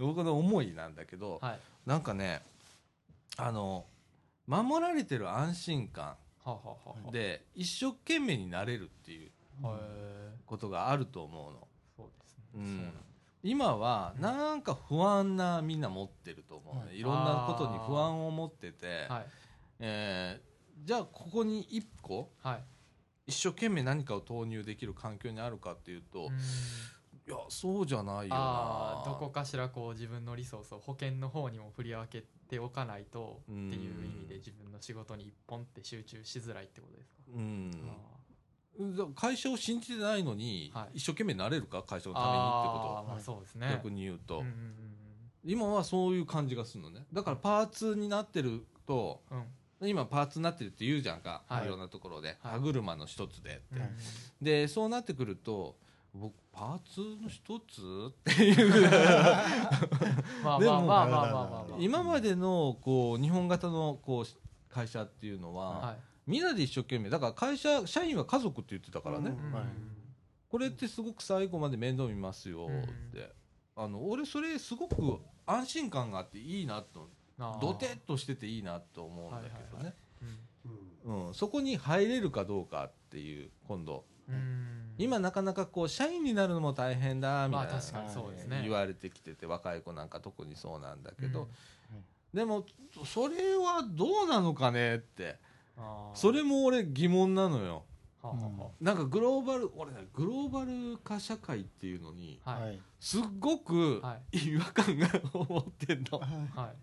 [SPEAKER 1] 僕の思いなんだけど、
[SPEAKER 4] はい
[SPEAKER 1] なんかねあの守られてる安心感
[SPEAKER 4] はあはあはあは
[SPEAKER 1] で一生懸命になれるっていう
[SPEAKER 4] あへえ
[SPEAKER 1] ことがあると思うの。
[SPEAKER 4] そうですね、
[SPEAKER 1] うん
[SPEAKER 4] そうなんだ
[SPEAKER 1] 今はなんか不安なみんな持ってると思う、ね
[SPEAKER 2] はい
[SPEAKER 1] いろんなことに不安を持ってて、
[SPEAKER 4] はい
[SPEAKER 1] えーじゃあここに一個
[SPEAKER 4] はい
[SPEAKER 1] 一生懸命何かを投入できる環境にあるかっていうと、い
[SPEAKER 4] うん
[SPEAKER 1] やそうじゃないよな
[SPEAKER 4] ああどこかしらこう自分のリソースを保険の方にも振り分けておかないとっていう意味で
[SPEAKER 1] うん
[SPEAKER 4] 自分の仕事に一本って集中しづらいってことですか、
[SPEAKER 1] うん
[SPEAKER 4] あー
[SPEAKER 1] だから会社を信じてないのに、
[SPEAKER 4] はい
[SPEAKER 1] 一生懸命なれるか会社のために
[SPEAKER 4] あー
[SPEAKER 1] っ
[SPEAKER 4] まあ
[SPEAKER 2] はい
[SPEAKER 4] そうです
[SPEAKER 1] てこと、
[SPEAKER 4] ね
[SPEAKER 1] 逆に言うと、
[SPEAKER 4] うん
[SPEAKER 1] 今はそういう感じがするのねだからパーツになってると
[SPEAKER 4] うんうんうんうん
[SPEAKER 1] 今パーツになってるって言うじゃんか、
[SPEAKER 4] はい
[SPEAKER 1] い、ろんなところで、
[SPEAKER 4] はい
[SPEAKER 1] 歯車の一つでって、
[SPEAKER 4] うん
[SPEAKER 1] でそうなってくると僕パーツの一つって いう
[SPEAKER 4] まあ
[SPEAKER 1] で
[SPEAKER 4] ま
[SPEAKER 1] も
[SPEAKER 4] あまあまあまあまあまあ
[SPEAKER 1] 今までのこう日本型のこうし会社っていうのは、
[SPEAKER 4] はい
[SPEAKER 1] みんなで一生懸命だから会社社員は家族って言ってたからね、
[SPEAKER 3] うん
[SPEAKER 2] はい
[SPEAKER 1] これってすごく最後まで面倒見ますよって、あの俺それすごく安心感があっていいなと
[SPEAKER 4] あー
[SPEAKER 1] ドテッとしてていいなと思うんだけどね、
[SPEAKER 4] う
[SPEAKER 3] う
[SPEAKER 4] ん
[SPEAKER 3] ん
[SPEAKER 1] うん、そこに入れるかどうかっていう今度
[SPEAKER 4] うん
[SPEAKER 1] 今なかなかこう社員になるのも大変だみたいな、
[SPEAKER 4] まあ確かにそうですね
[SPEAKER 1] 言われてきてて若い子なんか特にそうなんだけど、
[SPEAKER 4] うん
[SPEAKER 1] でもそれはどうなのかねって
[SPEAKER 4] あー
[SPEAKER 1] それも俺疑問なのよ
[SPEAKER 4] はあはあは
[SPEAKER 1] なんかグローバル俺ねグローバル化社会っていうのに
[SPEAKER 4] あはい
[SPEAKER 2] い。
[SPEAKER 1] すっごく
[SPEAKER 4] は
[SPEAKER 1] 違和感が思ってんの。
[SPEAKER 4] いはい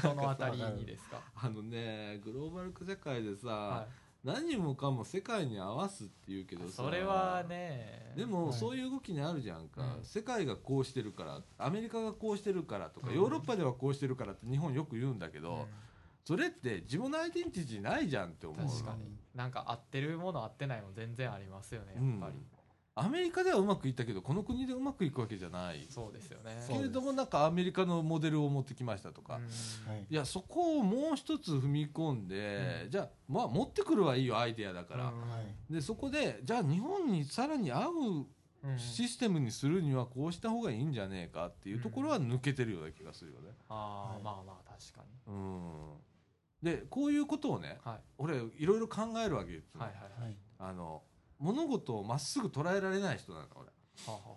[SPEAKER 4] そのあたりにですか
[SPEAKER 1] あのねグローバル化社会でさ、
[SPEAKER 4] は
[SPEAKER 1] 何もかも世界に合わすっていうけど
[SPEAKER 4] い
[SPEAKER 1] さ
[SPEAKER 4] それはね
[SPEAKER 1] でも、
[SPEAKER 2] はい
[SPEAKER 1] そういう動きにあるじゃんか、
[SPEAKER 4] うん
[SPEAKER 1] 世界がこうしてるからアメリカがこうしてるからとか、
[SPEAKER 4] うん
[SPEAKER 1] ヨーロッパではこうしてるからって日本よく言うんだけど、
[SPEAKER 4] うん
[SPEAKER 1] それって自分のアイデンティティないじゃんって思うの
[SPEAKER 4] 確かになんか合ってるもの合ってないも全然ありますよねやっぱり
[SPEAKER 1] うんアメリカではうまくいったけどこの国でうまくいくわけじゃない
[SPEAKER 4] そうですよね
[SPEAKER 2] そう
[SPEAKER 1] けれどもなんかアメリカのモデルを持ってきましたとか、
[SPEAKER 4] うん
[SPEAKER 2] はい。
[SPEAKER 1] いやそこをもう一つ踏み込んで、
[SPEAKER 4] うん
[SPEAKER 1] じゃあ、まあ、持ってくるはいいよアイデアだから、
[SPEAKER 4] うん
[SPEAKER 2] はい。
[SPEAKER 1] でそこでじゃあ日本にさらに合う
[SPEAKER 4] うん
[SPEAKER 1] システムにするにはこうした方がいいんじゃねえかっていうところは抜けてるような気がするよね。
[SPEAKER 4] あ
[SPEAKER 2] は
[SPEAKER 4] あ
[SPEAKER 2] い
[SPEAKER 4] まあまあ確かに
[SPEAKER 1] うんでこういうことをね
[SPEAKER 4] はい
[SPEAKER 1] 俺いろいろ考えるわけですよ、
[SPEAKER 4] はいはいはい
[SPEAKER 2] はい。
[SPEAKER 1] あの物事をまっすぐ捉えられない人なの俺
[SPEAKER 4] はあはあは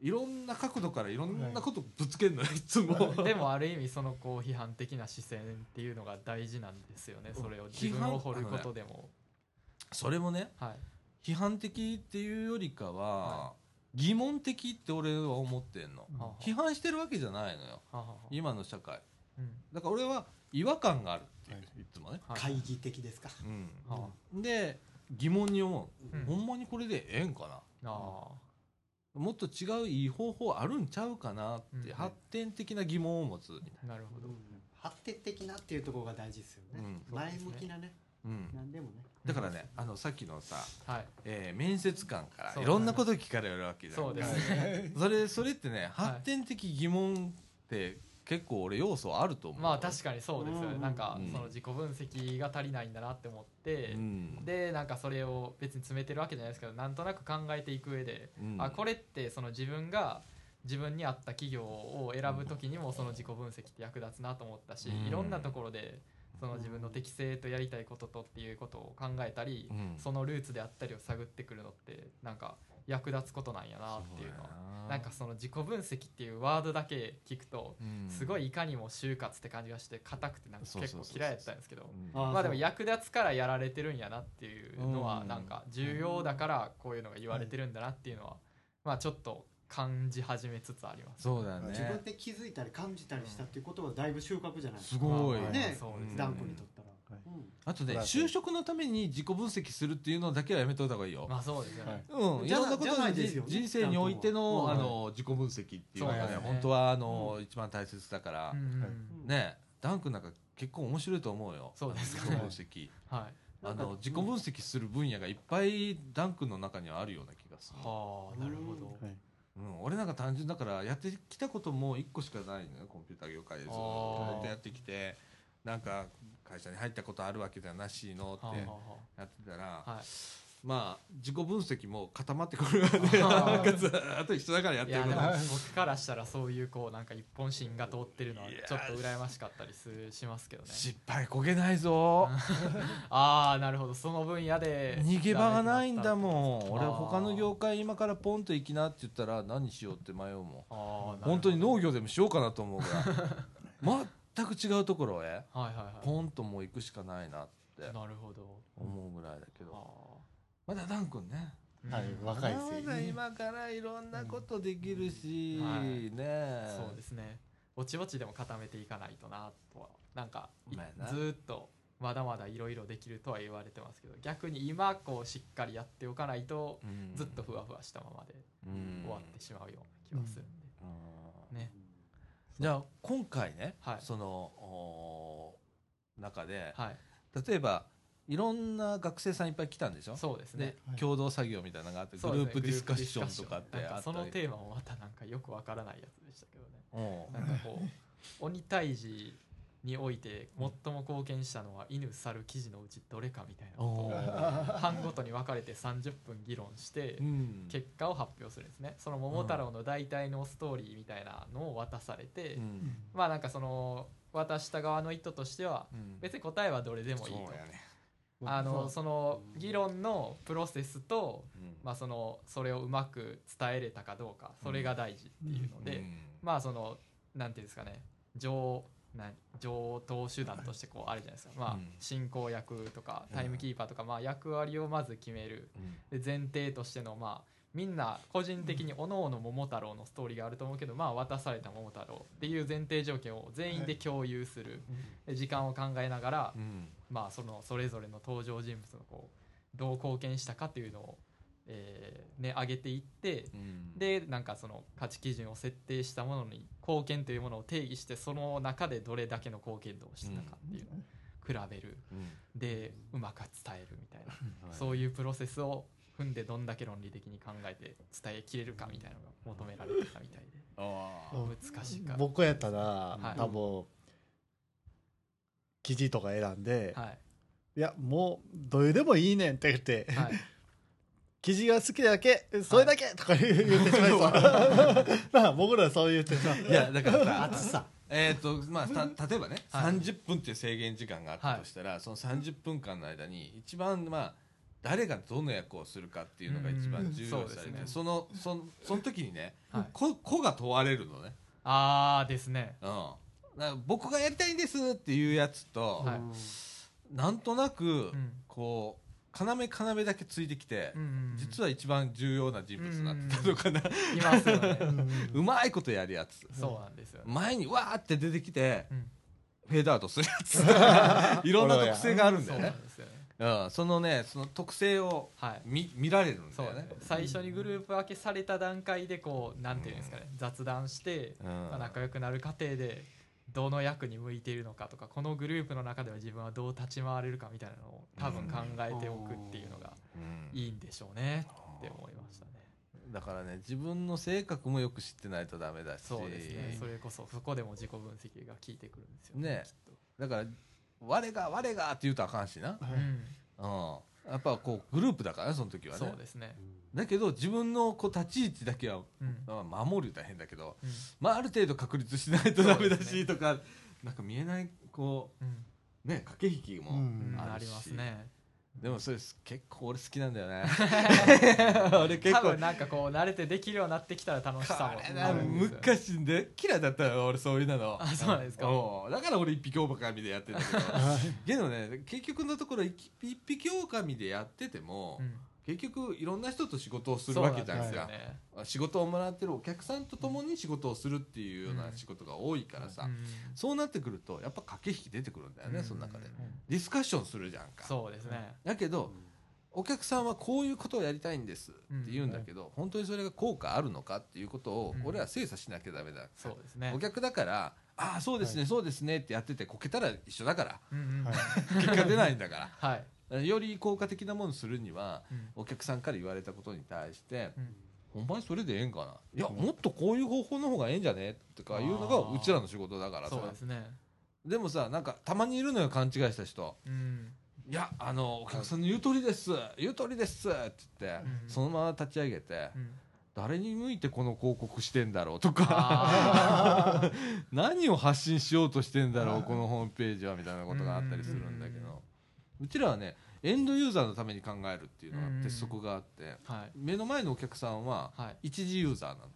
[SPEAKER 4] い
[SPEAKER 1] ろんな角度からいろんなことぶつけるのよいつも。
[SPEAKER 4] あでもある意味そのこう批判的な視線っていうのが大事なんですよねそれを自分を掘ることでも
[SPEAKER 1] それもね
[SPEAKER 4] はい
[SPEAKER 1] 批判的っていうよりかは、疑問的って俺は思ってんの。
[SPEAKER 2] うん
[SPEAKER 4] はあはあ
[SPEAKER 1] 批判してるわけじゃないのよ
[SPEAKER 4] はあはあはあ
[SPEAKER 1] 今の社会。
[SPEAKER 4] うん
[SPEAKER 1] だから俺は違和感があるっていう、、
[SPEAKER 2] はい
[SPEAKER 1] つもね。
[SPEAKER 4] はい
[SPEAKER 3] 懐疑的ですか
[SPEAKER 1] うん
[SPEAKER 4] は
[SPEAKER 1] で疑問に思う、
[SPEAKER 4] うん
[SPEAKER 1] ほんまにこれでええんか
[SPEAKER 4] ああ
[SPEAKER 1] なもっと違ういい方法あるんちゃうかなって、
[SPEAKER 4] うん
[SPEAKER 1] 発展的な疑問を持つみ
[SPEAKER 4] あなるほど
[SPEAKER 3] 発展的なっていうところが大事ですよ
[SPEAKER 1] たいな、う
[SPEAKER 3] ね
[SPEAKER 1] ん
[SPEAKER 4] うん
[SPEAKER 3] 前向きなね
[SPEAKER 1] うん
[SPEAKER 3] 何でもね
[SPEAKER 1] だからねあのさっきのさ、
[SPEAKER 4] はい
[SPEAKER 1] えー面接官から
[SPEAKER 4] そう
[SPEAKER 1] いろんなこと聞かれるわけじゃん
[SPEAKER 4] そうですね
[SPEAKER 1] それそれってね
[SPEAKER 4] い
[SPEAKER 1] 発展的疑問って結構俺要素あると思う
[SPEAKER 4] まあ確かにそうですよ
[SPEAKER 3] う
[SPEAKER 4] ね
[SPEAKER 3] ん
[SPEAKER 4] なんか
[SPEAKER 1] うん
[SPEAKER 4] その自己分析が足りないんだなって思って
[SPEAKER 1] うん
[SPEAKER 4] でなんかそれを別に詰めてるわけじゃないですけどなんとなく考えていく上で
[SPEAKER 1] うん
[SPEAKER 4] あこれってその自分が自分に合った企業を選ぶ時にもその自己分析って役立つなと思ったし、
[SPEAKER 1] うん
[SPEAKER 4] いろんなところでその自分の適性とやりたいこととっていうことを考えたり、
[SPEAKER 1] うん
[SPEAKER 4] そのルーツであったりを探ってくるのってなんか役立つことなんやなっていうのはなんか、その自己分析っていうワードだけ聞くと
[SPEAKER 1] そうやな
[SPEAKER 4] すごい、いかにも就活って感じがして硬くてなんか
[SPEAKER 1] そう
[SPEAKER 4] 結
[SPEAKER 1] そう
[SPEAKER 4] 構
[SPEAKER 1] そうそう
[SPEAKER 4] 嫌いやったんですけど
[SPEAKER 1] うん
[SPEAKER 3] あ
[SPEAKER 4] まあでも
[SPEAKER 3] そう
[SPEAKER 4] 役立つからやられてるんやなっていうの
[SPEAKER 1] う
[SPEAKER 4] は
[SPEAKER 1] ん
[SPEAKER 4] なんか重要だからこういうのが言われてるんだなっていうのはまあちょっと感じ始めつつあります。
[SPEAKER 1] そうだ
[SPEAKER 3] 自分
[SPEAKER 1] ね
[SPEAKER 3] で気づいたり感じたりしたっていうことはだいぶ収穫じゃないです
[SPEAKER 1] す
[SPEAKER 3] か
[SPEAKER 1] ごい、
[SPEAKER 4] まあ
[SPEAKER 3] ね
[SPEAKER 4] そうですね
[SPEAKER 3] 断固にとったら
[SPEAKER 2] はい
[SPEAKER 3] うん
[SPEAKER 1] あとね
[SPEAKER 2] プラス
[SPEAKER 1] 就職のために自己分析するっていうのだけはやめといた方がいいよ、
[SPEAKER 4] まあそうですよね。
[SPEAKER 1] うん、い
[SPEAKER 3] じゃ
[SPEAKER 1] ろ
[SPEAKER 3] なん
[SPEAKER 1] なこ
[SPEAKER 3] じゃ
[SPEAKER 1] と
[SPEAKER 3] ない
[SPEAKER 1] に
[SPEAKER 3] ですよね
[SPEAKER 1] 人生においての,、
[SPEAKER 3] うん
[SPEAKER 1] あの自己分析っていうのが
[SPEAKER 2] そう
[SPEAKER 1] ね
[SPEAKER 2] ですね
[SPEAKER 1] 本当はあの、一番大切だから
[SPEAKER 4] うん、うんうん
[SPEAKER 2] はい
[SPEAKER 1] ねダン君なんか結構面白いと思うよ
[SPEAKER 4] そうですか
[SPEAKER 1] 自己分析
[SPEAKER 4] はい。
[SPEAKER 1] あの自己分析する分野がいっぱいダン君の中にはあるような気がする、
[SPEAKER 4] はあなるほど。
[SPEAKER 2] はい。
[SPEAKER 1] うん、俺なんか単純だからやってきたことも一個しかないのよコンピューター業界でずっ
[SPEAKER 4] あ
[SPEAKER 1] と
[SPEAKER 4] ー
[SPEAKER 1] やってきてなんか会社に入ったことあるわけじゃなしの
[SPEAKER 4] はあ
[SPEAKER 1] って
[SPEAKER 4] は
[SPEAKER 1] やってたら、
[SPEAKER 4] あはあはい。
[SPEAKER 1] まあ自己分析も固まってくるわね
[SPEAKER 4] あー
[SPEAKER 1] なんかずーっと一緒だからやっ
[SPEAKER 4] い
[SPEAKER 1] てる
[SPEAKER 4] や
[SPEAKER 1] こ
[SPEAKER 4] で
[SPEAKER 1] と
[SPEAKER 4] も僕からしたらそういうこうなんか一本芯が通ってるのはちょっと羨ましかったりするしますけどね。
[SPEAKER 1] 失敗こげないぞ
[SPEAKER 4] ああなるほどその分野で
[SPEAKER 1] 逃げ場がないんだもん
[SPEAKER 4] ダメ
[SPEAKER 1] 俺
[SPEAKER 4] だった
[SPEAKER 1] 他の業界今からポンと行きなって言ったら何しようって迷うも
[SPEAKER 4] あーなるほ
[SPEAKER 1] ん
[SPEAKER 4] ど
[SPEAKER 1] 本当に農業でもしようかなと思うから 全く違うところへ
[SPEAKER 4] はいはいは
[SPEAKER 1] ポンともう行くしかないなって
[SPEAKER 4] い。なるほど。
[SPEAKER 1] 思うぐらいだけど
[SPEAKER 4] あ
[SPEAKER 1] まだダン君ね
[SPEAKER 4] ー
[SPEAKER 2] はい
[SPEAKER 4] うん
[SPEAKER 2] 若いですよ
[SPEAKER 1] まだ
[SPEAKER 2] ね。
[SPEAKER 1] 今からいろんなことできるし
[SPEAKER 4] うんはい
[SPEAKER 1] ねえ
[SPEAKER 4] そうですねぼちぼちでも固めていかないとなとはなんかい
[SPEAKER 1] まあな
[SPEAKER 4] ずーっとまだまだいろいろできるとは言われてますけど逆に今こうしっかりやっておかないと
[SPEAKER 1] うん
[SPEAKER 4] ずっとふわふわしたままで
[SPEAKER 1] うん
[SPEAKER 4] 終わってしまうような気がするんで、
[SPEAKER 1] うん
[SPEAKER 4] ね
[SPEAKER 1] じゃあ今回ね、
[SPEAKER 4] はい
[SPEAKER 1] そのおー中で、
[SPEAKER 4] はい
[SPEAKER 1] 例えばいろんな学生さんいっぱい来たんでしょ
[SPEAKER 4] そうです
[SPEAKER 1] で
[SPEAKER 4] ね
[SPEAKER 2] はい
[SPEAKER 1] 共同作業みたいなのがあってグ
[SPEAKER 4] そうです
[SPEAKER 1] ル
[SPEAKER 4] ね
[SPEAKER 1] ープディスカッションとかって
[SPEAKER 4] なん
[SPEAKER 1] あ
[SPEAKER 4] か
[SPEAKER 1] った
[SPEAKER 4] そ
[SPEAKER 1] り
[SPEAKER 4] のテーマもまたなんかよくわからないやつでしたけどね
[SPEAKER 1] うん
[SPEAKER 4] なんかこう鬼退治において最も貢献したのは犬猿記事のうちどれかみたいなこと
[SPEAKER 1] お
[SPEAKER 4] を
[SPEAKER 1] ー
[SPEAKER 4] 班ごとに分かれて30分議論して
[SPEAKER 1] うん
[SPEAKER 4] 結果を発表するんですねその「桃太郎」の大体のストーリーみたいなのを渡されて、
[SPEAKER 1] うん
[SPEAKER 4] まあなんかその渡した側の意図としては
[SPEAKER 1] うん
[SPEAKER 4] 別に答えはどれでもいい
[SPEAKER 1] そ
[SPEAKER 4] と
[SPEAKER 1] うやね
[SPEAKER 4] あ
[SPEAKER 2] う
[SPEAKER 4] の
[SPEAKER 2] ん
[SPEAKER 4] その議論のプロセスと、
[SPEAKER 1] うん
[SPEAKER 4] まあ、そのそれをうまく伝えれたかどうかそれが大事っていうので、
[SPEAKER 1] うん
[SPEAKER 4] まあそのなんていうんですかね上なん上等手段としてこうあるじゃないですか、まあ
[SPEAKER 1] うん
[SPEAKER 4] 進行役とか
[SPEAKER 1] うん
[SPEAKER 4] タイムキーパーとか、まあ、役割をまず決める
[SPEAKER 1] うん
[SPEAKER 4] で前提としてのまあみんな個人的におのおの桃太郎のストーリーがあると思うけど、まあ、渡された桃太郎っていう前提条件を全員で共有する、で時間を考えながら、
[SPEAKER 1] うん
[SPEAKER 4] まあ、そのそれぞれの登場人物のこうどう貢献したかっていうのを、えーね、上げていって
[SPEAKER 1] うん
[SPEAKER 4] でなんかその価値基準を設定したものに貢献というものを定義してその中でどれだけの貢献度をしてたかっていうのを比べる
[SPEAKER 1] うん
[SPEAKER 4] でうまく伝えるみたいな、
[SPEAKER 1] はい
[SPEAKER 4] そういうプロセスを踏んでどんだけ論理的に考えて伝えきれるかみたいなのが求められてたみたいで
[SPEAKER 1] あ
[SPEAKER 2] う
[SPEAKER 1] ー
[SPEAKER 2] ん
[SPEAKER 4] 難しいか
[SPEAKER 2] 僕やったら、
[SPEAKER 4] い
[SPEAKER 2] 多分記事とか選んで、
[SPEAKER 4] はい
[SPEAKER 2] い、やもうどうでもいいねんって言って、
[SPEAKER 4] はい
[SPEAKER 2] 記事が好きだけそれだけ、とか言う言ってしまいそうまあ僕らはそう言ってしまう
[SPEAKER 1] いやだから さ
[SPEAKER 3] 暑さ
[SPEAKER 1] えーとまあ、た例えばね、
[SPEAKER 4] はい
[SPEAKER 1] 30分っていう制限時間があったとしたら、その30分間の間に一番、まあ、誰がどの役をするかっていうのが一
[SPEAKER 4] うん
[SPEAKER 1] 番重要視
[SPEAKER 4] そ
[SPEAKER 1] さ
[SPEAKER 4] う
[SPEAKER 1] れて、
[SPEAKER 4] ですね
[SPEAKER 1] そのそのその時にね、
[SPEAKER 4] はい
[SPEAKER 1] こ子が問われるのね、
[SPEAKER 4] ああですね
[SPEAKER 1] うん、だから僕がやりたいんですっていうやつと、
[SPEAKER 4] はい
[SPEAKER 1] なんとなく、
[SPEAKER 4] ん
[SPEAKER 1] こう要要だけついてきて、
[SPEAKER 4] うんうんうん
[SPEAKER 1] 実は一番重要な人物になってたのかな、
[SPEAKER 4] いますよね
[SPEAKER 1] うまいことやるやつ
[SPEAKER 4] そうなんですよね、
[SPEAKER 1] 前にわーって出てきて
[SPEAKER 4] うん
[SPEAKER 1] フェードアウトするや ついろんな特性があるんだよ
[SPEAKER 4] そう
[SPEAKER 1] ね
[SPEAKER 4] なんですよね
[SPEAKER 1] うん、そのねその特性を
[SPEAKER 4] はい
[SPEAKER 1] 見見られるん
[SPEAKER 4] そ
[SPEAKER 1] だ
[SPEAKER 4] う
[SPEAKER 1] よ
[SPEAKER 4] ね
[SPEAKER 1] ね、
[SPEAKER 4] 最初にグループ分けされた段階でこうなんていうんですかね、雑談して、
[SPEAKER 1] うん
[SPEAKER 4] まあ仲良くなる過程でどの役に向いているのかとかこのグループの中では自分はどう立ち回れるかみたいなのを多分考えておくっていうのが
[SPEAKER 1] うん
[SPEAKER 4] いいんでしょうねって思いましたね。
[SPEAKER 1] だからね自分の性格もよく知ってないとダメだし
[SPEAKER 4] そうですねそれこそそこでも自己分析が効いてくるんですよね。
[SPEAKER 1] ねだから我が我がって言うとあかんしな、
[SPEAKER 4] う、
[SPEAKER 2] うん
[SPEAKER 1] うん、やっぱこうグループだからねその時はね
[SPEAKER 4] そうですね。
[SPEAKER 1] だけど自分のこう立ち位置だけは、
[SPEAKER 4] うん
[SPEAKER 1] まあ守る大変だけど、
[SPEAKER 4] うん
[SPEAKER 1] まあ、ある程度確立しないとダメだ
[SPEAKER 4] そうですね
[SPEAKER 1] しとか、なんか見えないこ
[SPEAKER 4] うん
[SPEAKER 1] うね駆け引きも、
[SPEAKER 4] うん
[SPEAKER 1] あ
[SPEAKER 4] あ
[SPEAKER 1] る
[SPEAKER 4] り
[SPEAKER 1] し
[SPEAKER 4] ますね。
[SPEAKER 1] でもそれす結構俺好きなんだよ ね俺結
[SPEAKER 4] 多
[SPEAKER 1] 構
[SPEAKER 4] 分なんかこう慣れてできるようになってきたら楽しさも
[SPEAKER 1] あれな
[SPEAKER 4] あるんですよね
[SPEAKER 1] 昔で嫌いだったよ俺そういうの
[SPEAKER 4] あそうなんですか
[SPEAKER 1] おうだから俺一匹狼でやってたけどけどね結局のところ一匹一匹狼でやってても、
[SPEAKER 4] うん
[SPEAKER 1] 結局いろんな人と仕事をするわけじゃないです
[SPEAKER 4] そ
[SPEAKER 1] か
[SPEAKER 4] うんですよね
[SPEAKER 1] 仕事をもらってるお客さんと共に仕事をするっていうような仕事が多いからさ、
[SPEAKER 4] うん
[SPEAKER 1] そうなってくるとやっぱ駆け引き出てくるんだよね、その中で
[SPEAKER 4] うん
[SPEAKER 1] ディスカッションするじゃんか
[SPEAKER 4] そうですね
[SPEAKER 1] だけどお客さんはこういうことをやりたいんですって言うんだけど、本当にそれが効果あるのかっていうことを
[SPEAKER 4] うん
[SPEAKER 1] 俺は精査しなきゃダメだ、
[SPEAKER 4] そうですね
[SPEAKER 1] お客だから「ああそうですね、そうですね」ってやっててこけたら一緒だから
[SPEAKER 4] うんうん
[SPEAKER 2] はい
[SPEAKER 1] 結果出ないんだか
[SPEAKER 4] はい
[SPEAKER 1] ら より効果的なものにするには
[SPEAKER 4] うん
[SPEAKER 1] お客さんから言われたことに対して
[SPEAKER 4] うん
[SPEAKER 1] 「お前それでええんかないやもっとこういう方法の方がええんじゃね?」とかいうのがうちらの仕事だからさ
[SPEAKER 4] そうですね
[SPEAKER 1] でもさなんかたまにいるのよ勘違いした人。
[SPEAKER 4] うん
[SPEAKER 1] いやあのお客さんの言う通りです言う通りですって言って、
[SPEAKER 4] うん
[SPEAKER 1] そのまま立ち上げて、
[SPEAKER 4] うん
[SPEAKER 1] 誰に向いてこの広告してんだろうとか
[SPEAKER 4] あ
[SPEAKER 1] 何を発信しようとしてんだろうこのホームページはみたいなことがあったりするんだけ
[SPEAKER 4] うんうんうん
[SPEAKER 1] どうちらはねエンドユーザーのために考えるっていうのが鉄則があって
[SPEAKER 4] ーはい
[SPEAKER 1] 目の前のお客さんは
[SPEAKER 4] はい
[SPEAKER 1] 一次ユーザーなの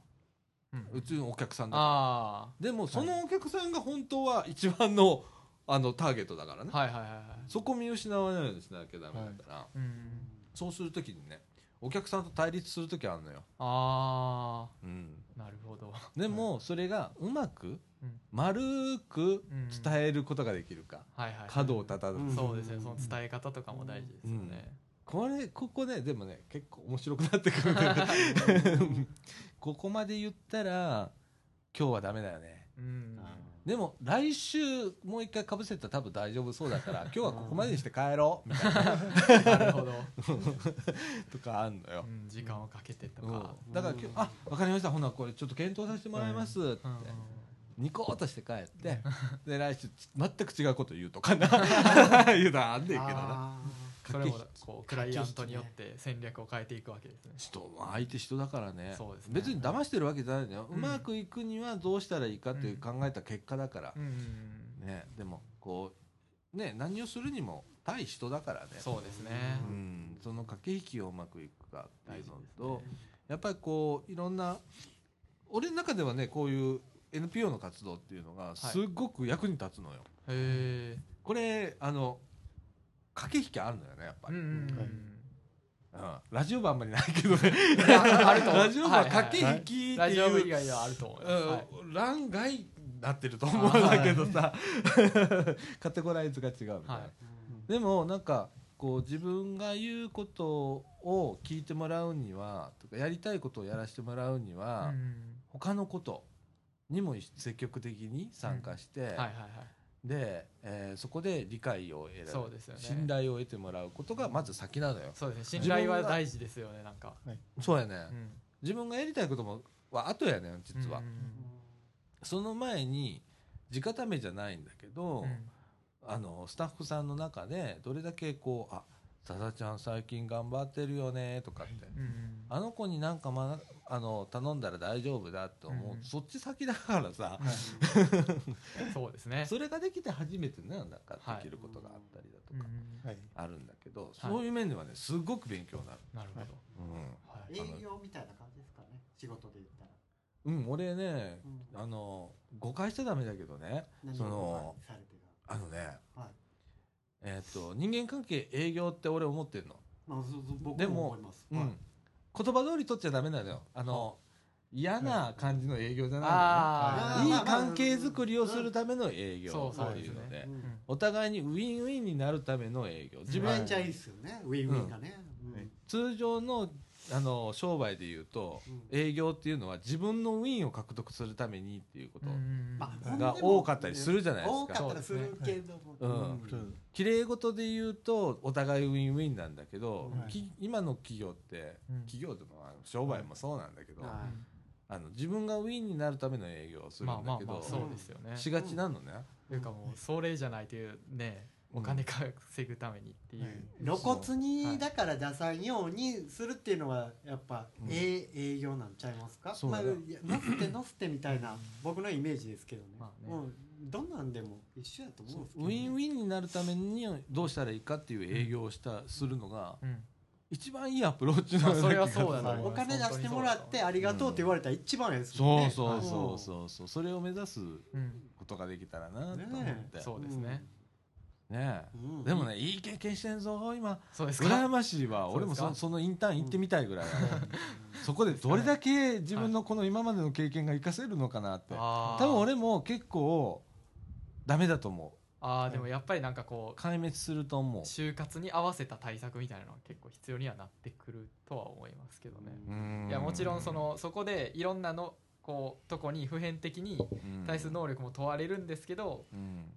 [SPEAKER 4] うん
[SPEAKER 1] うちのお客さんだか
[SPEAKER 4] あ
[SPEAKER 1] らでもそのお客さんが本当は一番の あのターゲットだからね
[SPEAKER 4] あはいはいはいはい
[SPEAKER 1] そこ見失わないようにしなきゃダメだから。
[SPEAKER 4] うん
[SPEAKER 1] そうするときにねお客さんと対立するときあるのよ、
[SPEAKER 4] ああなるほど
[SPEAKER 1] でもそれがうまく
[SPEAKER 4] うん
[SPEAKER 1] 丸く
[SPEAKER 4] うん
[SPEAKER 1] 伝えることができるか、
[SPEAKER 4] はいはい
[SPEAKER 1] 角を立たず、
[SPEAKER 3] うん
[SPEAKER 4] そうですねその伝え方とかも大事ですよね
[SPEAKER 1] これここねでもね結構面白くなってくるから ここまで言ったら今日はダメだよね
[SPEAKER 4] うん
[SPEAKER 1] でも来週もう一回かぶせたら多分大丈夫そうだから今日はここまでにして帰ろうみたいな
[SPEAKER 4] なるほ ど
[SPEAKER 1] とかあんのよ
[SPEAKER 4] う、ん時間をかけてと
[SPEAKER 1] うん
[SPEAKER 4] か
[SPEAKER 1] だから今日「あわかりましたほなこれちょっと検討させてもらいます」って、
[SPEAKER 4] うんうん
[SPEAKER 1] ニコッとして帰って で来週全く違うこと言うとか な言うのはあんねんけどな
[SPEAKER 3] あ
[SPEAKER 4] それも
[SPEAKER 1] 駆
[SPEAKER 4] こうクライアントによって戦略を変えていくわけですね
[SPEAKER 1] 人は相手人だからね
[SPEAKER 4] そうですね
[SPEAKER 1] 別に騙してるわけじゃないんだよ、
[SPEAKER 4] う
[SPEAKER 1] うんまくいくにはどうしたらいいかっていう考えた結果だから、
[SPEAKER 4] うんうんうん
[SPEAKER 1] ねでもこうね何をするにも対人だからね
[SPEAKER 4] そうですね。
[SPEAKER 1] うん、その駆け引きをうまくいくかっていうのと、
[SPEAKER 4] 大事ですね
[SPEAKER 1] やっぱりこういろんな俺の中ではねこういう NPO の活動っていうのがすっごく役に立つのよ、
[SPEAKER 4] へえ。
[SPEAKER 1] これあの駆け引きあるのよねやっぱ
[SPEAKER 4] うん
[SPEAKER 1] り、
[SPEAKER 4] う
[SPEAKER 1] うん
[SPEAKER 4] ん
[SPEAKER 2] はい
[SPEAKER 1] ラジオ部あんまりないけどね
[SPEAKER 4] うん。いやあると思う
[SPEAKER 1] ラジオ部は駆け
[SPEAKER 4] はい
[SPEAKER 1] 引きって
[SPEAKER 4] ラジオ部
[SPEAKER 1] いう、
[SPEAKER 4] 以外はあると思います。はい
[SPEAKER 1] うん、欄外になってると思うんだけどさ、 カテゴライズが違うみたいな、
[SPEAKER 4] はい
[SPEAKER 1] でもなんかこう自分が言うことを聞いてもらうにはとかやりたいことをやらせてもらうには、
[SPEAKER 4] うん
[SPEAKER 1] 他のことにも積極的に参加して、
[SPEAKER 4] はいはいはい。
[SPEAKER 1] で、えーそこで理解を得られる
[SPEAKER 4] そうですよね
[SPEAKER 1] 信頼を得てもらうことがまず先なのよ。
[SPEAKER 4] そうですね。信頼は大事ですよね。なんか。
[SPEAKER 1] そうやね、
[SPEAKER 4] うん
[SPEAKER 1] 自分がやりたいこともは後やねん実は、
[SPEAKER 4] うん
[SPEAKER 1] その前に直談めじゃないんだけど、
[SPEAKER 4] うん
[SPEAKER 1] あのスタッフさんの中でどれだけこう「あさだちゃん最近頑張ってるよね」とかって、
[SPEAKER 4] うん
[SPEAKER 1] あの子になんか、ま、あの頼んだら大丈夫だと思う、
[SPEAKER 4] うん
[SPEAKER 1] そっち先だからさ、
[SPEAKER 4] そうですね。
[SPEAKER 1] それができて初めてねなんかできることがあったりだと
[SPEAKER 4] うんう
[SPEAKER 1] か
[SPEAKER 4] ん
[SPEAKER 2] はい
[SPEAKER 1] あるんだけど、そういう面ではねすごく勉強になる。
[SPEAKER 4] なるほど。
[SPEAKER 3] 営業みたいな感じですかね仕事で言ったら、
[SPEAKER 1] うん、うん、俺ね
[SPEAKER 3] うん
[SPEAKER 1] あの誤解しちゃダメだけどね
[SPEAKER 3] 何
[SPEAKER 1] その
[SPEAKER 3] をされてる
[SPEAKER 1] あのね
[SPEAKER 3] はい
[SPEAKER 1] えっと人間関係営業って俺思ってるの。
[SPEAKER 3] まあ、そそ僕
[SPEAKER 1] で
[SPEAKER 3] も
[SPEAKER 1] も
[SPEAKER 3] 思います、
[SPEAKER 1] う
[SPEAKER 3] はい
[SPEAKER 1] ん、言葉通り取っちゃダメなのよあの嫌な感じの営業じゃな
[SPEAKER 4] あ
[SPEAKER 1] いのよ、
[SPEAKER 3] ー
[SPEAKER 1] ねい
[SPEAKER 3] まあ
[SPEAKER 1] い関係づくりをするための営業
[SPEAKER 4] そうそう
[SPEAKER 1] っていうの
[SPEAKER 4] です
[SPEAKER 1] で
[SPEAKER 3] う。ん
[SPEAKER 1] お互いにウィンウィンになるための営業自
[SPEAKER 3] 自
[SPEAKER 1] 分、
[SPEAKER 3] 分じゃいいですよねウィンウィンがね、うん
[SPEAKER 2] はい
[SPEAKER 1] 通常のあの商売で言うと、
[SPEAKER 3] う
[SPEAKER 1] 営業っていうのは自分のウィンを獲得するためにっていうこと、
[SPEAKER 4] あ
[SPEAKER 3] ま
[SPEAKER 1] が多かったりするじゃないですか
[SPEAKER 3] 多かったりするけども、
[SPEAKER 1] うん
[SPEAKER 2] そう
[SPEAKER 1] 綺麗事で言うとお互いウィンウィンなんだけど、
[SPEAKER 3] はい
[SPEAKER 1] き今の企業って、
[SPEAKER 4] うん
[SPEAKER 1] 企業でもあの商売もそうなんだけど、
[SPEAKER 3] はい
[SPEAKER 1] あの自分がウィンになるための営業をする
[SPEAKER 4] まあ
[SPEAKER 1] ん
[SPEAKER 4] ま
[SPEAKER 1] だ
[SPEAKER 4] あ
[SPEAKER 1] けど、
[SPEAKER 4] まあそうですよね。
[SPEAKER 1] しがちなのね、
[SPEAKER 4] というかもうそれじゃないというねお金稼ぐためにっていう
[SPEAKER 2] はい
[SPEAKER 3] 露骨にだから出さんようにするっていうのはやっぱ、
[SPEAKER 1] うん
[SPEAKER 3] ええ営業なんちゃいますか、
[SPEAKER 1] そう
[SPEAKER 3] まあ、
[SPEAKER 1] だ
[SPEAKER 3] い
[SPEAKER 1] ね
[SPEAKER 3] やのってのってみたいな僕のイメージですけどね,、
[SPEAKER 4] まあね
[SPEAKER 3] もうどんなんでも一緒やと思うんですけど
[SPEAKER 1] ウ
[SPEAKER 3] ね、
[SPEAKER 1] ィンウィンになるためにどうしたらいいかっていう営業をした、するのが
[SPEAKER 4] うん
[SPEAKER 1] 一番いいアプローチなの
[SPEAKER 4] まあ
[SPEAKER 1] よ
[SPEAKER 4] それはそう
[SPEAKER 3] そ
[SPEAKER 4] だ
[SPEAKER 3] う
[SPEAKER 4] と思い
[SPEAKER 3] お
[SPEAKER 4] ます
[SPEAKER 3] 金出してもらってありがとうって言われたら一番ですもん
[SPEAKER 1] そう
[SPEAKER 3] ね
[SPEAKER 1] そうそ
[SPEAKER 3] ん
[SPEAKER 1] うそうそうそれを目指す
[SPEAKER 4] うん
[SPEAKER 1] ことができたらなと思って
[SPEAKER 3] ねえ
[SPEAKER 4] そうですね
[SPEAKER 1] ねえ
[SPEAKER 3] うん
[SPEAKER 1] でもねいい経験してんぞ今
[SPEAKER 4] そうです
[SPEAKER 1] 羨
[SPEAKER 4] か
[SPEAKER 1] ましいわ
[SPEAKER 4] そう
[SPEAKER 1] 俺
[SPEAKER 4] で
[SPEAKER 1] も
[SPEAKER 4] すか
[SPEAKER 1] そそのインターン行ってみたいぐらいだねそこでどれだけ自分のこの今までの経験が活かせるのかなって
[SPEAKER 4] あ
[SPEAKER 1] 多
[SPEAKER 4] ー
[SPEAKER 1] 分俺も結構ダメだと思
[SPEAKER 4] あーでもやっぱりなんかこ
[SPEAKER 1] う壊滅すると思
[SPEAKER 4] う就活に合わせた対策みたいなのは結構必要にはなってくるとは思いますけどね
[SPEAKER 1] ううん
[SPEAKER 4] いやもちろんそのそこでいろんなのこうとこに普遍的に対する能力も問われるんですけど
[SPEAKER 1] うん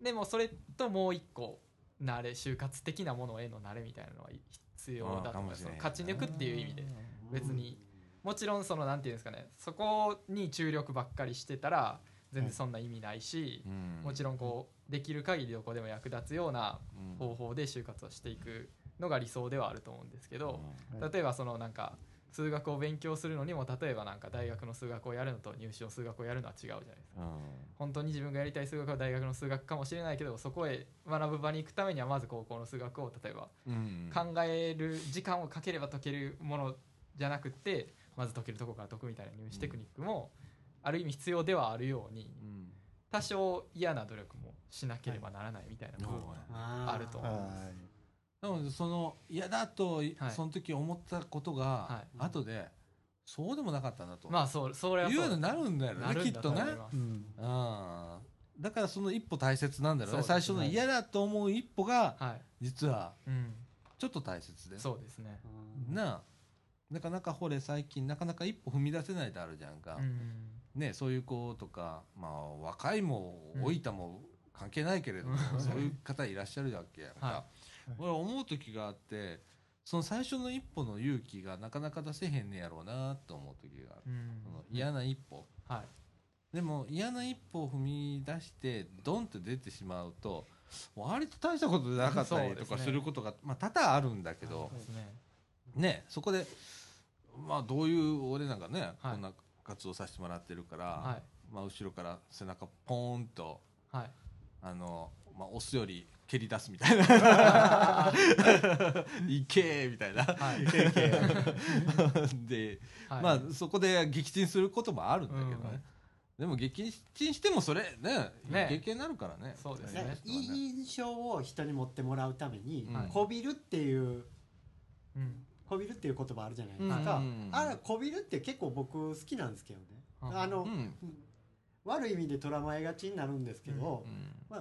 [SPEAKER 4] でもそれともう一個慣れ就活的なものへの慣れみたいなのは必要だと思います
[SPEAKER 1] うんかもしれへん
[SPEAKER 4] 勝ち抜くっていう意味で別に
[SPEAKER 3] うん
[SPEAKER 4] もちろんそのなんていうんですかねそこに注力ばっかりしてたら全然そんな意味ないし、
[SPEAKER 1] うん
[SPEAKER 4] もちろんこうできる限りどこでも役立つような
[SPEAKER 1] うん
[SPEAKER 4] 方法で就活をしていくのが理想ではあると思うんですけど、
[SPEAKER 2] はい
[SPEAKER 4] 例えばそのなんか数学を勉強するのにも例えばなんか大学の数学をやるのと入試の数学をやるのは違うじゃないですか。
[SPEAKER 1] うん
[SPEAKER 4] 本当に自分がやりたい数学は大学の数学かもしれないけどそこへ学ぶ場に行くためにはまず高校の数学を例えば
[SPEAKER 1] うん
[SPEAKER 4] 考える時間をかければ解けるものじゃなくてまず解けるとこから解くみたいな入試テクニックもある意味必要ではあるように
[SPEAKER 1] うん
[SPEAKER 4] 多少嫌な努力もしなければならないみたいな部分は
[SPEAKER 3] あー
[SPEAKER 4] あると思
[SPEAKER 2] は
[SPEAKER 1] なのでその嫌だとい、
[SPEAKER 4] はい
[SPEAKER 1] その時思ったことが、
[SPEAKER 4] は
[SPEAKER 1] 後でそうでもなかったなと、
[SPEAKER 4] まあそうそれは
[SPEAKER 1] いう
[SPEAKER 4] そ
[SPEAKER 1] よう
[SPEAKER 4] う
[SPEAKER 1] になるんだよ
[SPEAKER 4] な
[SPEAKER 1] ね
[SPEAKER 4] る
[SPEAKER 1] き
[SPEAKER 4] ん
[SPEAKER 1] っ
[SPEAKER 4] だ
[SPEAKER 1] とね
[SPEAKER 4] 思います
[SPEAKER 2] いうん
[SPEAKER 1] うんだからその一歩大切なんだろうね
[SPEAKER 4] そうですね
[SPEAKER 1] 最初の嫌だと思う一歩が
[SPEAKER 4] はい
[SPEAKER 1] 実は
[SPEAKER 4] うん
[SPEAKER 1] ちょっと大切で
[SPEAKER 4] そうですね
[SPEAKER 3] うん
[SPEAKER 1] なあなかなかほれ最近なかなか一歩踏み出せないであるじゃんか、
[SPEAKER 4] うん
[SPEAKER 1] ねそういう子とかまあ若いも
[SPEAKER 4] うん
[SPEAKER 1] 老いたも関係ないけれども、
[SPEAKER 4] う ん
[SPEAKER 1] そういう方いらっしゃるわけやんか、
[SPEAKER 4] は
[SPEAKER 1] 俺思う時があってその最初の一歩の勇気がなかなか出せへんねやろうなと思う時がある、
[SPEAKER 4] うん
[SPEAKER 1] その嫌な一歩
[SPEAKER 4] はい
[SPEAKER 1] でも嫌な一歩を踏み出してドンって出てしまうと割と大したことなかったりと
[SPEAKER 4] そうです
[SPEAKER 1] か
[SPEAKER 4] ね
[SPEAKER 1] することが、まあ多々あるんだけど
[SPEAKER 4] そう、ですね
[SPEAKER 1] ねそこでまあどういう俺なんかね、
[SPEAKER 4] はい
[SPEAKER 1] こんな活動させてもらってるから、
[SPEAKER 4] はい
[SPEAKER 1] まあ後ろから背中ポーンと
[SPEAKER 4] はい
[SPEAKER 1] あの、まあ、押すより蹴り出すみたいな いけーみたいな
[SPEAKER 4] はい
[SPEAKER 1] で、
[SPEAKER 4] はい
[SPEAKER 1] まあそこで撃沈することもあるんだけどね、でも撃沈してもそれね
[SPEAKER 4] ね
[SPEAKER 1] 経験になるからね
[SPEAKER 4] そうですね
[SPEAKER 1] 大
[SPEAKER 3] ね
[SPEAKER 1] 事ない人はね
[SPEAKER 3] い印象を人に持ってもらうために、
[SPEAKER 1] はい
[SPEAKER 3] こびるっていう
[SPEAKER 4] うん
[SPEAKER 3] こびるっていう言葉あるじゃないですか、
[SPEAKER 1] うん
[SPEAKER 3] あれこびるって結構僕好きなんですけどね、
[SPEAKER 4] うん
[SPEAKER 3] あの、
[SPEAKER 1] うん
[SPEAKER 3] 悪い意味でとらまえがちになるんですけど
[SPEAKER 1] う、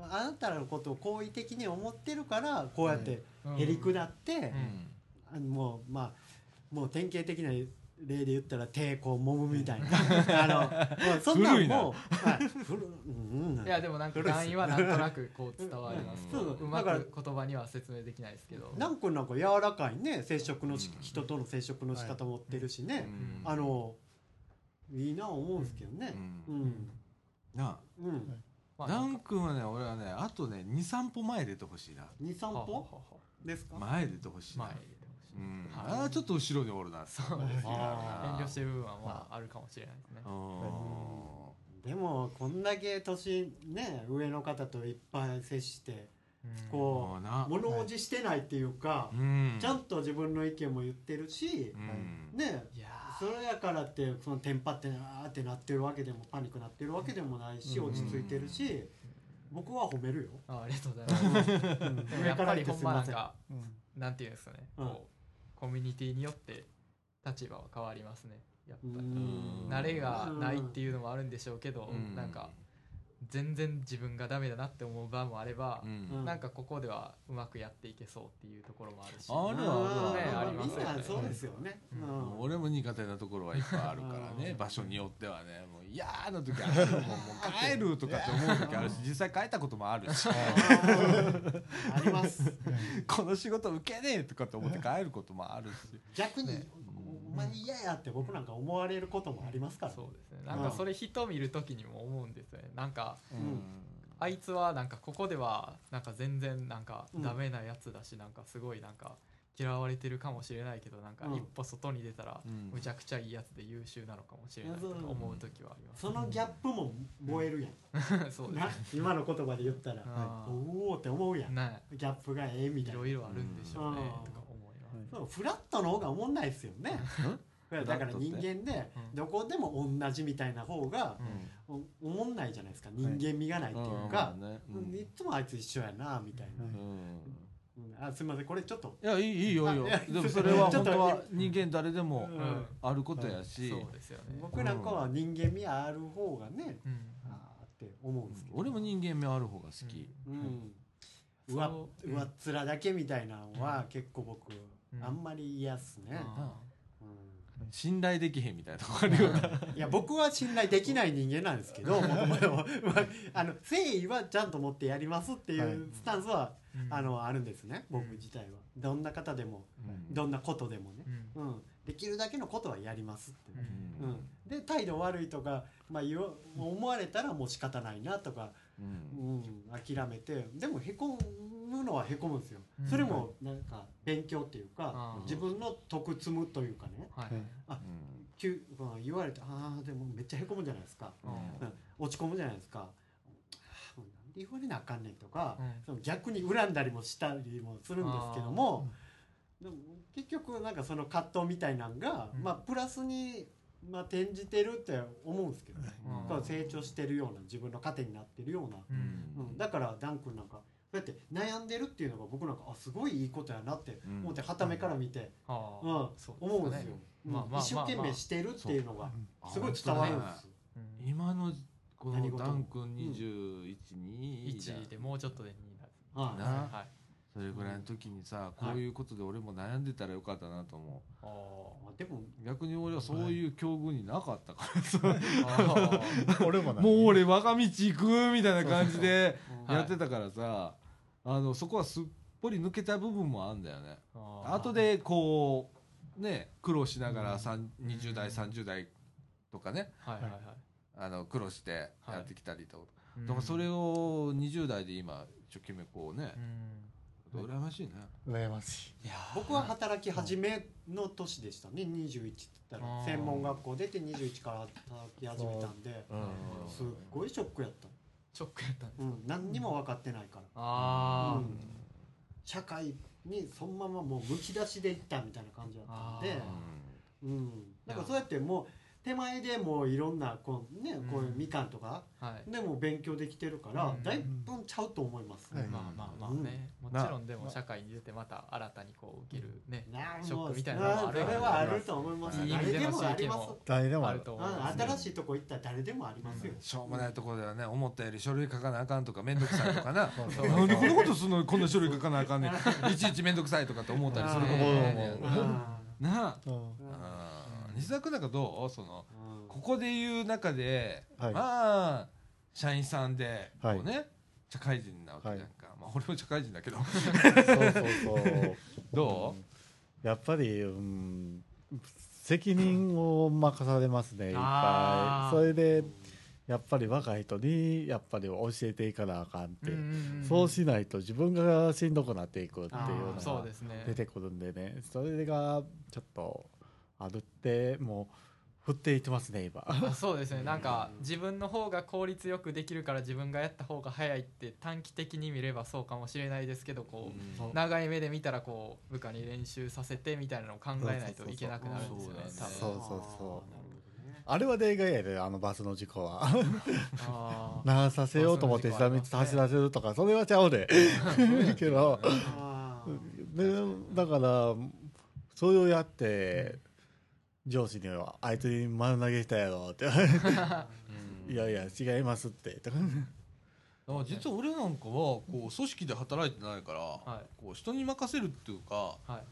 [SPEAKER 1] ん
[SPEAKER 3] あなたのことを好意的に思ってるからこうやって
[SPEAKER 4] うん
[SPEAKER 3] へりくだって
[SPEAKER 1] う、
[SPEAKER 3] あのもうまあもう典型的な例で言ったら抵抗揉むみたいな、あのもうそんなんもうはい古うんうん
[SPEAKER 4] いやでもなんか団員はなんとなくこう伝わります
[SPEAKER 1] うん
[SPEAKER 4] うまく言葉には説明できないですけど
[SPEAKER 3] なんかなんか柔らかいね接触のし、人との接触の仕方持ってるし
[SPEAKER 1] う
[SPEAKER 3] ね、
[SPEAKER 1] ん
[SPEAKER 3] あのいいな思うんですけどね
[SPEAKER 1] う
[SPEAKER 3] うんん
[SPEAKER 1] な
[SPEAKER 3] うん
[SPEAKER 1] あ
[SPEAKER 4] まあ
[SPEAKER 1] ダン君はね俺はねあとね23歩前出てほしいな
[SPEAKER 3] 二三
[SPEAKER 4] ははは
[SPEAKER 3] 歩
[SPEAKER 4] は
[SPEAKER 3] ですか、
[SPEAKER 1] 前出てほしいな、
[SPEAKER 4] 前へ入れてほしい
[SPEAKER 1] うん、
[SPEAKER 4] はい
[SPEAKER 1] あーちょっと後ろにおるな
[SPEAKER 4] そうですね遠
[SPEAKER 1] あー
[SPEAKER 4] 慮してる部分はまああるかもしれないですね
[SPEAKER 1] うん
[SPEAKER 3] でもこんだけ年ね上の方といっぱい接して
[SPEAKER 4] うん
[SPEAKER 3] こ
[SPEAKER 1] もう
[SPEAKER 3] う
[SPEAKER 1] な
[SPEAKER 3] 物おじしてないっていうか、
[SPEAKER 1] うん
[SPEAKER 3] ちゃんと自分の意見も言ってるし
[SPEAKER 1] う、ん
[SPEAKER 3] ね
[SPEAKER 4] いやー
[SPEAKER 3] それやからってそのテンパってあーってなってるわけでもパニックなってるわけでもないし、
[SPEAKER 4] うん
[SPEAKER 3] 落ち着いてるし、僕は褒めるよ、
[SPEAKER 4] あありがとうございますでもやっぱりほんまなん
[SPEAKER 3] ん
[SPEAKER 4] か
[SPEAKER 2] うん
[SPEAKER 4] なんていうんですかね
[SPEAKER 3] うん
[SPEAKER 4] こうコミュニティによって立場は変わりますねやっぱ
[SPEAKER 3] う
[SPEAKER 4] り
[SPEAKER 3] ん
[SPEAKER 4] 慣れがないっていうのもあるんでしょうけど
[SPEAKER 1] うん
[SPEAKER 4] なんか全然自分がダメだなって思う場もあれば
[SPEAKER 1] うん
[SPEAKER 4] なんかここではうまくやっていけそうっていうところもあるし
[SPEAKER 1] あるあ
[SPEAKER 4] るある
[SPEAKER 3] うん
[SPEAKER 4] ねありますよね
[SPEAKER 3] みんなそうですよね、
[SPEAKER 4] うん
[SPEAKER 3] うん
[SPEAKER 1] 俺も苦手なところはいっぱいあるからね
[SPEAKER 3] うん
[SPEAKER 1] 場所によってはねもう嫌な時あるもうもう帰るとかって思う時あるし実際帰ったこともある し
[SPEAKER 3] あーあります
[SPEAKER 1] この仕事受けねえとかって思って帰ることもあるし
[SPEAKER 3] 逆に、
[SPEAKER 1] ね
[SPEAKER 3] お前嫌やって僕なんか思われることもありますから、
[SPEAKER 4] そうですねなんかそれ人見る時にも思うんですよねなんか
[SPEAKER 1] う
[SPEAKER 3] うん
[SPEAKER 1] ん
[SPEAKER 4] あいつはなんかここではなんか全然なんかダメなやつだしなんかすごいなんか嫌われてるかもしれないけどなんか
[SPEAKER 3] うん
[SPEAKER 4] 一歩外に出たら
[SPEAKER 1] うん
[SPEAKER 4] むちゃくちゃいいやつで優秀なのかもしれないとか思う時はあります
[SPEAKER 3] そのギャップも燃えるやん、
[SPEAKER 4] そうです
[SPEAKER 3] な今の言葉で言ったら、
[SPEAKER 4] あー
[SPEAKER 3] おおって思うやん
[SPEAKER 4] ね
[SPEAKER 3] ギャップがええみ
[SPEAKER 4] い
[SPEAKER 3] たいな
[SPEAKER 4] ろいろあるんでしょうね
[SPEAKER 3] うん
[SPEAKER 4] とか思います
[SPEAKER 3] そうフラットの方がおもんないですよねだから人間で
[SPEAKER 4] うん
[SPEAKER 3] どこでも同じみたいな方が
[SPEAKER 1] うん
[SPEAKER 3] おおもんないじゃないですか人間味がないっていうか
[SPEAKER 1] まあ、ねう
[SPEAKER 3] うんい
[SPEAKER 1] ん
[SPEAKER 3] つもあいつ一緒やなみたいな、
[SPEAKER 2] うん
[SPEAKER 1] うん
[SPEAKER 3] うんあすみませんこれちょっと
[SPEAKER 1] いやいいいいよいいよ
[SPEAKER 3] あいや
[SPEAKER 1] でもそれは
[SPEAKER 3] ち
[SPEAKER 1] 本
[SPEAKER 3] ょっと
[SPEAKER 1] 当は人間誰でも
[SPEAKER 3] うん
[SPEAKER 4] うん
[SPEAKER 1] あることやし
[SPEAKER 4] そうですよね
[SPEAKER 3] 僕なんかは人間味ある方がね、
[SPEAKER 4] うん
[SPEAKER 3] あーって思うんですけど、
[SPEAKER 1] 俺も人間味ある方が好き
[SPEAKER 3] うんうわ
[SPEAKER 4] そう
[SPEAKER 3] わっ面だけみたいなのは結構僕、
[SPEAKER 4] うん
[SPEAKER 3] あんまり嫌っすね、
[SPEAKER 4] あ
[SPEAKER 3] うん
[SPEAKER 1] 信頼できへんみたいなとこあるよね
[SPEAKER 3] いや僕は信頼できない人間なんですけど僕もあの誠意はちゃんと持ってやりますってい
[SPEAKER 2] はいう
[SPEAKER 3] スタンスは、
[SPEAKER 4] ーうん
[SPEAKER 3] あのあるんですね僕
[SPEAKER 4] うん
[SPEAKER 3] 自体はどんな方でも
[SPEAKER 1] うん
[SPEAKER 3] どんなことでもね
[SPEAKER 4] う、ん
[SPEAKER 3] うん、できるだけのことはやりますって、
[SPEAKER 4] う
[SPEAKER 3] うんで態度悪いとか、まあ、言お思われたらもう仕方ないなとか、
[SPEAKER 1] うん
[SPEAKER 3] うん、諦めてでもへこむのはへこむんですよ、
[SPEAKER 4] うん
[SPEAKER 3] それもなんか勉強っていうか、
[SPEAKER 4] あー
[SPEAKER 3] 自分の得積むというかね、
[SPEAKER 4] はいはい
[SPEAKER 1] うん
[SPEAKER 3] きゅまあ言われてああでもめっちゃへこむじゃないですか、
[SPEAKER 4] うん
[SPEAKER 3] うん落ち込むじゃないですかあーもうなんで言われなあかんねんとか、
[SPEAKER 4] うん
[SPEAKER 3] その逆に恨んだりもしたりもするんですけども、でも結局なんかその葛藤みたいなんが、
[SPEAKER 4] うん
[SPEAKER 3] まあプラスに、まあ、転じてるって思うんですけどね、
[SPEAKER 1] うん
[SPEAKER 3] だから成長してるような自分の糧になってるような、
[SPEAKER 4] う
[SPEAKER 1] うん
[SPEAKER 3] うん、だからダン君なんかそうやって悩んでるっていうのが僕なんかあすごいいいことやなって思ってはためから見て、
[SPEAKER 4] あ
[SPEAKER 3] うん
[SPEAKER 4] ーそ
[SPEAKER 3] 思うん
[SPEAKER 4] か
[SPEAKER 3] で
[SPEAKER 4] ね
[SPEAKER 3] すよ、
[SPEAKER 4] まあまあ
[SPEAKER 3] 一生懸命してるっていうのがすごい伝わるんですよ、
[SPEAKER 4] うん
[SPEAKER 1] 今のこ
[SPEAKER 3] 何
[SPEAKER 1] の
[SPEAKER 3] 事も
[SPEAKER 1] ダン君21、2じゃん
[SPEAKER 4] 1でもうちょっとで2になる
[SPEAKER 3] はい
[SPEAKER 1] な
[SPEAKER 4] はい
[SPEAKER 1] それぐらいの時にさ、こういうことで俺も悩んでたらよかったなと思
[SPEAKER 4] あー
[SPEAKER 3] でも
[SPEAKER 1] う逆に俺はそういう境遇になかったからさ、
[SPEAKER 4] あ
[SPEAKER 2] 俺もな
[SPEAKER 1] もう俺我が道行くみたいな感じで
[SPEAKER 4] そう
[SPEAKER 1] やってたからさ、あのそこはすっぽり抜けた部分もあるんだよね
[SPEAKER 4] ー
[SPEAKER 1] 後、でこうね苦労しながらさん20代30代とかね
[SPEAKER 4] はいはいはい
[SPEAKER 1] あの苦労してやってきたりと、
[SPEAKER 4] うん
[SPEAKER 1] だからそれを20代で今一生懸命こうね
[SPEAKER 4] う、ん
[SPEAKER 1] 羨ましいね
[SPEAKER 2] 羨ましい
[SPEAKER 1] いや
[SPEAKER 3] 僕は働き始めの年でしたね21って言った
[SPEAKER 4] あ
[SPEAKER 3] ら
[SPEAKER 4] ー
[SPEAKER 3] 専門学校出て21から働き始めたんで
[SPEAKER 1] うん
[SPEAKER 3] すっごいショックやった
[SPEAKER 4] ショックやったんです
[SPEAKER 3] うん、何にも分かってないから
[SPEAKER 4] あ
[SPEAKER 3] う
[SPEAKER 4] ー
[SPEAKER 3] ん社会にそのままもうむき出しでいったみたいな感じだったんで
[SPEAKER 4] あ
[SPEAKER 3] う
[SPEAKER 4] ー
[SPEAKER 3] ん、なんかそうやってもう手前でもういろんなこう,、ね、こういうみかんとか
[SPEAKER 4] はい
[SPEAKER 3] でも勉強できてるから
[SPEAKER 4] うん
[SPEAKER 3] だいぶんちゃうと思います、
[SPEAKER 2] はい
[SPEAKER 4] まあまあまあね、もちろんでも社会に出てまた新たにこう受けるね、
[SPEAKER 3] なあ
[SPEAKER 4] ショッ
[SPEAKER 3] もう
[SPEAKER 4] クみたいなの
[SPEAKER 3] な
[SPEAKER 4] もあ
[SPEAKER 3] あ
[SPEAKER 4] る
[SPEAKER 3] それはあると思います
[SPEAKER 1] いい意
[SPEAKER 3] 誰
[SPEAKER 4] 味で
[SPEAKER 3] で
[SPEAKER 4] の
[SPEAKER 3] もあります
[SPEAKER 4] 刺激も
[SPEAKER 2] 誰でも
[SPEAKER 4] あ
[SPEAKER 2] あ
[SPEAKER 4] る
[SPEAKER 2] る
[SPEAKER 4] と思いま
[SPEAKER 3] あ
[SPEAKER 4] す、
[SPEAKER 3] 新しいとこ行ったら誰でもありますよ、
[SPEAKER 1] しょうもないところではね思ったより書類書かなあかんとか面倒くさいとか な
[SPEAKER 4] そう
[SPEAKER 1] なんでこんなことするのにこんな書類書かなあかんねんいちいち面倒くさいとかって思ったりするかもしれない
[SPEAKER 2] うん
[SPEAKER 3] う
[SPEAKER 2] あー
[SPEAKER 1] ね
[SPEAKER 3] ん
[SPEAKER 1] なあ
[SPEAKER 2] う
[SPEAKER 1] あ
[SPEAKER 2] ん
[SPEAKER 4] うん
[SPEAKER 1] ー西澤君なんかどうその
[SPEAKER 3] うん
[SPEAKER 1] ここで言う中で、
[SPEAKER 2] はい
[SPEAKER 1] まあ社員さんでこ
[SPEAKER 2] はいう
[SPEAKER 1] ね、社会人なわけじゃんか、まあ俺も社会人だ けど
[SPEAKER 2] そうそうそう
[SPEAKER 1] どう、
[SPEAKER 2] やっぱり、うん、責任を任されますねいっぱい
[SPEAKER 4] あー
[SPEAKER 2] それでやっぱり若い人にやっぱり教えていかなあかんって、そうしないと自分がしんどくなっていくっていう
[SPEAKER 4] て
[SPEAKER 2] の
[SPEAKER 3] あー
[SPEAKER 4] そう
[SPEAKER 2] が
[SPEAKER 4] ですね
[SPEAKER 2] 出てくるんでねそれがちょっとあるってもう振っていってますね今
[SPEAKER 4] あそうですねなんか自分の方が効率よくできるから自分がやった方が早いって短期的に見ればそうかもしれないですけどこう、
[SPEAKER 1] そう
[SPEAKER 4] 長い目で見たらこう部下に練習させてみたいなのを考えないといけなくなるんですよね
[SPEAKER 1] そうそう
[SPEAKER 4] 多分
[SPEAKER 2] そうそうそ
[SPEAKER 3] あーなるほどね
[SPEAKER 2] あれは例外やであのバスの事故は
[SPEAKER 4] あー
[SPEAKER 2] 流させようと思って下道走らせるとかそれはちゃうでけど
[SPEAKER 3] あー
[SPEAKER 2] でだからそれをやって上司には「あいつに丸投げしたやろ」って 「
[SPEAKER 1] うん
[SPEAKER 2] いやいや違います」ってとか
[SPEAKER 1] だから実は俺なんかはこう組織で働いてないから、
[SPEAKER 4] い
[SPEAKER 1] こう人に任せるっていうか
[SPEAKER 4] はい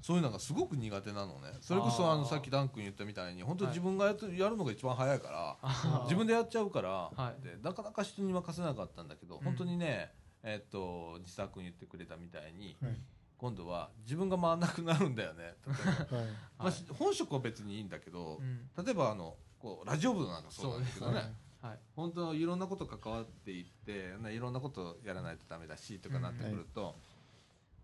[SPEAKER 1] そういうのがすごく苦手なのねそれこそ
[SPEAKER 4] あー
[SPEAKER 1] あのさっきダン君言ったみたいに本当
[SPEAKER 4] はい
[SPEAKER 1] 自分がやるやるのが一番早いから、
[SPEAKER 4] あー
[SPEAKER 1] 自分でやっちゃうから、
[SPEAKER 4] はい
[SPEAKER 1] でなかなか人に任せなかったんだけど、
[SPEAKER 4] うん
[SPEAKER 1] 本当にねえっと西澤君言ってくれたみたいに、
[SPEAKER 2] はい
[SPEAKER 1] 今度は自分が回らなくなるんだよ ね、
[SPEAKER 2] はい
[SPEAKER 1] まあ、し本職は別にいいんだけど
[SPEAKER 4] う、ん
[SPEAKER 1] 例えばあのこうラジオ部なんかそうなんだけど
[SPEAKER 4] そう
[SPEAKER 1] ね
[SPEAKER 4] ですねはい
[SPEAKER 1] 本当いろんなこと関わっていってないろんなことやらないとダメだしとかなってくると、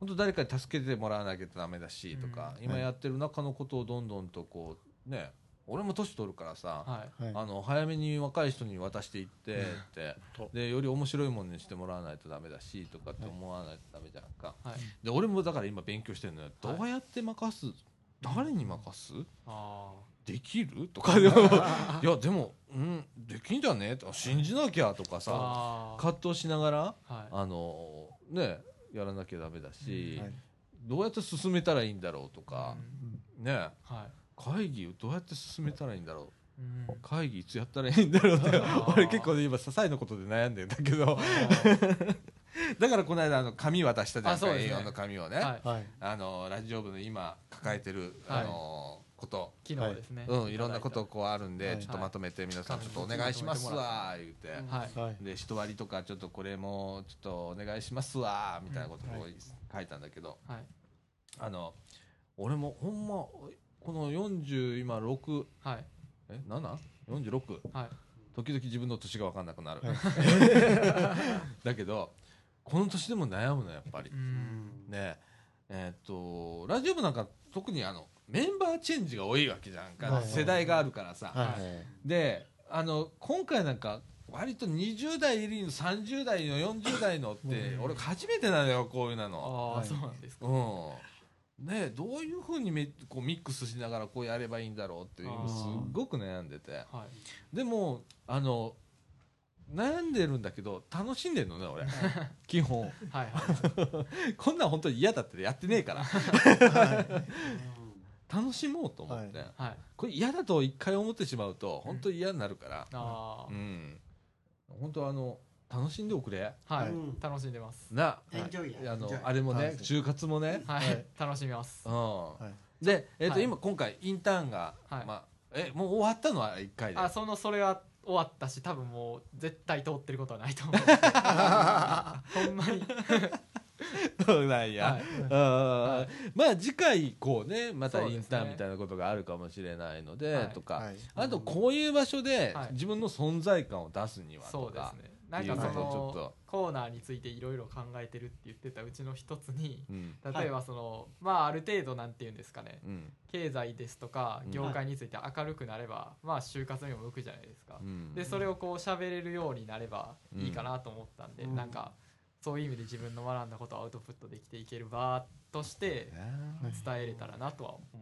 [SPEAKER 1] 本当誰かに助けてもらわなきゃダメだしとか、
[SPEAKER 2] ん
[SPEAKER 1] 今やってる中のことをどんどんとこうね俺も年取るからさ、
[SPEAKER 4] はい
[SPEAKER 2] はい
[SPEAKER 1] あの早めに若い人に渡していってって
[SPEAKER 2] と
[SPEAKER 1] でより面白いものにしてもらわないとダメだしとかって思わないとダメじゃんか
[SPEAKER 4] はい
[SPEAKER 1] で俺もだから今勉強してるのよ
[SPEAKER 4] はい
[SPEAKER 1] どうやって任す、誰に任す
[SPEAKER 4] あ
[SPEAKER 1] できるとかで もいやでも、うん、できんじゃねと信じなきゃとか
[SPEAKER 4] ー
[SPEAKER 1] さ
[SPEAKER 4] あー
[SPEAKER 1] 葛藤しながら
[SPEAKER 4] はい
[SPEAKER 1] あのねやらなきゃダメだし、
[SPEAKER 2] はい
[SPEAKER 1] どうやって進めたらいいんだろうとか、ね
[SPEAKER 4] うんはい
[SPEAKER 1] 会議をどうやって進めたらいいんだろう
[SPEAKER 4] うん
[SPEAKER 1] 会議いつやったらいいんだ ろうって
[SPEAKER 4] ー
[SPEAKER 1] 俺結構ね今些細なことで悩んでんだけど だからこの間あの紙渡したじゃん
[SPEAKER 4] あ
[SPEAKER 1] か
[SPEAKER 4] そうですね
[SPEAKER 1] A4 の紙をね、
[SPEAKER 4] はい
[SPEAKER 2] はい
[SPEAKER 1] あのラジオ部の今抱えてる、
[SPEAKER 4] はい
[SPEAKER 1] あのこと
[SPEAKER 4] 昨日ですね
[SPEAKER 1] うん、いろんなこ
[SPEAKER 4] た
[SPEAKER 1] とこうあるんで、
[SPEAKER 2] はい
[SPEAKER 1] ちょっとまとめて皆さん
[SPEAKER 4] は
[SPEAKER 1] ち
[SPEAKER 4] い
[SPEAKER 1] ょっとお願いしますわ言うて、
[SPEAKER 4] だいたはい
[SPEAKER 2] はい
[SPEAKER 1] で一割とかちょっとこれもちょっとお願いしますわみたいなこと
[SPEAKER 2] うん
[SPEAKER 1] を
[SPEAKER 2] は
[SPEAKER 1] 書いたんだけど、
[SPEAKER 4] はい
[SPEAKER 1] あの俺もほんまこの40今6
[SPEAKER 4] はい
[SPEAKER 1] え 7?46
[SPEAKER 4] はい
[SPEAKER 1] 時々自分の年が分かんなくなる、 だけどこの年でも悩むのやっぱり
[SPEAKER 4] う、
[SPEAKER 3] うんん
[SPEAKER 1] ねえーっとラジオ部なんか特にあのメンバーチェンジが多いわけじゃんか、
[SPEAKER 2] はい
[SPEAKER 1] 世代があるからさ、
[SPEAKER 2] はい
[SPEAKER 1] であの今回なんか割と20代入りの30代の40代のって俺初めてなのよこういうなの。
[SPEAKER 4] あ
[SPEAKER 2] は
[SPEAKER 4] あ
[SPEAKER 2] い
[SPEAKER 4] そうなんですか
[SPEAKER 1] うんね、どういうふうにめこうミックスしながらこうやればいいんだろうっていう
[SPEAKER 4] あー
[SPEAKER 1] 今すっごく悩んでて
[SPEAKER 4] はい
[SPEAKER 1] でもあの悩んでるんだけど楽しんでんのね俺 基本
[SPEAKER 4] はいはい
[SPEAKER 1] こんなん本当に嫌だってやってねえから
[SPEAKER 3] うん
[SPEAKER 1] 楽しもうと思って、
[SPEAKER 4] はい
[SPEAKER 1] これ嫌だと一回思ってしまうと本当に嫌になるから、
[SPEAKER 4] あ
[SPEAKER 1] うん、本当あの楽しんでおくれ
[SPEAKER 4] あはい
[SPEAKER 3] うん
[SPEAKER 4] 楽しんでます
[SPEAKER 1] な、
[SPEAKER 3] エンジョイや
[SPEAKER 1] あの
[SPEAKER 3] enjoy
[SPEAKER 1] あれもね
[SPEAKER 2] 楽しい
[SPEAKER 1] 就活もね、
[SPEAKER 4] は
[SPEAKER 2] はいい
[SPEAKER 4] 楽しみます
[SPEAKER 1] うん
[SPEAKER 2] はい
[SPEAKER 1] で、えっと
[SPEAKER 4] はい
[SPEAKER 1] 今今回インターンが、
[SPEAKER 4] はい
[SPEAKER 1] まあ、えもう終わったのは1回で
[SPEAKER 4] あそのそれは終わったし多分もう絶対通ってることはないと思うほんまに
[SPEAKER 1] そう なんや、
[SPEAKER 4] はい
[SPEAKER 1] うんまあ次回以降ねまた
[SPEAKER 4] そう
[SPEAKER 1] イ
[SPEAKER 4] ですね
[SPEAKER 1] ンターンみたいなことがあるかもしれないので
[SPEAKER 4] はい
[SPEAKER 1] とか、
[SPEAKER 2] はい
[SPEAKER 1] あとこういう場所で
[SPEAKER 4] はい
[SPEAKER 1] 自分の存在感を出すにはと
[SPEAKER 4] そうで
[SPEAKER 1] か、
[SPEAKER 4] すね
[SPEAKER 1] っていうことをちょっ
[SPEAKER 4] なん
[SPEAKER 1] と。
[SPEAKER 4] コーナーについていろいろ考えてるって言ってたうちの一つに
[SPEAKER 1] うん
[SPEAKER 4] 例えばその、まあある程度なんて言うんですかね
[SPEAKER 1] うん
[SPEAKER 4] 経済ですとか
[SPEAKER 1] うん
[SPEAKER 4] 業界について明るくなれば、まあ就活にも向くじゃないですか
[SPEAKER 1] う、ん
[SPEAKER 4] でそれをこう喋れるようになればいいかなと思ったんで、
[SPEAKER 3] うん
[SPEAKER 4] なんかそういう意味で自分の学んだことをアウトプットできていける場として
[SPEAKER 1] ね
[SPEAKER 4] 伝えれたらなとは思って
[SPEAKER 1] う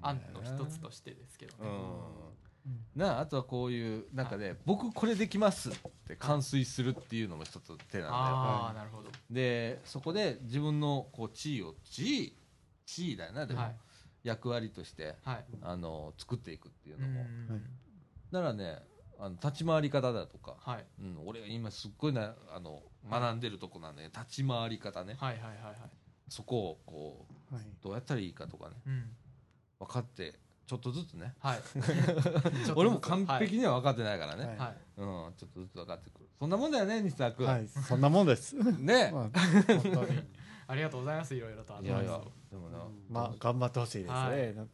[SPEAKER 4] ます、
[SPEAKER 1] ん
[SPEAKER 4] 案の一つとしてですけど
[SPEAKER 1] う
[SPEAKER 4] ね、
[SPEAKER 1] んなああとはこういうなんかね、僕これできますって完遂するっていうのも一つ手なんだよ
[SPEAKER 4] ああなるほど、
[SPEAKER 1] でそこで自分のこう地位を地位地位だよなでも、
[SPEAKER 4] はい
[SPEAKER 1] 役割として
[SPEAKER 4] はい
[SPEAKER 1] あの作っていくっていう
[SPEAKER 4] う
[SPEAKER 1] のも、
[SPEAKER 4] ん
[SPEAKER 2] はい
[SPEAKER 1] ならねあの立ち回り方だとか、
[SPEAKER 4] はい
[SPEAKER 1] うん、俺今すっごいなあの学んでるとこなんだけど立ち回り方ね
[SPEAKER 4] はいはいはいはい
[SPEAKER 1] そこをこう
[SPEAKER 2] はい
[SPEAKER 1] どうやったらいいかとかね
[SPEAKER 4] うん
[SPEAKER 1] 分かってちょっとずつね
[SPEAKER 4] はい ちょっとずつ
[SPEAKER 1] 俺も完璧には分かってないからね、
[SPEAKER 2] はい
[SPEAKER 4] はい
[SPEAKER 1] うんちょっとずつ分かってくるそんなもんだよね西沢君、
[SPEAKER 2] はい、そんなもんです。
[SPEAKER 1] ね、
[SPEAKER 2] まあ、本当に。
[SPEAKER 4] ありがとうございますいろいろとアド
[SPEAKER 1] いや
[SPEAKER 4] バイ
[SPEAKER 1] い
[SPEAKER 4] ス
[SPEAKER 1] や
[SPEAKER 4] を
[SPEAKER 1] でもな、
[SPEAKER 2] まあ、頑張ってほしいですね。
[SPEAKER 4] はい
[SPEAKER 3] うん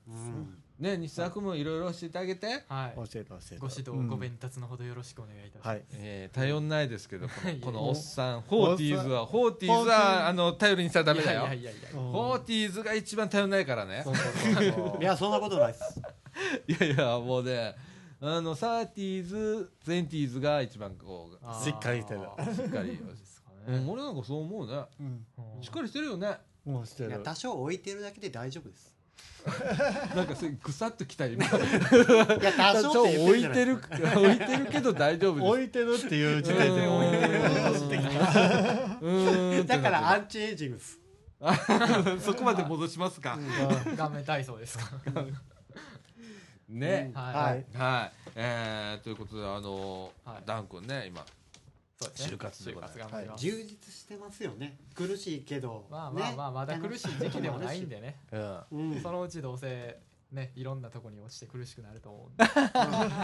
[SPEAKER 1] ね西沢君もいろいろ教えてあげて、
[SPEAKER 4] はい
[SPEAKER 2] 教えて教えて。
[SPEAKER 4] ご指導、
[SPEAKER 2] うん
[SPEAKER 4] ご鞭達のほどよろしくお願いいたします、
[SPEAKER 2] はい。
[SPEAKER 1] えー、頼ん ないですけどこ
[SPEAKER 4] い
[SPEAKER 1] の
[SPEAKER 4] や
[SPEAKER 1] このおっさん
[SPEAKER 2] お
[SPEAKER 1] フォーティーズはフォーティーズはあの頼りにしたらダメだよ
[SPEAKER 4] いやいやいや いや
[SPEAKER 1] フォーティーズが一番頼んないからね
[SPEAKER 4] そうそうそうそう
[SPEAKER 3] いやそんなことないです
[SPEAKER 1] いやいやもうねあのサーティーズゼンティーズが一番こう
[SPEAKER 4] あー
[SPEAKER 2] しっかりしてる
[SPEAKER 1] しっかり
[SPEAKER 4] そうですか
[SPEAKER 1] う
[SPEAKER 4] ね
[SPEAKER 1] ん、俺なんかそう思うね
[SPEAKER 2] うん、
[SPEAKER 1] しっかりしてるよね
[SPEAKER 2] もうして
[SPEAKER 3] いや
[SPEAKER 2] る。
[SPEAKER 3] 多少置いてるだけで大丈夫です
[SPEAKER 1] なんかそれぐさっときた今
[SPEAKER 3] いや多
[SPEAKER 1] ち
[SPEAKER 3] 少
[SPEAKER 1] ょ
[SPEAKER 3] って言って
[SPEAKER 1] 置
[SPEAKER 3] る
[SPEAKER 1] い
[SPEAKER 3] じゃな
[SPEAKER 1] て
[SPEAKER 3] い
[SPEAKER 1] る置いてるけど大丈夫
[SPEAKER 2] 置
[SPEAKER 1] です
[SPEAKER 2] いてるっていう時点で置いてる。
[SPEAKER 1] うーん
[SPEAKER 3] だからア
[SPEAKER 1] あ
[SPEAKER 3] ンチエイジングです
[SPEAKER 1] そこまで戻しますか
[SPEAKER 4] 顔面体操ですか
[SPEAKER 1] ね
[SPEAKER 3] うん
[SPEAKER 4] は
[SPEAKER 3] はいい
[SPEAKER 1] はい、えー、ということであのー
[SPEAKER 4] はい
[SPEAKER 1] ダン君ね今
[SPEAKER 4] そうですね
[SPEAKER 1] 就活で
[SPEAKER 4] 就
[SPEAKER 1] ございます
[SPEAKER 4] 活頑張ります、
[SPEAKER 3] 充実してますよね苦しいけど
[SPEAKER 4] まあまあまあまだ苦しい時期でもないん
[SPEAKER 3] で
[SPEAKER 4] でね
[SPEAKER 1] うん
[SPEAKER 3] うん
[SPEAKER 4] そのうちどうせねいろんなとこに落ちて苦しくなると思うんでだか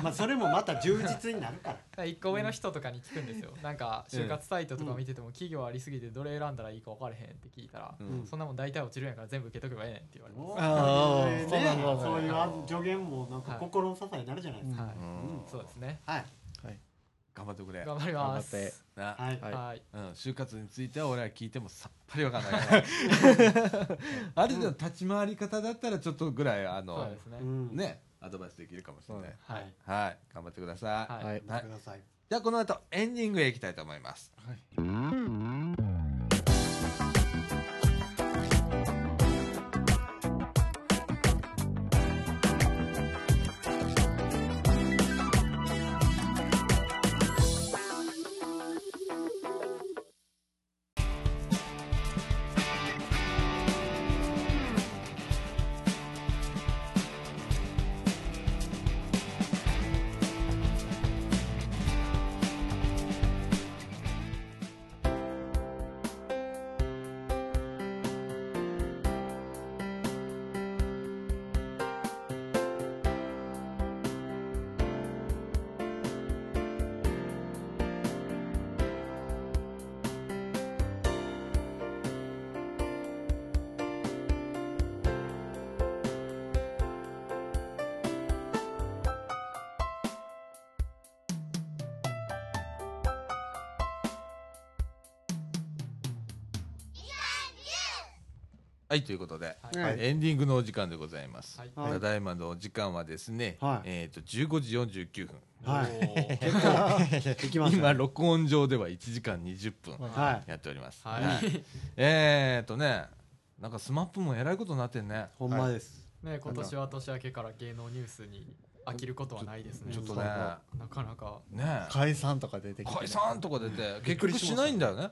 [SPEAKER 3] まあそれもまた充実になるから
[SPEAKER 4] ら一個上の人とかに聞くんですよなんか就活サイトとか見てても企業ありすぎてどれ選んだらいいか分かれへんって聞いたら
[SPEAKER 1] うん
[SPEAKER 4] そんなもん大体落ちるんやから全部受けとけばええねんって言われま
[SPEAKER 2] あー
[SPEAKER 3] ね
[SPEAKER 2] そうなんだ
[SPEAKER 3] そういう助言もなんか
[SPEAKER 4] はい
[SPEAKER 3] 心の支えになるじゃないです
[SPEAKER 4] す
[SPEAKER 3] か
[SPEAKER 4] はい
[SPEAKER 1] うん
[SPEAKER 4] そうですね
[SPEAKER 3] はい
[SPEAKER 2] はい。
[SPEAKER 1] 頑張ってくれ
[SPEAKER 4] 頑張ります
[SPEAKER 2] 頑張って
[SPEAKER 1] な、
[SPEAKER 3] はい
[SPEAKER 2] は
[SPEAKER 4] はい
[SPEAKER 1] うん、就活については俺は聞いてもさっぱりわかんないからある程度立ち回り方だったらちょっとぐらいあの、
[SPEAKER 4] そうですね
[SPEAKER 3] うん
[SPEAKER 1] ねアドバイスできるかもしれない、
[SPEAKER 4] はい
[SPEAKER 1] はい頑張ってください、
[SPEAKER 4] はい
[SPEAKER 2] はい。
[SPEAKER 3] 頑張ってください
[SPEAKER 1] じゃあこの後エンディングへ行きたいと思いますはいということで、
[SPEAKER 4] はい
[SPEAKER 3] はい
[SPEAKER 1] エンディングのお時間でございます、
[SPEAKER 4] はい
[SPEAKER 3] はい
[SPEAKER 1] ただいまのお時間はですね、
[SPEAKER 3] はい
[SPEAKER 1] えー、と15時49分
[SPEAKER 3] はい
[SPEAKER 4] おー
[SPEAKER 3] 結 構いきますね
[SPEAKER 1] 今録音上では1時間20分
[SPEAKER 3] はい
[SPEAKER 1] やっております、
[SPEAKER 4] はい
[SPEAKER 1] えーっとねなんかスマップもえらいことになってんね
[SPEAKER 3] ほんまです
[SPEAKER 4] ね今年は年明けから芸能ニュースに飽きることはないですね
[SPEAKER 1] ちょっと
[SPEAKER 2] そう
[SPEAKER 1] ね
[SPEAKER 2] だ
[SPEAKER 4] なかなか
[SPEAKER 1] ね
[SPEAKER 2] 解散とか出てきて。
[SPEAKER 1] 解散とか出て
[SPEAKER 3] びっ
[SPEAKER 1] 結
[SPEAKER 3] くり
[SPEAKER 1] 局
[SPEAKER 3] し
[SPEAKER 1] し
[SPEAKER 3] ました
[SPEAKER 1] ないんだよね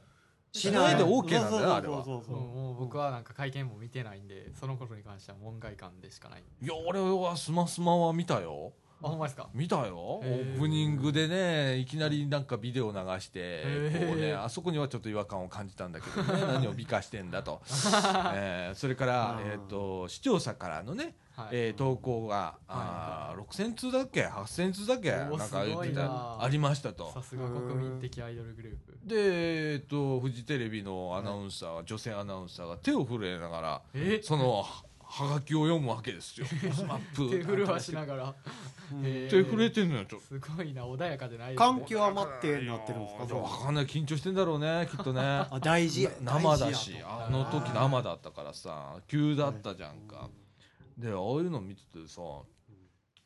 [SPEAKER 3] し
[SPEAKER 1] ないで OK なんだよあれは
[SPEAKER 3] そうそう
[SPEAKER 4] そ
[SPEAKER 3] そ
[SPEAKER 4] う
[SPEAKER 3] う
[SPEAKER 4] もう僕はなんか会見も見てないんでそのことに関しては門外観でしかない
[SPEAKER 1] いや俺はスマスマは見たよ
[SPEAKER 4] あほんまですか
[SPEAKER 1] 見たよオ
[SPEAKER 4] へー
[SPEAKER 1] ープニングでねいきなりなんかビデオ流して
[SPEAKER 4] へー
[SPEAKER 1] こうねあそこにはちょっと違和感を感じたんだけど ね何を美化してんだとえーそれから
[SPEAKER 3] あー
[SPEAKER 1] えーっと視聴者からのね
[SPEAKER 4] はい
[SPEAKER 1] えー投稿があー6000通だっけ8000通だっけな
[SPEAKER 4] お
[SPEAKER 1] んか言って
[SPEAKER 4] すごい
[SPEAKER 1] た
[SPEAKER 4] な
[SPEAKER 1] ありましたと
[SPEAKER 4] さすが国民的アイドルグループ
[SPEAKER 1] で、えっと、フジテレビのアナウンサー、女性アナウンサーが手を震えながら、
[SPEAKER 4] え
[SPEAKER 1] その、はがきを読むわけですよスマップ
[SPEAKER 4] 手震わしながらへー
[SPEAKER 1] 手震えてんのよちょっと
[SPEAKER 4] すごいな穏やかじゃないですね
[SPEAKER 3] 環境余ってなってるんですか
[SPEAKER 1] いやわかんない緊張してんだろう ねきっとね
[SPEAKER 3] あ大事や
[SPEAKER 1] 生
[SPEAKER 3] 大
[SPEAKER 1] だ
[SPEAKER 3] 事
[SPEAKER 1] し
[SPEAKER 3] やと
[SPEAKER 1] あの時生だったからさ急だったじゃんか、でああいうの見ててさ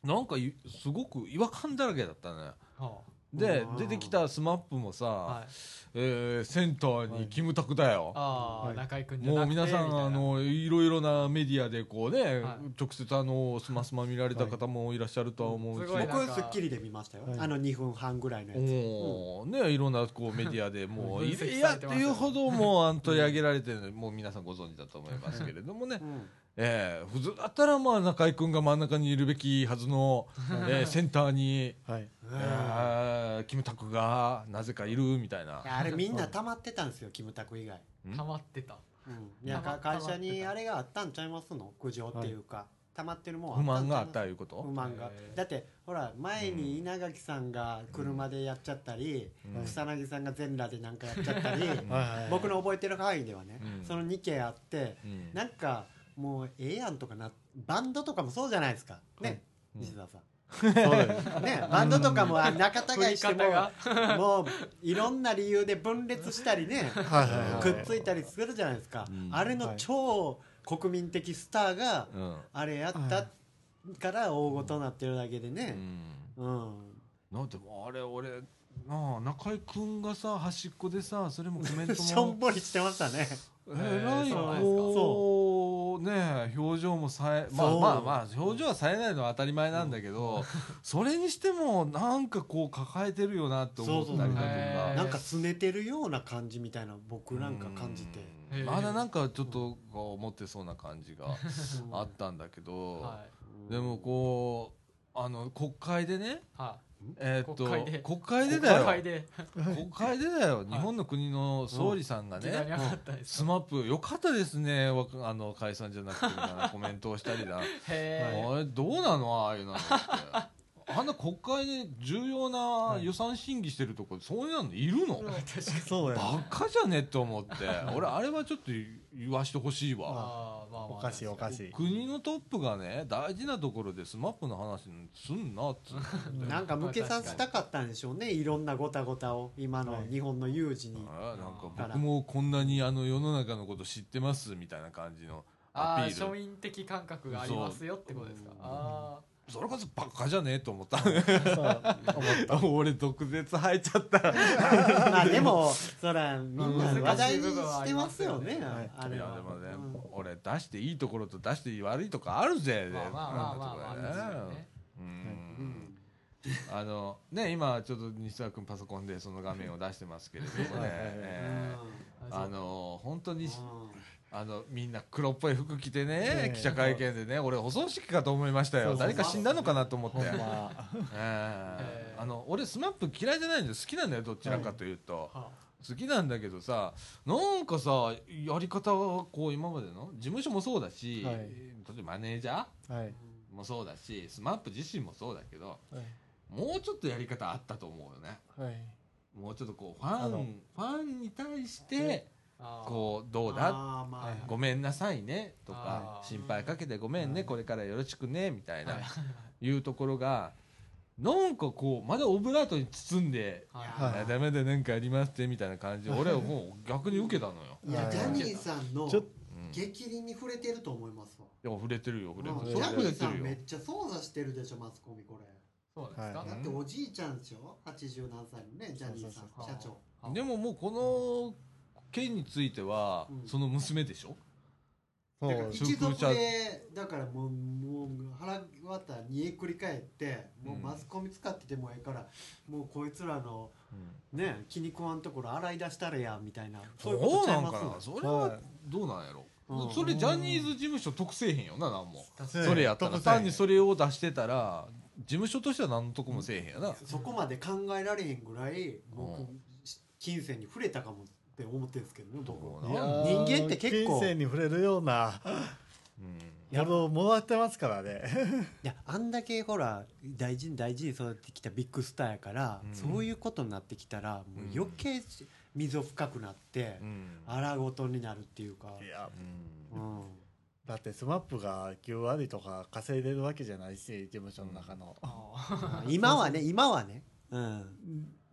[SPEAKER 1] なんかいすごく違和感だらけだったね
[SPEAKER 4] は
[SPEAKER 1] で
[SPEAKER 3] うん
[SPEAKER 1] 出てきたスマップもさ、
[SPEAKER 4] あはい
[SPEAKER 1] えーセンターにキムタクだよ、
[SPEAKER 4] あ
[SPEAKER 3] は
[SPEAKER 4] あ
[SPEAKER 3] い
[SPEAKER 4] 中居君じゃ
[SPEAKER 1] も
[SPEAKER 4] な
[SPEAKER 1] う
[SPEAKER 4] くて
[SPEAKER 1] 皆さ
[SPEAKER 4] みたい
[SPEAKER 1] ん
[SPEAKER 4] な
[SPEAKER 1] あのいろいろなメディアでこうね、
[SPEAKER 4] はい
[SPEAKER 1] 直接あのスマスマ見られた方もいらっしゃるとは思うし、
[SPEAKER 4] すごいな
[SPEAKER 3] 僕『スッキリ』で見ましたよ、
[SPEAKER 2] はい
[SPEAKER 3] あの2分半ぐらいのやつ
[SPEAKER 1] おーねいろんなこうメディアでもう
[SPEAKER 4] 分
[SPEAKER 1] い
[SPEAKER 4] 析さ
[SPEAKER 1] やっ
[SPEAKER 4] れ
[SPEAKER 1] てて
[SPEAKER 4] ますよね
[SPEAKER 1] いうほどもうあの取り上げられてるのもう皆さんご存知だと思いますけれどもね、
[SPEAKER 3] うん
[SPEAKER 1] えー普通だったらまあ中居君が真ん中にいるべきはずの、えーセンターに、
[SPEAKER 2] はい。
[SPEAKER 3] うん。
[SPEAKER 1] えーキムタクがなぜかいるみたいない
[SPEAKER 3] やあれみんな溜まってたんですよキムタク以外、
[SPEAKER 4] 溜まってた
[SPEAKER 3] うん、いや
[SPEAKER 4] 溜ま
[SPEAKER 3] か
[SPEAKER 4] っ
[SPEAKER 3] 会社にあれがあったんちゃいますの苦情っていうか、溜まってるもん
[SPEAKER 1] 不満があ
[SPEAKER 3] ん
[SPEAKER 1] っ
[SPEAKER 3] ちゃ
[SPEAKER 1] た
[SPEAKER 3] い
[SPEAKER 1] いうこ
[SPEAKER 3] ます不
[SPEAKER 1] と、
[SPEAKER 3] 満が
[SPEAKER 4] へー
[SPEAKER 3] だってほら前に稲垣さんが車でやっちゃったり、
[SPEAKER 1] うん
[SPEAKER 3] 草薙さんが全裸でなんかやっち ゃったり、
[SPEAKER 2] はいはい。
[SPEAKER 3] 僕の覚えてる範囲ではね、
[SPEAKER 1] うん
[SPEAKER 3] その2件あって
[SPEAKER 1] うん
[SPEAKER 3] なんかもうええやんとかなバンドとかもそうじゃないですかね、
[SPEAKER 1] うん
[SPEAKER 3] 西澤さん
[SPEAKER 2] そうです。
[SPEAKER 3] ね、バンドとかもあ仲違 いして
[SPEAKER 4] 振り方
[SPEAKER 3] ももういろんな理由で分裂したりね
[SPEAKER 2] はいはいはい。
[SPEAKER 3] くっついたりするじゃないですか、
[SPEAKER 1] うん
[SPEAKER 3] あれの超国民的スターが
[SPEAKER 1] うん
[SPEAKER 3] あれやったから大ごとになってるだけでね、うん
[SPEAKER 1] なんでもあれ俺なあ中居君がさ端っこでさそれもコメント
[SPEAKER 3] しょん
[SPEAKER 1] も
[SPEAKER 3] ぼりしてましたね
[SPEAKER 1] えらい
[SPEAKER 4] そうなんですか
[SPEAKER 1] こうね表情もさえまあ
[SPEAKER 3] そう
[SPEAKER 1] まあまあ表情はさえないのは当たり前なんだけどそれにしてもなんかこう抱えてるよなって思ったりだと
[SPEAKER 3] そうそうそう
[SPEAKER 4] へー
[SPEAKER 1] か
[SPEAKER 3] なんか拗ねてるような感じみたいな僕なんか感じて
[SPEAKER 1] うん
[SPEAKER 4] へー
[SPEAKER 1] まだなんかちょっとこう持ってそうな感じがあったんだけど
[SPEAKER 4] は
[SPEAKER 1] でもこうあの国会でね
[SPEAKER 4] いは
[SPEAKER 1] えーっと
[SPEAKER 4] 国会で
[SPEAKER 1] 国会
[SPEAKER 4] い
[SPEAKER 1] でだよ
[SPEAKER 4] 国会で
[SPEAKER 1] 国会でだよ、
[SPEAKER 4] い
[SPEAKER 1] 日本の国の総理さんが
[SPEAKER 4] 時代に
[SPEAKER 1] ね、
[SPEAKER 4] 上がったんです
[SPEAKER 1] ス
[SPEAKER 4] よ
[SPEAKER 1] マップ良かったですね、わかあの解散じゃなくてみたいなコメントをしたり だ、
[SPEAKER 4] へ
[SPEAKER 1] あれどうなの、ああいうのって。あんな国会で重要な予算審議してるとこで、そういうのいるの、
[SPEAKER 4] え確かに
[SPEAKER 2] そうやね。
[SPEAKER 1] バカじゃねって思 って、俺、あれはちょっと言わしてほしいわ。
[SPEAKER 4] あーまあまあ
[SPEAKER 2] おかしいおかしい。
[SPEAKER 1] 国のトップがね、大事なところでスマップの話すんなっつって。
[SPEAKER 3] なんか向けさせたかったんでしょうねいろんなごたごたを今の日本の有事に、
[SPEAKER 1] あなんか僕もこんなにあの世の中のこと知ってますみたいな感じの
[SPEAKER 4] あ
[SPEAKER 1] ア
[SPEAKER 4] あ
[SPEAKER 1] ピー
[SPEAKER 4] 庶
[SPEAKER 1] ル
[SPEAKER 4] 民的感覚がありますよってことですか
[SPEAKER 3] そう
[SPEAKER 4] あ
[SPEAKER 1] それこそバカじゃねえと 思った
[SPEAKER 2] そう
[SPEAKER 1] 俺毒舌吐いちゃった
[SPEAKER 3] まあでもそらみんな話題にしてますよね、
[SPEAKER 4] う
[SPEAKER 2] 難しい部
[SPEAKER 4] ん
[SPEAKER 2] 分はありますよね
[SPEAKER 3] あ
[SPEAKER 1] い
[SPEAKER 3] れ
[SPEAKER 1] や
[SPEAKER 3] は
[SPEAKER 1] でもね、
[SPEAKER 3] うん
[SPEAKER 1] 俺出していいところと出して悪いとこあるぜ
[SPEAKER 4] ーまあまあまあまあまあ
[SPEAKER 1] なんかとこ
[SPEAKER 4] まあ
[SPEAKER 1] ろ
[SPEAKER 4] ま
[SPEAKER 1] ね
[SPEAKER 4] あ
[SPEAKER 1] う
[SPEAKER 3] うんん
[SPEAKER 1] あのね今ちょっと西澤君パソコンでその画面を出してますけれどもね
[SPEAKER 2] はいはいはい
[SPEAKER 1] えーあの本当に
[SPEAKER 3] う
[SPEAKER 1] あのみんな黒っぽい服着てね、
[SPEAKER 2] ね
[SPEAKER 1] 記者会見でね俺お葬式かと思いましたよ
[SPEAKER 2] そうそう
[SPEAKER 1] 誰か死んだのかなと思って
[SPEAKER 2] ほんま。
[SPEAKER 1] え
[SPEAKER 4] へ
[SPEAKER 1] ー
[SPEAKER 4] ー
[SPEAKER 1] あの俺スマップ嫌いじゃないんだよ好きなんだよどちらかというと、
[SPEAKER 4] は
[SPEAKER 1] 好きなんだけどさなんかさやり方はこう今までの事務所もそうだし、
[SPEAKER 2] はい
[SPEAKER 1] 例えばマネージャ
[SPEAKER 2] はい。
[SPEAKER 1] ーもそうだしスマップ自身もそうだけど
[SPEAKER 2] はい
[SPEAKER 1] もうちょっとやり方あったと思うよね
[SPEAKER 2] はい。
[SPEAKER 1] もうちょっとこうファ
[SPEAKER 2] あの
[SPEAKER 1] ンファンに対して
[SPEAKER 4] あー
[SPEAKER 1] こうど
[SPEAKER 3] ん
[SPEAKER 1] うだ
[SPEAKER 3] あーまあ
[SPEAKER 2] はい
[SPEAKER 1] ごめんなさいねとか
[SPEAKER 4] あー
[SPEAKER 1] 心配かけてごめんね
[SPEAKER 2] うん
[SPEAKER 1] これからよろしくねみたいな
[SPEAKER 4] はい
[SPEAKER 1] いうところがなんかこうまだオブラートに包んで
[SPEAKER 4] はい
[SPEAKER 2] はい
[SPEAKER 1] あダメでなんかありますってみたいな感じで俺はもう逆に受けたのよ、
[SPEAKER 3] いや
[SPEAKER 2] はい
[SPEAKER 3] ジャニーさんの
[SPEAKER 2] ちょっと
[SPEAKER 1] うん、で
[SPEAKER 3] 激鱗に触れてると思いますわ
[SPEAKER 1] も触れてるよ触れ
[SPEAKER 3] うん
[SPEAKER 1] て
[SPEAKER 3] ジ
[SPEAKER 1] る
[SPEAKER 3] ャニ
[SPEAKER 1] 触れ
[SPEAKER 3] ー
[SPEAKER 1] て
[SPEAKER 3] さん
[SPEAKER 1] るよ
[SPEAKER 3] めっちゃ操作してるでしょマスコミこれ
[SPEAKER 4] そうなんですか
[SPEAKER 2] はい
[SPEAKER 3] だっておじいちゃんでしょ80何歳のねジャニーさん
[SPEAKER 4] そうそうそう
[SPEAKER 3] 社長
[SPEAKER 4] はい
[SPEAKER 1] でももうこの件については
[SPEAKER 3] うん
[SPEAKER 1] その娘でしょ、
[SPEAKER 2] そ
[SPEAKER 3] だから
[SPEAKER 2] う。
[SPEAKER 3] 一族でだからもうもう腹割ったら煮えくり返ってもうマスコミ使っててもええから、もうこいつらのね気に食わんところ洗い出したらやみたいな
[SPEAKER 1] そう
[SPEAKER 3] いうこ
[SPEAKER 1] そ
[SPEAKER 3] と
[SPEAKER 1] う
[SPEAKER 3] ちゃ
[SPEAKER 1] ないん
[SPEAKER 3] ま
[SPEAKER 1] か
[SPEAKER 3] す
[SPEAKER 1] なそれはどうなんやろ、
[SPEAKER 3] うん
[SPEAKER 1] それジャニーズ事務所特製へんよななんも、
[SPEAKER 4] 確か
[SPEAKER 2] うん
[SPEAKER 4] に
[SPEAKER 1] それやったら
[SPEAKER 2] 特製
[SPEAKER 1] 単にそれを出してたら事務所としては何のとこもせえへんやな、
[SPEAKER 3] そこまで考えられへんぐらい僕、
[SPEAKER 1] う
[SPEAKER 3] 金銭に触れたかもって思ってるんですけどね僕
[SPEAKER 1] そう
[SPEAKER 3] は
[SPEAKER 1] な
[SPEAKER 2] や
[SPEAKER 1] の
[SPEAKER 2] ー
[SPEAKER 3] 人間って結
[SPEAKER 2] 金
[SPEAKER 3] 構
[SPEAKER 2] 銭に触れるような
[SPEAKER 1] うん
[SPEAKER 2] ものをもらってますからね。
[SPEAKER 3] いやあんだけほら大事に大事に育ってきたビッグスターやから、
[SPEAKER 1] うん
[SPEAKER 3] そういうことになってきたらもう余計溝深くなって
[SPEAKER 1] うん
[SPEAKER 3] 荒ごとになるっていうか、
[SPEAKER 2] いや
[SPEAKER 1] うん
[SPEAKER 3] うん
[SPEAKER 2] だってスマップが9割とか稼いでるわけじゃないし事務所の中の、
[SPEAKER 3] あ今はね今はねうん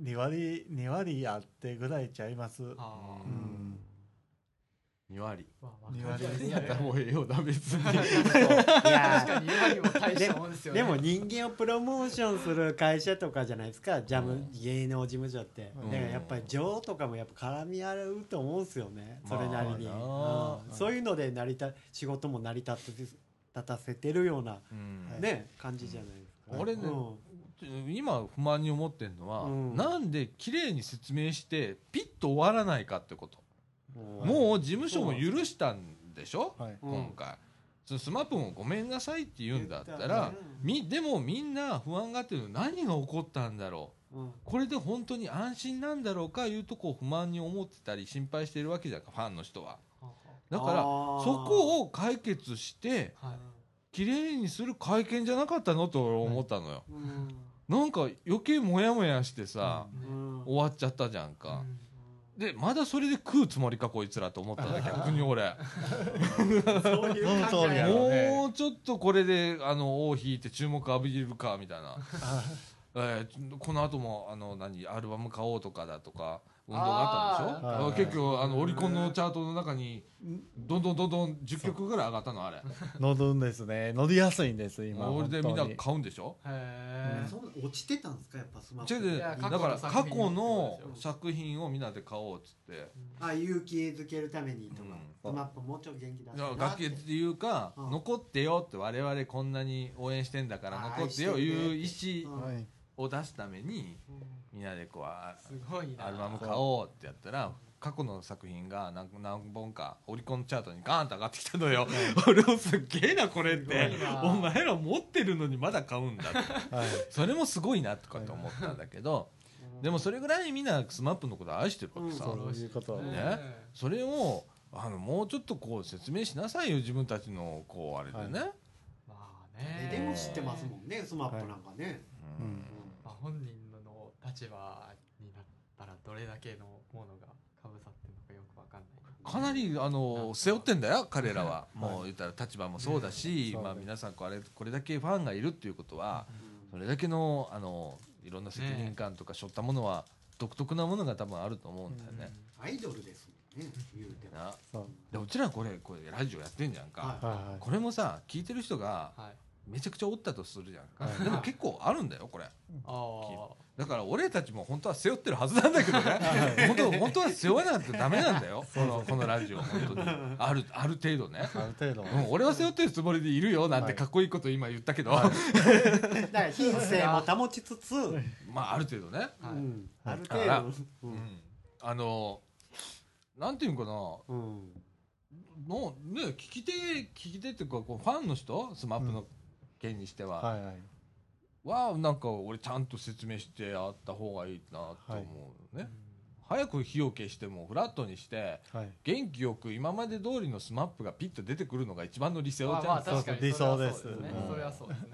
[SPEAKER 2] 2割2割あってぐらいちゃいます
[SPEAKER 4] あ
[SPEAKER 1] う
[SPEAKER 4] ー
[SPEAKER 1] ん2割
[SPEAKER 4] まあ
[SPEAKER 2] 二
[SPEAKER 4] まあ
[SPEAKER 2] 割ですね
[SPEAKER 4] い
[SPEAKER 1] やった
[SPEAKER 4] やいや
[SPEAKER 1] らもうええよな別に
[SPEAKER 3] いや
[SPEAKER 4] 確かに2割も大したもんですよね
[SPEAKER 3] でも人間をプロモーションする会社とかじゃないですかジャム、
[SPEAKER 1] うん
[SPEAKER 3] 芸能事務所って、
[SPEAKER 2] うん
[SPEAKER 3] だからやっぱり情とかもやっぱ絡み合うと思うんですよねそれなりに、
[SPEAKER 1] まあな
[SPEAKER 3] うんそういうので成りた仕事も成り立って立たせてるような、
[SPEAKER 1] うん
[SPEAKER 3] ね感じじゃないですか、
[SPEAKER 1] うん俺ね
[SPEAKER 3] うん
[SPEAKER 1] ちょ今不満に思ってるのは、
[SPEAKER 3] うん
[SPEAKER 1] なんで綺麗に説明してピッと終わらないかってこと、
[SPEAKER 2] はい
[SPEAKER 1] もう事務所も許したんでしょ、
[SPEAKER 2] はい
[SPEAKER 3] うん
[SPEAKER 1] 今回そのスマップもごめんなさいって言うんだった
[SPEAKER 3] 言った
[SPEAKER 1] ら
[SPEAKER 3] らね
[SPEAKER 1] みでもみんな不安がってるの何が起こったんだろう
[SPEAKER 3] うん
[SPEAKER 1] これで本当に安心なんだろうかいうとこを不満に思ってたり心配してるわけじゃんかファンの人はだから
[SPEAKER 3] あー
[SPEAKER 1] そこを解決して
[SPEAKER 4] はい
[SPEAKER 1] 綺麗にする会見じゃなかったのと俺思ったのよ、
[SPEAKER 3] うん
[SPEAKER 1] なんか余計モヤモヤしてさ、
[SPEAKER 4] ね
[SPEAKER 3] うん
[SPEAKER 1] 終わっちゃったじゃん
[SPEAKER 4] う
[SPEAKER 1] か、
[SPEAKER 4] ん
[SPEAKER 1] でまだそれで食うつもりかこいつらと思った んだ逆に俺
[SPEAKER 3] そういう考え
[SPEAKER 2] その通りやろね
[SPEAKER 1] もうちょっとこれであの尾を引いて注目浴びるかみたいな、えーこの後もあの何アルバム買おうとかだとか運動があったんでしょ
[SPEAKER 2] あー
[SPEAKER 1] あ
[SPEAKER 2] はい
[SPEAKER 1] 結局あのオリコンのチャートの中にどんどんどんどん10曲ぐらい上がったのあれ
[SPEAKER 2] 乗るんですね乗りやすいんです今
[SPEAKER 1] 俺でみんな
[SPEAKER 2] 本当
[SPEAKER 1] 買うんでしょ
[SPEAKER 4] へえ
[SPEAKER 3] そんな落ちてたんですかやっぱスマ
[SPEAKER 1] 違う
[SPEAKER 4] い
[SPEAKER 1] 違う
[SPEAKER 4] や
[SPEAKER 1] だ
[SPEAKER 4] 過去
[SPEAKER 1] か
[SPEAKER 4] の
[SPEAKER 1] ら過去の
[SPEAKER 4] 作品
[SPEAKER 1] 作品をみんなで買おうっつって、
[SPEAKER 3] あ勇気づけるためにとか、
[SPEAKER 2] うん
[SPEAKER 3] マップもうちょっと元気出
[SPEAKER 1] い
[SPEAKER 3] せ
[SPEAKER 1] や
[SPEAKER 3] なっ
[SPEAKER 1] 楽器
[SPEAKER 3] て
[SPEAKER 1] っていうか、
[SPEAKER 3] うん
[SPEAKER 1] 残ってよって我々こんなに応援してんだから
[SPEAKER 3] あー
[SPEAKER 1] 残ってよ
[SPEAKER 3] 愛してる
[SPEAKER 1] い
[SPEAKER 3] ね
[SPEAKER 1] う意
[SPEAKER 3] う
[SPEAKER 1] 思
[SPEAKER 3] ん
[SPEAKER 2] はい
[SPEAKER 1] を出すためにみんなでこうあ
[SPEAKER 4] すごいな
[SPEAKER 1] アルバム買おうってやったら過去の作品が何何本かオリコンチャートにガーンと上がってきたのよ、俺もすっげえなこれって
[SPEAKER 4] すごいな
[SPEAKER 1] お前ら持ってるのにまだ買うんだって
[SPEAKER 2] はい
[SPEAKER 1] それもすごいなとかって思ったんだけどでもそれぐらいみんな SMAP のこと愛してるわけさ、
[SPEAKER 3] うん
[SPEAKER 2] そういうこと
[SPEAKER 1] ねそれをあのもうちょっとこう説明しなさいよ自分たちのこうあれでね、
[SPEAKER 4] まあね
[SPEAKER 3] えでも知ってますもんねスマップなんかね、
[SPEAKER 1] う
[SPEAKER 2] うんん
[SPEAKER 4] まあ、本人の立場になったらどれだけのものがかぶさってるのかよくわかんない
[SPEAKER 1] かなりあの背負ってんだよ彼らはもう言ったら立場もそうだし、
[SPEAKER 2] うん
[SPEAKER 1] まあ、皆さんこれこれだけファンがいるっていうことはそれだけのあのいろんな責任感とかしょったものは独特なものが多分あると思うんだよね。
[SPEAKER 3] アイドルですもんね言うても
[SPEAKER 1] な
[SPEAKER 2] そう
[SPEAKER 1] でうちらこれこれラジオやってんじゃんか、
[SPEAKER 3] は
[SPEAKER 2] はい
[SPEAKER 1] これもさ聞いてる人が
[SPEAKER 4] はい
[SPEAKER 1] めちゃくちゃおったとするじゃんか、
[SPEAKER 2] はい
[SPEAKER 1] でも結構あるんだよこれ。
[SPEAKER 4] ああ
[SPEAKER 1] だから俺たちも本当は背負ってるはずなんだけどね本当本当は背負わなくてダメなん だよこのこのラジオ本当にあるある程度ね、
[SPEAKER 2] ある程度
[SPEAKER 1] うん、俺は背負ってるつもりでいるよなんて
[SPEAKER 2] はい
[SPEAKER 1] かっこいいこと今言ったけど、
[SPEAKER 3] い、だから品性も保ちつつ、
[SPEAKER 1] まあある程度ね、
[SPEAKER 4] はい
[SPEAKER 3] うん
[SPEAKER 2] は
[SPEAKER 3] あ
[SPEAKER 2] い
[SPEAKER 3] る
[SPEAKER 1] あら
[SPEAKER 3] 程度、う
[SPEAKER 1] うんんあのなんていうんかな
[SPEAKER 3] うん
[SPEAKER 1] のね聞き手聞き手っていうかこうファンの人スマップの件にしては、
[SPEAKER 2] はいはい
[SPEAKER 1] はなんか俺ちゃんと説明してあった方がいいなと思うね、早く火を消してもフラットにして
[SPEAKER 2] はい
[SPEAKER 1] 元気よく今まで通りのスマップがピッと出てくるのが一番の理想じゃん、
[SPEAKER 4] まあまあ確かにそれはそうですね
[SPEAKER 2] 理想です
[SPEAKER 1] うん
[SPEAKER 4] それはそうですね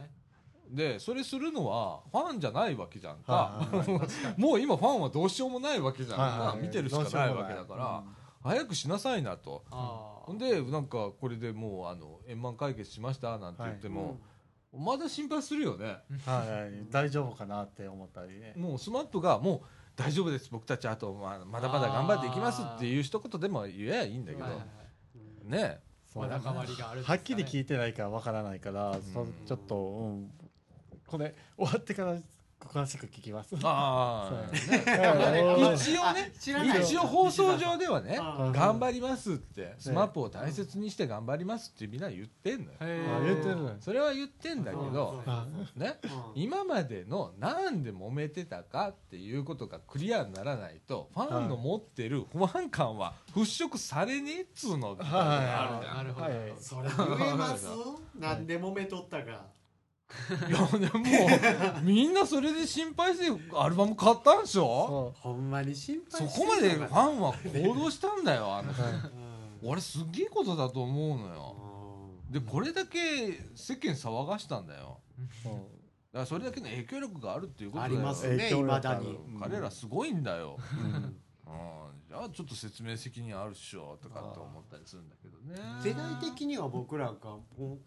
[SPEAKER 1] でそれするのはファンじゃないわけじゃんか、
[SPEAKER 2] はいはい
[SPEAKER 1] もう今ファンはどうしようもないわけじゃんか、
[SPEAKER 2] はいはい
[SPEAKER 1] 見てるしかないわけだから、早くしなさいなと
[SPEAKER 4] ああ
[SPEAKER 1] ほんでなんかこれでもうあの円満解決しましたなんて言っても、まだ心配するよね、
[SPEAKER 2] はいはい大丈夫かなって思ったりね
[SPEAKER 1] もうスマップがもう大丈夫です僕たちあとまあまだまだ頑張っていきますっていう一言でも言えばいいんだけど、
[SPEAKER 4] はいはいはい
[SPEAKER 3] うん
[SPEAKER 1] ね
[SPEAKER 2] そう
[SPEAKER 4] わだかまりがあるんですか
[SPEAKER 2] は
[SPEAKER 4] ね
[SPEAKER 2] っきり聞いてないからわからないからそちょっとうんこれ終わってから詳しく聞きます
[SPEAKER 1] ああ、ね
[SPEAKER 2] はい
[SPEAKER 1] 一応ね
[SPEAKER 3] あ知らない
[SPEAKER 1] 一応放送上ではね
[SPEAKER 3] あー
[SPEAKER 1] 頑張りますってスマップを大切にして頑張りますってみんな言ってんのよ
[SPEAKER 4] へ
[SPEAKER 2] あ
[SPEAKER 4] え
[SPEAKER 2] 言ってるの
[SPEAKER 1] それは言ってんだけ
[SPEAKER 4] そう
[SPEAKER 1] ど
[SPEAKER 4] そう
[SPEAKER 2] あ
[SPEAKER 1] ね
[SPEAKER 3] うん
[SPEAKER 1] 今までのなんで揉めてたかっていうことがクリアにならないとファンの持ってる不安感は払拭されねえっつうの
[SPEAKER 2] は
[SPEAKER 4] なるほど
[SPEAKER 2] はい
[SPEAKER 3] それ言えます
[SPEAKER 1] は
[SPEAKER 3] なんで揉めとったか
[SPEAKER 1] いやでもみんなそれで心配してアルバム買ったんでしょ
[SPEAKER 2] そ
[SPEAKER 3] ほんまに心配
[SPEAKER 1] そ
[SPEAKER 3] し
[SPEAKER 1] こ
[SPEAKER 3] て
[SPEAKER 1] まで
[SPEAKER 3] ん
[SPEAKER 1] フ
[SPEAKER 3] の
[SPEAKER 1] ァ
[SPEAKER 3] かな
[SPEAKER 1] ンは行動したんだよあの
[SPEAKER 2] うはい
[SPEAKER 3] うん
[SPEAKER 1] 俺すげえことだと思うのよ
[SPEAKER 3] うん
[SPEAKER 1] でこれだけ世間騒がしたんだよ
[SPEAKER 2] そう
[SPEAKER 1] だからそれだけの影響力があるっていうこと
[SPEAKER 3] あ
[SPEAKER 1] だ
[SPEAKER 3] り
[SPEAKER 1] よ
[SPEAKER 3] ますね
[SPEAKER 2] 影響
[SPEAKER 3] い
[SPEAKER 2] 力あ
[SPEAKER 3] ま
[SPEAKER 2] る
[SPEAKER 3] だに
[SPEAKER 1] 彼らすごいんだよ、
[SPEAKER 3] うん
[SPEAKER 1] うん、じゃあちょっと説明責任あるっしょとかって思ったりするんだけどね
[SPEAKER 3] 世代的には僕らがもう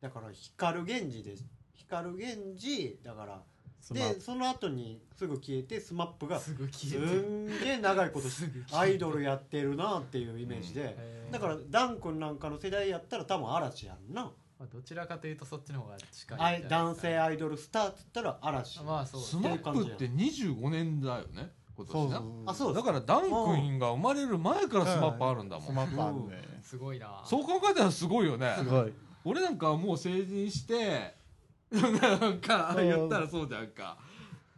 [SPEAKER 3] だから光源氏です光源氏だから
[SPEAKER 2] スマ
[SPEAKER 3] でその後にすぐ消えてスマップが
[SPEAKER 4] すぐ消
[SPEAKER 3] す
[SPEAKER 4] えてる
[SPEAKER 3] んげえ長いこと
[SPEAKER 4] すぐ消えてる
[SPEAKER 3] アイドルやってるなっていうイメージで、
[SPEAKER 4] えー
[SPEAKER 3] だからダン君なんかの世代やったら多分嵐やんな、
[SPEAKER 4] まあどちらかというとそっちの方が近いんじゃ
[SPEAKER 3] あ
[SPEAKER 4] ない
[SPEAKER 3] い
[SPEAKER 4] ですか
[SPEAKER 3] 男性アイドルスターっつったら嵐、
[SPEAKER 4] まあそうです
[SPEAKER 1] ス
[SPEAKER 4] ね
[SPEAKER 1] マップって25年だよね今
[SPEAKER 2] そ
[SPEAKER 1] 年
[SPEAKER 2] う
[SPEAKER 1] な
[SPEAKER 2] そう
[SPEAKER 3] あそう
[SPEAKER 1] だからダン君が生まれる前からスマップあるんだもん、
[SPEAKER 2] スマップあるね
[SPEAKER 4] すごいな
[SPEAKER 1] そう考えたらすごいよね
[SPEAKER 2] すごい
[SPEAKER 1] 俺なんかもう成人してなんか
[SPEAKER 2] そう
[SPEAKER 1] 言ったらそうじゃんか、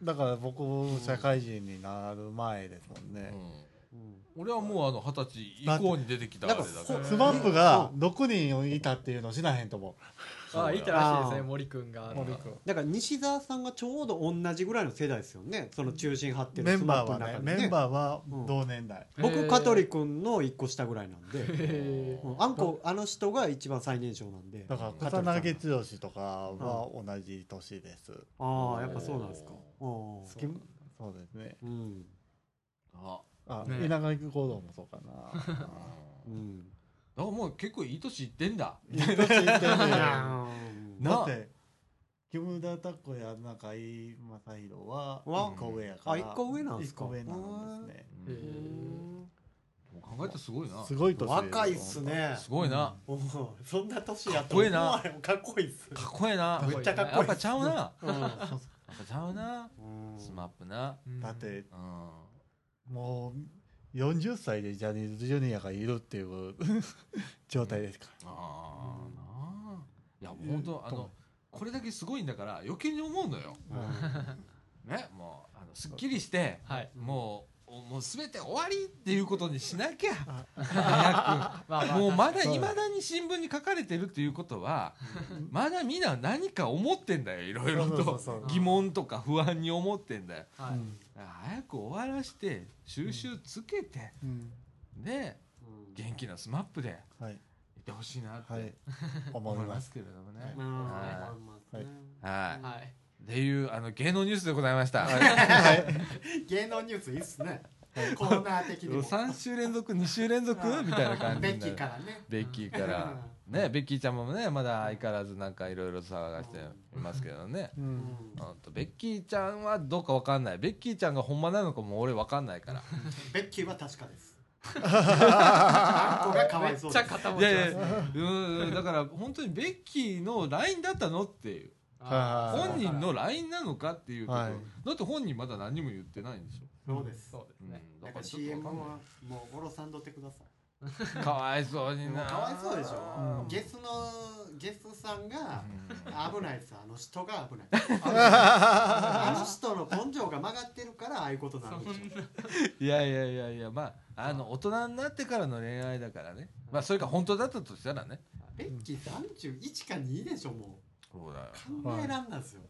[SPEAKER 2] だから僕社会人になる前ですもん
[SPEAKER 1] う
[SPEAKER 2] ね、
[SPEAKER 3] うん
[SPEAKER 1] ん、俺はもうあの二十歳以降に出てきたあれだ
[SPEAKER 3] だっ
[SPEAKER 1] か
[SPEAKER 3] て
[SPEAKER 1] ら
[SPEAKER 3] なんか
[SPEAKER 2] スマップが6人いたっていうの知らへんと思
[SPEAKER 4] あいたらしいですね
[SPEAKER 3] あー
[SPEAKER 4] 森くんが
[SPEAKER 2] う、森
[SPEAKER 4] なんか
[SPEAKER 2] 君
[SPEAKER 3] だから西澤さんがちょうど同じぐらいの世代ですよねその中心張ってる
[SPEAKER 2] メンバー
[SPEAKER 3] スマ
[SPEAKER 2] は
[SPEAKER 3] ップ
[SPEAKER 2] ね
[SPEAKER 3] の中でね
[SPEAKER 2] メンバーは同年代、
[SPEAKER 4] へ
[SPEAKER 3] 僕
[SPEAKER 4] ー
[SPEAKER 3] 香取君の一個下ぐらいなんで
[SPEAKER 4] へ
[SPEAKER 3] うんあんこあの人が一番最年少なんで
[SPEAKER 2] だから
[SPEAKER 3] 香取さん
[SPEAKER 2] 刀毛剛とかは同じ年です、
[SPEAKER 3] ああやっぱそうなんですか
[SPEAKER 4] ー
[SPEAKER 3] う
[SPEAKER 2] きそうですね
[SPEAKER 3] んうん
[SPEAKER 1] あ
[SPEAKER 2] あ、
[SPEAKER 4] ね
[SPEAKER 2] 稲垣吾郎もそうかな
[SPEAKER 1] うん
[SPEAKER 3] うん
[SPEAKER 1] だからもう結構いい年いってんだ
[SPEAKER 2] い い年いってんねんだ
[SPEAKER 1] な
[SPEAKER 2] って木村拓哉や中井正宏は
[SPEAKER 3] は
[SPEAKER 2] 1個上やから
[SPEAKER 3] あ一個上なんですか
[SPEAKER 2] 一個上なんですね
[SPEAKER 1] う
[SPEAKER 4] へ
[SPEAKER 1] ん
[SPEAKER 4] ー
[SPEAKER 1] 考えたらすごいな
[SPEAKER 2] すごい年
[SPEAKER 3] 若いっすね
[SPEAKER 1] すごいな、
[SPEAKER 3] おうそんな年や
[SPEAKER 1] かっこいいな
[SPEAKER 3] れもかっこいいっす
[SPEAKER 1] かっこええな
[SPEAKER 4] かっ
[SPEAKER 3] めっちゃかっ
[SPEAKER 1] や
[SPEAKER 3] こい
[SPEAKER 1] っ
[SPEAKER 3] い
[SPEAKER 1] ぱ
[SPEAKER 3] っす
[SPEAKER 1] ちゃうなや
[SPEAKER 3] うん
[SPEAKER 1] っぱちゃうな
[SPEAKER 3] うん
[SPEAKER 1] スマップな
[SPEAKER 4] うん
[SPEAKER 2] だって
[SPEAKER 1] うん
[SPEAKER 2] もう40歳でジャニーズジュニアがいるっていう状態ですか
[SPEAKER 1] ああなあいや
[SPEAKER 2] うん
[SPEAKER 1] 本当あのこれだけすごいんだから余計に思うのよ
[SPEAKER 2] ら、
[SPEAKER 1] ねもうあのすっきりして
[SPEAKER 4] はい
[SPEAKER 1] もうおもう全て終わりっていうことにしなきゃ
[SPEAKER 2] あ
[SPEAKER 1] 早
[SPEAKER 4] まあ
[SPEAKER 1] く
[SPEAKER 4] まあ
[SPEAKER 1] もうまだ
[SPEAKER 2] そう
[SPEAKER 1] いまだに新聞に書かれてるっていうことはまだみんな何か思ってんだよいろいろ
[SPEAKER 2] そうそ
[SPEAKER 1] と
[SPEAKER 2] うそう
[SPEAKER 4] そう
[SPEAKER 1] 疑問とか不安に思ってんだよ
[SPEAKER 4] はい
[SPEAKER 1] 早く終わらして収集つけて、
[SPEAKER 2] うん
[SPEAKER 1] で元気なスマップで
[SPEAKER 2] はい
[SPEAKER 1] いてほしいなって、
[SPEAKER 2] はい思
[SPEAKER 1] 思
[SPEAKER 2] い
[SPEAKER 1] いま
[SPEAKER 2] ます
[SPEAKER 1] すけれどもね
[SPEAKER 2] はい。
[SPEAKER 3] うん
[SPEAKER 1] は
[SPEAKER 2] はい
[SPEAKER 1] はいい、っていうあの芸能ニュースでございました。
[SPEAKER 3] 芸能ニュースいいっすねコーナー的にも
[SPEAKER 1] 三週連続、二週連続みたいな感じ
[SPEAKER 3] ベ
[SPEAKER 1] にな
[SPEAKER 3] ッキー
[SPEAKER 1] る
[SPEAKER 3] か。らね
[SPEAKER 1] ベッキーから。ね、ベッキーちゃんもね、まだ相変わらずなんかいろいろ騒がしていますけどね。
[SPEAKER 2] う
[SPEAKER 3] うんん
[SPEAKER 1] うんとベッキーちゃんはどうかわかんない。ベッキーちゃんがほんまなのかも俺わかんないから。
[SPEAKER 3] ベッキーは確かですあんこがかわ
[SPEAKER 4] め
[SPEAKER 3] い
[SPEAKER 4] っ
[SPEAKER 3] そう
[SPEAKER 4] ちゃ肩持
[SPEAKER 1] い
[SPEAKER 4] ちま
[SPEAKER 1] や
[SPEAKER 4] す
[SPEAKER 1] いや、
[SPEAKER 4] ね
[SPEAKER 1] うん、だから本当にベッキーの LINE だったのっていう。
[SPEAKER 4] あー
[SPEAKER 1] 本人の LINE なのかっていうところ、
[SPEAKER 2] はい
[SPEAKER 1] だって本人まだ何も言ってないんでしょ、
[SPEAKER 3] そうです
[SPEAKER 4] そうです
[SPEAKER 1] う
[SPEAKER 4] ね
[SPEAKER 1] ん、
[SPEAKER 3] だ
[SPEAKER 1] だから
[SPEAKER 3] か
[SPEAKER 1] らちょっと
[SPEAKER 3] CM は
[SPEAKER 1] わか
[SPEAKER 3] もうおろさんどってください
[SPEAKER 1] んないかわいそうに
[SPEAKER 3] も
[SPEAKER 1] な
[SPEAKER 3] うかわいそうでし
[SPEAKER 2] う
[SPEAKER 3] ょ
[SPEAKER 2] ん
[SPEAKER 3] ゲスのゲスさんが
[SPEAKER 1] う
[SPEAKER 3] 危ないですあの人が危ないあの人の根性が曲がってるからああいうことなんでしょ
[SPEAKER 1] んいやいやいやいやまああの大人になってからの恋愛だからねまあそれが本当だったとしたらね
[SPEAKER 3] ベッキー31か2でしょも
[SPEAKER 1] そうだよ
[SPEAKER 3] う考えらんなんですよ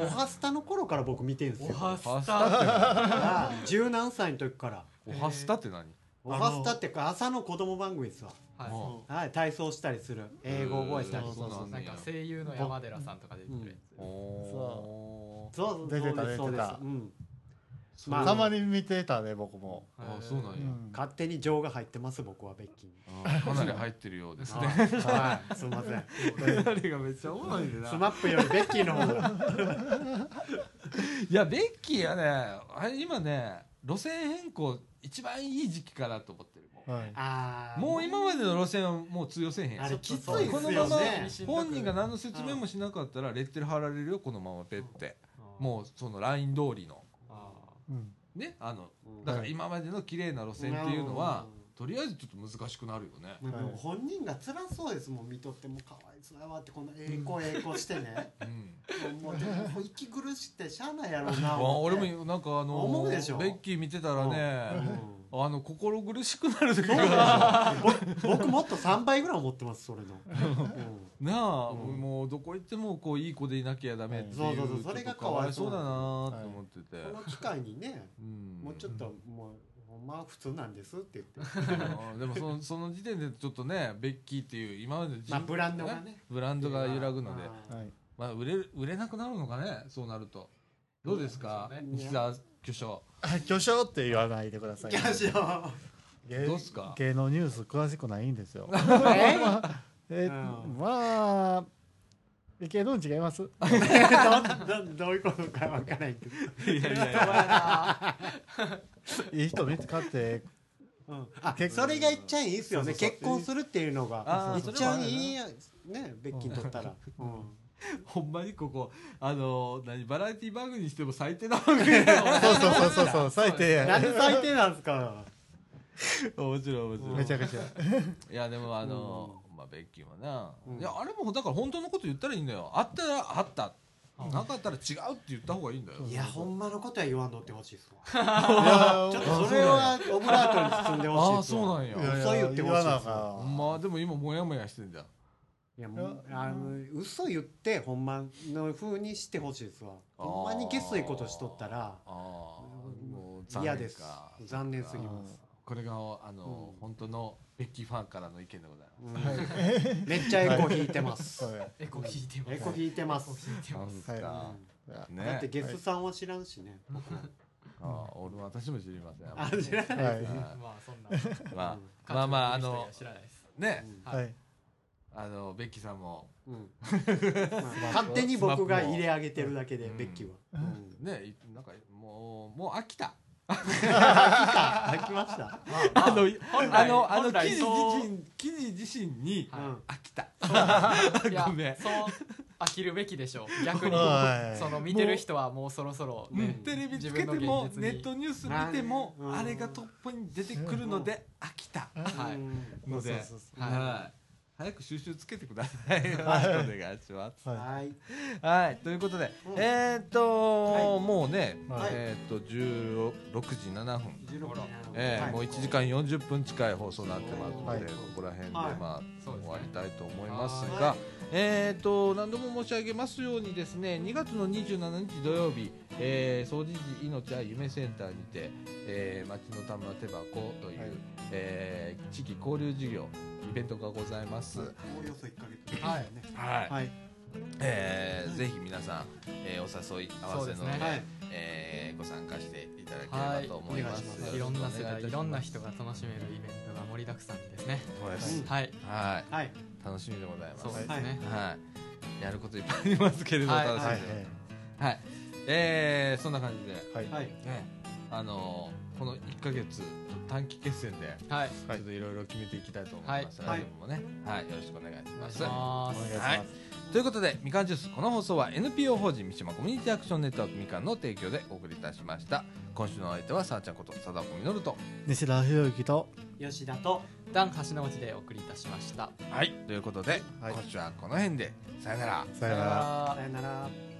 [SPEAKER 3] おはスタの頃から僕見てんす
[SPEAKER 4] お
[SPEAKER 3] よ
[SPEAKER 4] は
[SPEAKER 1] おは
[SPEAKER 4] ス
[SPEAKER 1] ス
[SPEAKER 4] タ
[SPEAKER 1] タって何
[SPEAKER 3] ああ十何歳の時から
[SPEAKER 1] おはスタって何
[SPEAKER 3] おはスタってか朝の子供番組ですわ
[SPEAKER 4] はい
[SPEAKER 1] も
[SPEAKER 3] はい体操したりする英語覚えしたり
[SPEAKER 1] う
[SPEAKER 3] す
[SPEAKER 1] んそ
[SPEAKER 3] る
[SPEAKER 1] うそうそう
[SPEAKER 4] なんか声優の山寺さんとか出てくるやつ、
[SPEAKER 1] おー
[SPEAKER 3] そうそう
[SPEAKER 2] 出てた
[SPEAKER 3] そうですそう
[SPEAKER 2] 出て
[SPEAKER 3] です
[SPEAKER 2] た
[SPEAKER 3] うん
[SPEAKER 1] そう
[SPEAKER 3] まあ
[SPEAKER 2] たまに見てたね僕も、
[SPEAKER 1] あそうなんや
[SPEAKER 2] う、ん
[SPEAKER 3] 勝手に情が入ってます僕はベッキーに
[SPEAKER 1] あかなり入ってるようですね
[SPEAKER 3] はいすいません
[SPEAKER 1] かなりがめっちゃおもろいね
[SPEAKER 3] スマップよりベッキーの方 が
[SPEAKER 1] いやベッキーはねあれ今ね路線変更一番いい時期かなと思ってるもう
[SPEAKER 2] はい
[SPEAKER 3] あー
[SPEAKER 1] もう今までの路線はもう通用せえへんやん
[SPEAKER 3] あれ
[SPEAKER 4] ちょ
[SPEAKER 3] き
[SPEAKER 4] っ
[SPEAKER 3] つ
[SPEAKER 4] と
[SPEAKER 3] いっ
[SPEAKER 1] このま
[SPEAKER 3] すよ
[SPEAKER 1] ま
[SPEAKER 3] ね
[SPEAKER 1] 本人が何の説明もしなかったらレッテル貼られるよこのままペって
[SPEAKER 4] うん
[SPEAKER 1] もうそのライン通りの
[SPEAKER 4] あ
[SPEAKER 2] うん
[SPEAKER 1] ねあの
[SPEAKER 3] うん
[SPEAKER 1] だから今までの綺麗な路線っていうのはとりあえずちょっと難しくなるよね
[SPEAKER 3] うんでも本人が辛そうですもん見とってもうかわいそうやわってこの栄光栄光してね
[SPEAKER 1] うん
[SPEAKER 3] もうでも息苦しってしゃあないやろうな
[SPEAKER 1] あ
[SPEAKER 3] 思っ
[SPEAKER 1] 俺
[SPEAKER 3] て
[SPEAKER 1] もなんかあの
[SPEAKER 3] 思う
[SPEAKER 1] ベ
[SPEAKER 3] でしょ
[SPEAKER 1] ッキー見てたら
[SPEAKER 3] うん
[SPEAKER 1] ねあの心苦しくなる時
[SPEAKER 3] そう
[SPEAKER 1] が
[SPEAKER 3] でしょぼ僕もっと3倍ぐらい思ってますそ れの、うん
[SPEAKER 1] なあ
[SPEAKER 3] うん
[SPEAKER 1] もうどこ行ってもこういい子でいなきゃダメって
[SPEAKER 3] はいいそうそう
[SPEAKER 1] う
[SPEAKER 3] そうそれが
[SPEAKER 1] ちょっとかわいそうだな
[SPEAKER 2] かわ
[SPEAKER 1] と
[SPEAKER 2] いそう
[SPEAKER 1] 思ってて
[SPEAKER 3] この機会にね
[SPEAKER 1] うん
[SPEAKER 3] もうちょっともうほんまは普通なんですって言って
[SPEAKER 1] うんでもそ のその時点でちょっとねベッキーっていう今まで人
[SPEAKER 3] まあブランドがね
[SPEAKER 1] ブランドが揺らぐので
[SPEAKER 3] あー
[SPEAKER 2] はい
[SPEAKER 1] まあ売れる売れなくなるのかねそうなるとどうですか
[SPEAKER 4] そうですよね
[SPEAKER 1] 西澤巨匠
[SPEAKER 2] 巨匠って言わないでください
[SPEAKER 3] キャシオ
[SPEAKER 2] 芸
[SPEAKER 1] どうっすか
[SPEAKER 2] 芸能ニュース詳しくないんですよえ
[SPEAKER 3] うん
[SPEAKER 2] まあ芸能違います
[SPEAKER 3] どどどういうことかわからないけど、
[SPEAKER 2] いい人見つかって
[SPEAKER 3] うん、あそれがいっちゃいいですよ
[SPEAKER 2] そ
[SPEAKER 3] ね
[SPEAKER 2] うそうそう
[SPEAKER 3] 結婚するっていうのが
[SPEAKER 1] あー
[SPEAKER 3] いっちゃいいやねベッキーにとったら、うん
[SPEAKER 1] ほんまにここあの何バラエティ番組にしても最低な番 組面
[SPEAKER 2] そうそうそうそうそう最低
[SPEAKER 3] なんで最低なんですか
[SPEAKER 1] 白い面白い
[SPEAKER 2] めちゃくちゃ
[SPEAKER 1] いやでもあの、まあベッキーはな、
[SPEAKER 3] うん
[SPEAKER 1] いやあれもだから本当のこと言ったらいいんだよあったらあった、
[SPEAKER 4] うん
[SPEAKER 1] なかったら違うって言った方がいいんだよ、
[SPEAKER 3] いやほんまのことは言わんのってほしいっすわ
[SPEAKER 2] いや
[SPEAKER 3] ちょっとそれはオブラートに包んでほしいっすわ
[SPEAKER 1] あーそうなんや
[SPEAKER 3] 嘘言ってほしいっ
[SPEAKER 2] 言わ
[SPEAKER 3] す
[SPEAKER 2] なあ
[SPEAKER 3] わ
[SPEAKER 2] かんわ
[SPEAKER 1] まあでも今モヤモヤしてんじゃん
[SPEAKER 3] いやもうあの嘘言ってほんまの風にしてほしいですわ
[SPEAKER 1] あー
[SPEAKER 3] ほんまに決水ことしとったら
[SPEAKER 1] ああもう
[SPEAKER 3] 嫌です残念
[SPEAKER 1] そ
[SPEAKER 3] すぎ
[SPEAKER 1] っか
[SPEAKER 3] ます、
[SPEAKER 1] これがあの、
[SPEAKER 3] うん
[SPEAKER 1] 本当のベッキーファンからの意見でございま
[SPEAKER 3] うんめっちゃエコ引いてます
[SPEAKER 2] そうね
[SPEAKER 4] エコ引いてます
[SPEAKER 3] エコ引いてます
[SPEAKER 4] エコ引いてます
[SPEAKER 1] すなんか
[SPEAKER 2] はい
[SPEAKER 1] ね
[SPEAKER 3] だってゲスさんは知らんしね、
[SPEAKER 1] ああ俺も私も知りません
[SPEAKER 3] あ知らない、
[SPEAKER 2] はい
[SPEAKER 4] まあそんな
[SPEAKER 1] ま
[SPEAKER 3] う
[SPEAKER 1] あ
[SPEAKER 3] ん
[SPEAKER 1] まあまああの
[SPEAKER 4] 知らないです
[SPEAKER 1] ね
[SPEAKER 2] は
[SPEAKER 4] はい
[SPEAKER 1] あのベッキーさんも
[SPEAKER 3] うんまあ勝手に僕が入れ上げてるだけで、
[SPEAKER 1] うん
[SPEAKER 3] ベッキーは、
[SPEAKER 2] ん
[SPEAKER 3] うん
[SPEAKER 1] ねいなんかもうもう飽きた
[SPEAKER 3] 飽きました、
[SPEAKER 1] あの
[SPEAKER 4] 本来
[SPEAKER 1] あのあの記
[SPEAKER 4] 本来
[SPEAKER 1] 事
[SPEAKER 4] そう
[SPEAKER 1] 自身記事自身に
[SPEAKER 4] はい
[SPEAKER 3] うん
[SPEAKER 1] 飽きた
[SPEAKER 4] いや
[SPEAKER 1] ごめん
[SPEAKER 4] そう飽きるべきでしょう逆に
[SPEAKER 2] はい
[SPEAKER 4] その見てる人はもうそろそろ
[SPEAKER 3] うん
[SPEAKER 4] ね
[SPEAKER 1] テレビつけて
[SPEAKER 4] 自分の
[SPEAKER 1] も
[SPEAKER 4] 現実
[SPEAKER 1] ネ
[SPEAKER 4] に
[SPEAKER 1] ットニュース見ても
[SPEAKER 3] うん
[SPEAKER 1] あれがトップに出てくるので飽きた
[SPEAKER 4] はい
[SPEAKER 3] うん
[SPEAKER 1] ので
[SPEAKER 2] そうそうそ
[SPEAKER 4] はい
[SPEAKER 1] はい早く収集つけてくださ いよろしくお願いします
[SPEAKER 2] うは
[SPEAKER 3] はい
[SPEAKER 1] はい、ということで、
[SPEAKER 3] うん
[SPEAKER 1] えーっと、
[SPEAKER 3] はい
[SPEAKER 1] もうね、
[SPEAKER 2] はい
[SPEAKER 1] えーっと16時7分、
[SPEAKER 3] 16
[SPEAKER 4] ほら
[SPEAKER 1] えー
[SPEAKER 3] はい
[SPEAKER 1] もう1時間40分近い放送になってますので、
[SPEAKER 2] は
[SPEAKER 1] こ
[SPEAKER 2] い
[SPEAKER 1] こら辺で、
[SPEAKER 3] はい
[SPEAKER 1] まあ
[SPEAKER 4] そうです
[SPEAKER 1] 終
[SPEAKER 4] ね
[SPEAKER 1] わりたいと思いますが、
[SPEAKER 3] はい
[SPEAKER 1] えーっと何度も申し上げますようにですね、2月の27日土曜日、えー、総除時命は夢センターにて、えー、町の玉手箱という、
[SPEAKER 2] はい
[SPEAKER 1] えー地域交流事業イベントがございます。
[SPEAKER 3] おおよそ1ヶ月
[SPEAKER 4] はい
[SPEAKER 3] ね
[SPEAKER 1] はい
[SPEAKER 3] はい
[SPEAKER 1] えーぜひ皆さん、えーお誘い合わせの
[SPEAKER 4] そうですね
[SPEAKER 1] で
[SPEAKER 3] はい
[SPEAKER 1] えーご参加していただ
[SPEAKER 4] は
[SPEAKER 1] ければと思います。
[SPEAKER 3] お願
[SPEAKER 1] よ
[SPEAKER 4] い
[SPEAKER 1] ろ
[SPEAKER 4] ろ
[SPEAKER 1] しく
[SPEAKER 4] ん
[SPEAKER 1] お願
[SPEAKER 4] な
[SPEAKER 1] いたします
[SPEAKER 4] い世代いろんな人が楽しめるイベントが盛りだくさんですね
[SPEAKER 1] そうです
[SPEAKER 3] うん
[SPEAKER 4] はい
[SPEAKER 1] はい、
[SPEAKER 3] はい
[SPEAKER 1] 楽しみでございます。
[SPEAKER 4] そうです
[SPEAKER 1] は
[SPEAKER 4] ね
[SPEAKER 3] はい
[SPEAKER 1] い、やることいっぱいありますけれど、
[SPEAKER 4] はい
[SPEAKER 1] 楽し
[SPEAKER 2] い
[SPEAKER 1] みで
[SPEAKER 2] は
[SPEAKER 1] はいい、えーそんな感じで、
[SPEAKER 2] はい
[SPEAKER 3] はい
[SPEAKER 1] ねあのーこの一ヶ月短期決戦で
[SPEAKER 4] はい
[SPEAKER 1] ちょっといろいろ決めていきたいと思います。
[SPEAKER 3] はい
[SPEAKER 1] 来年もね、はい、よろしくお願いし
[SPEAKER 4] お願
[SPEAKER 1] ま
[SPEAKER 4] いし
[SPEAKER 1] す。
[SPEAKER 2] お
[SPEAKER 4] ま
[SPEAKER 2] 願いし
[SPEAKER 4] す
[SPEAKER 2] ます
[SPEAKER 1] はいということでみかんジュースこの放送は NPO 法人三島コミュニティアクションネットワークみかんの提供でお送りいたしました今週のお相手はさあちゃんこと貞子実と
[SPEAKER 2] 西田博之と
[SPEAKER 3] 吉田と
[SPEAKER 4] ダン橋の字でお送りいたしました
[SPEAKER 1] はいということで、
[SPEAKER 2] はい
[SPEAKER 1] 今週はこの辺でさよなら
[SPEAKER 2] さよなら
[SPEAKER 3] さよなら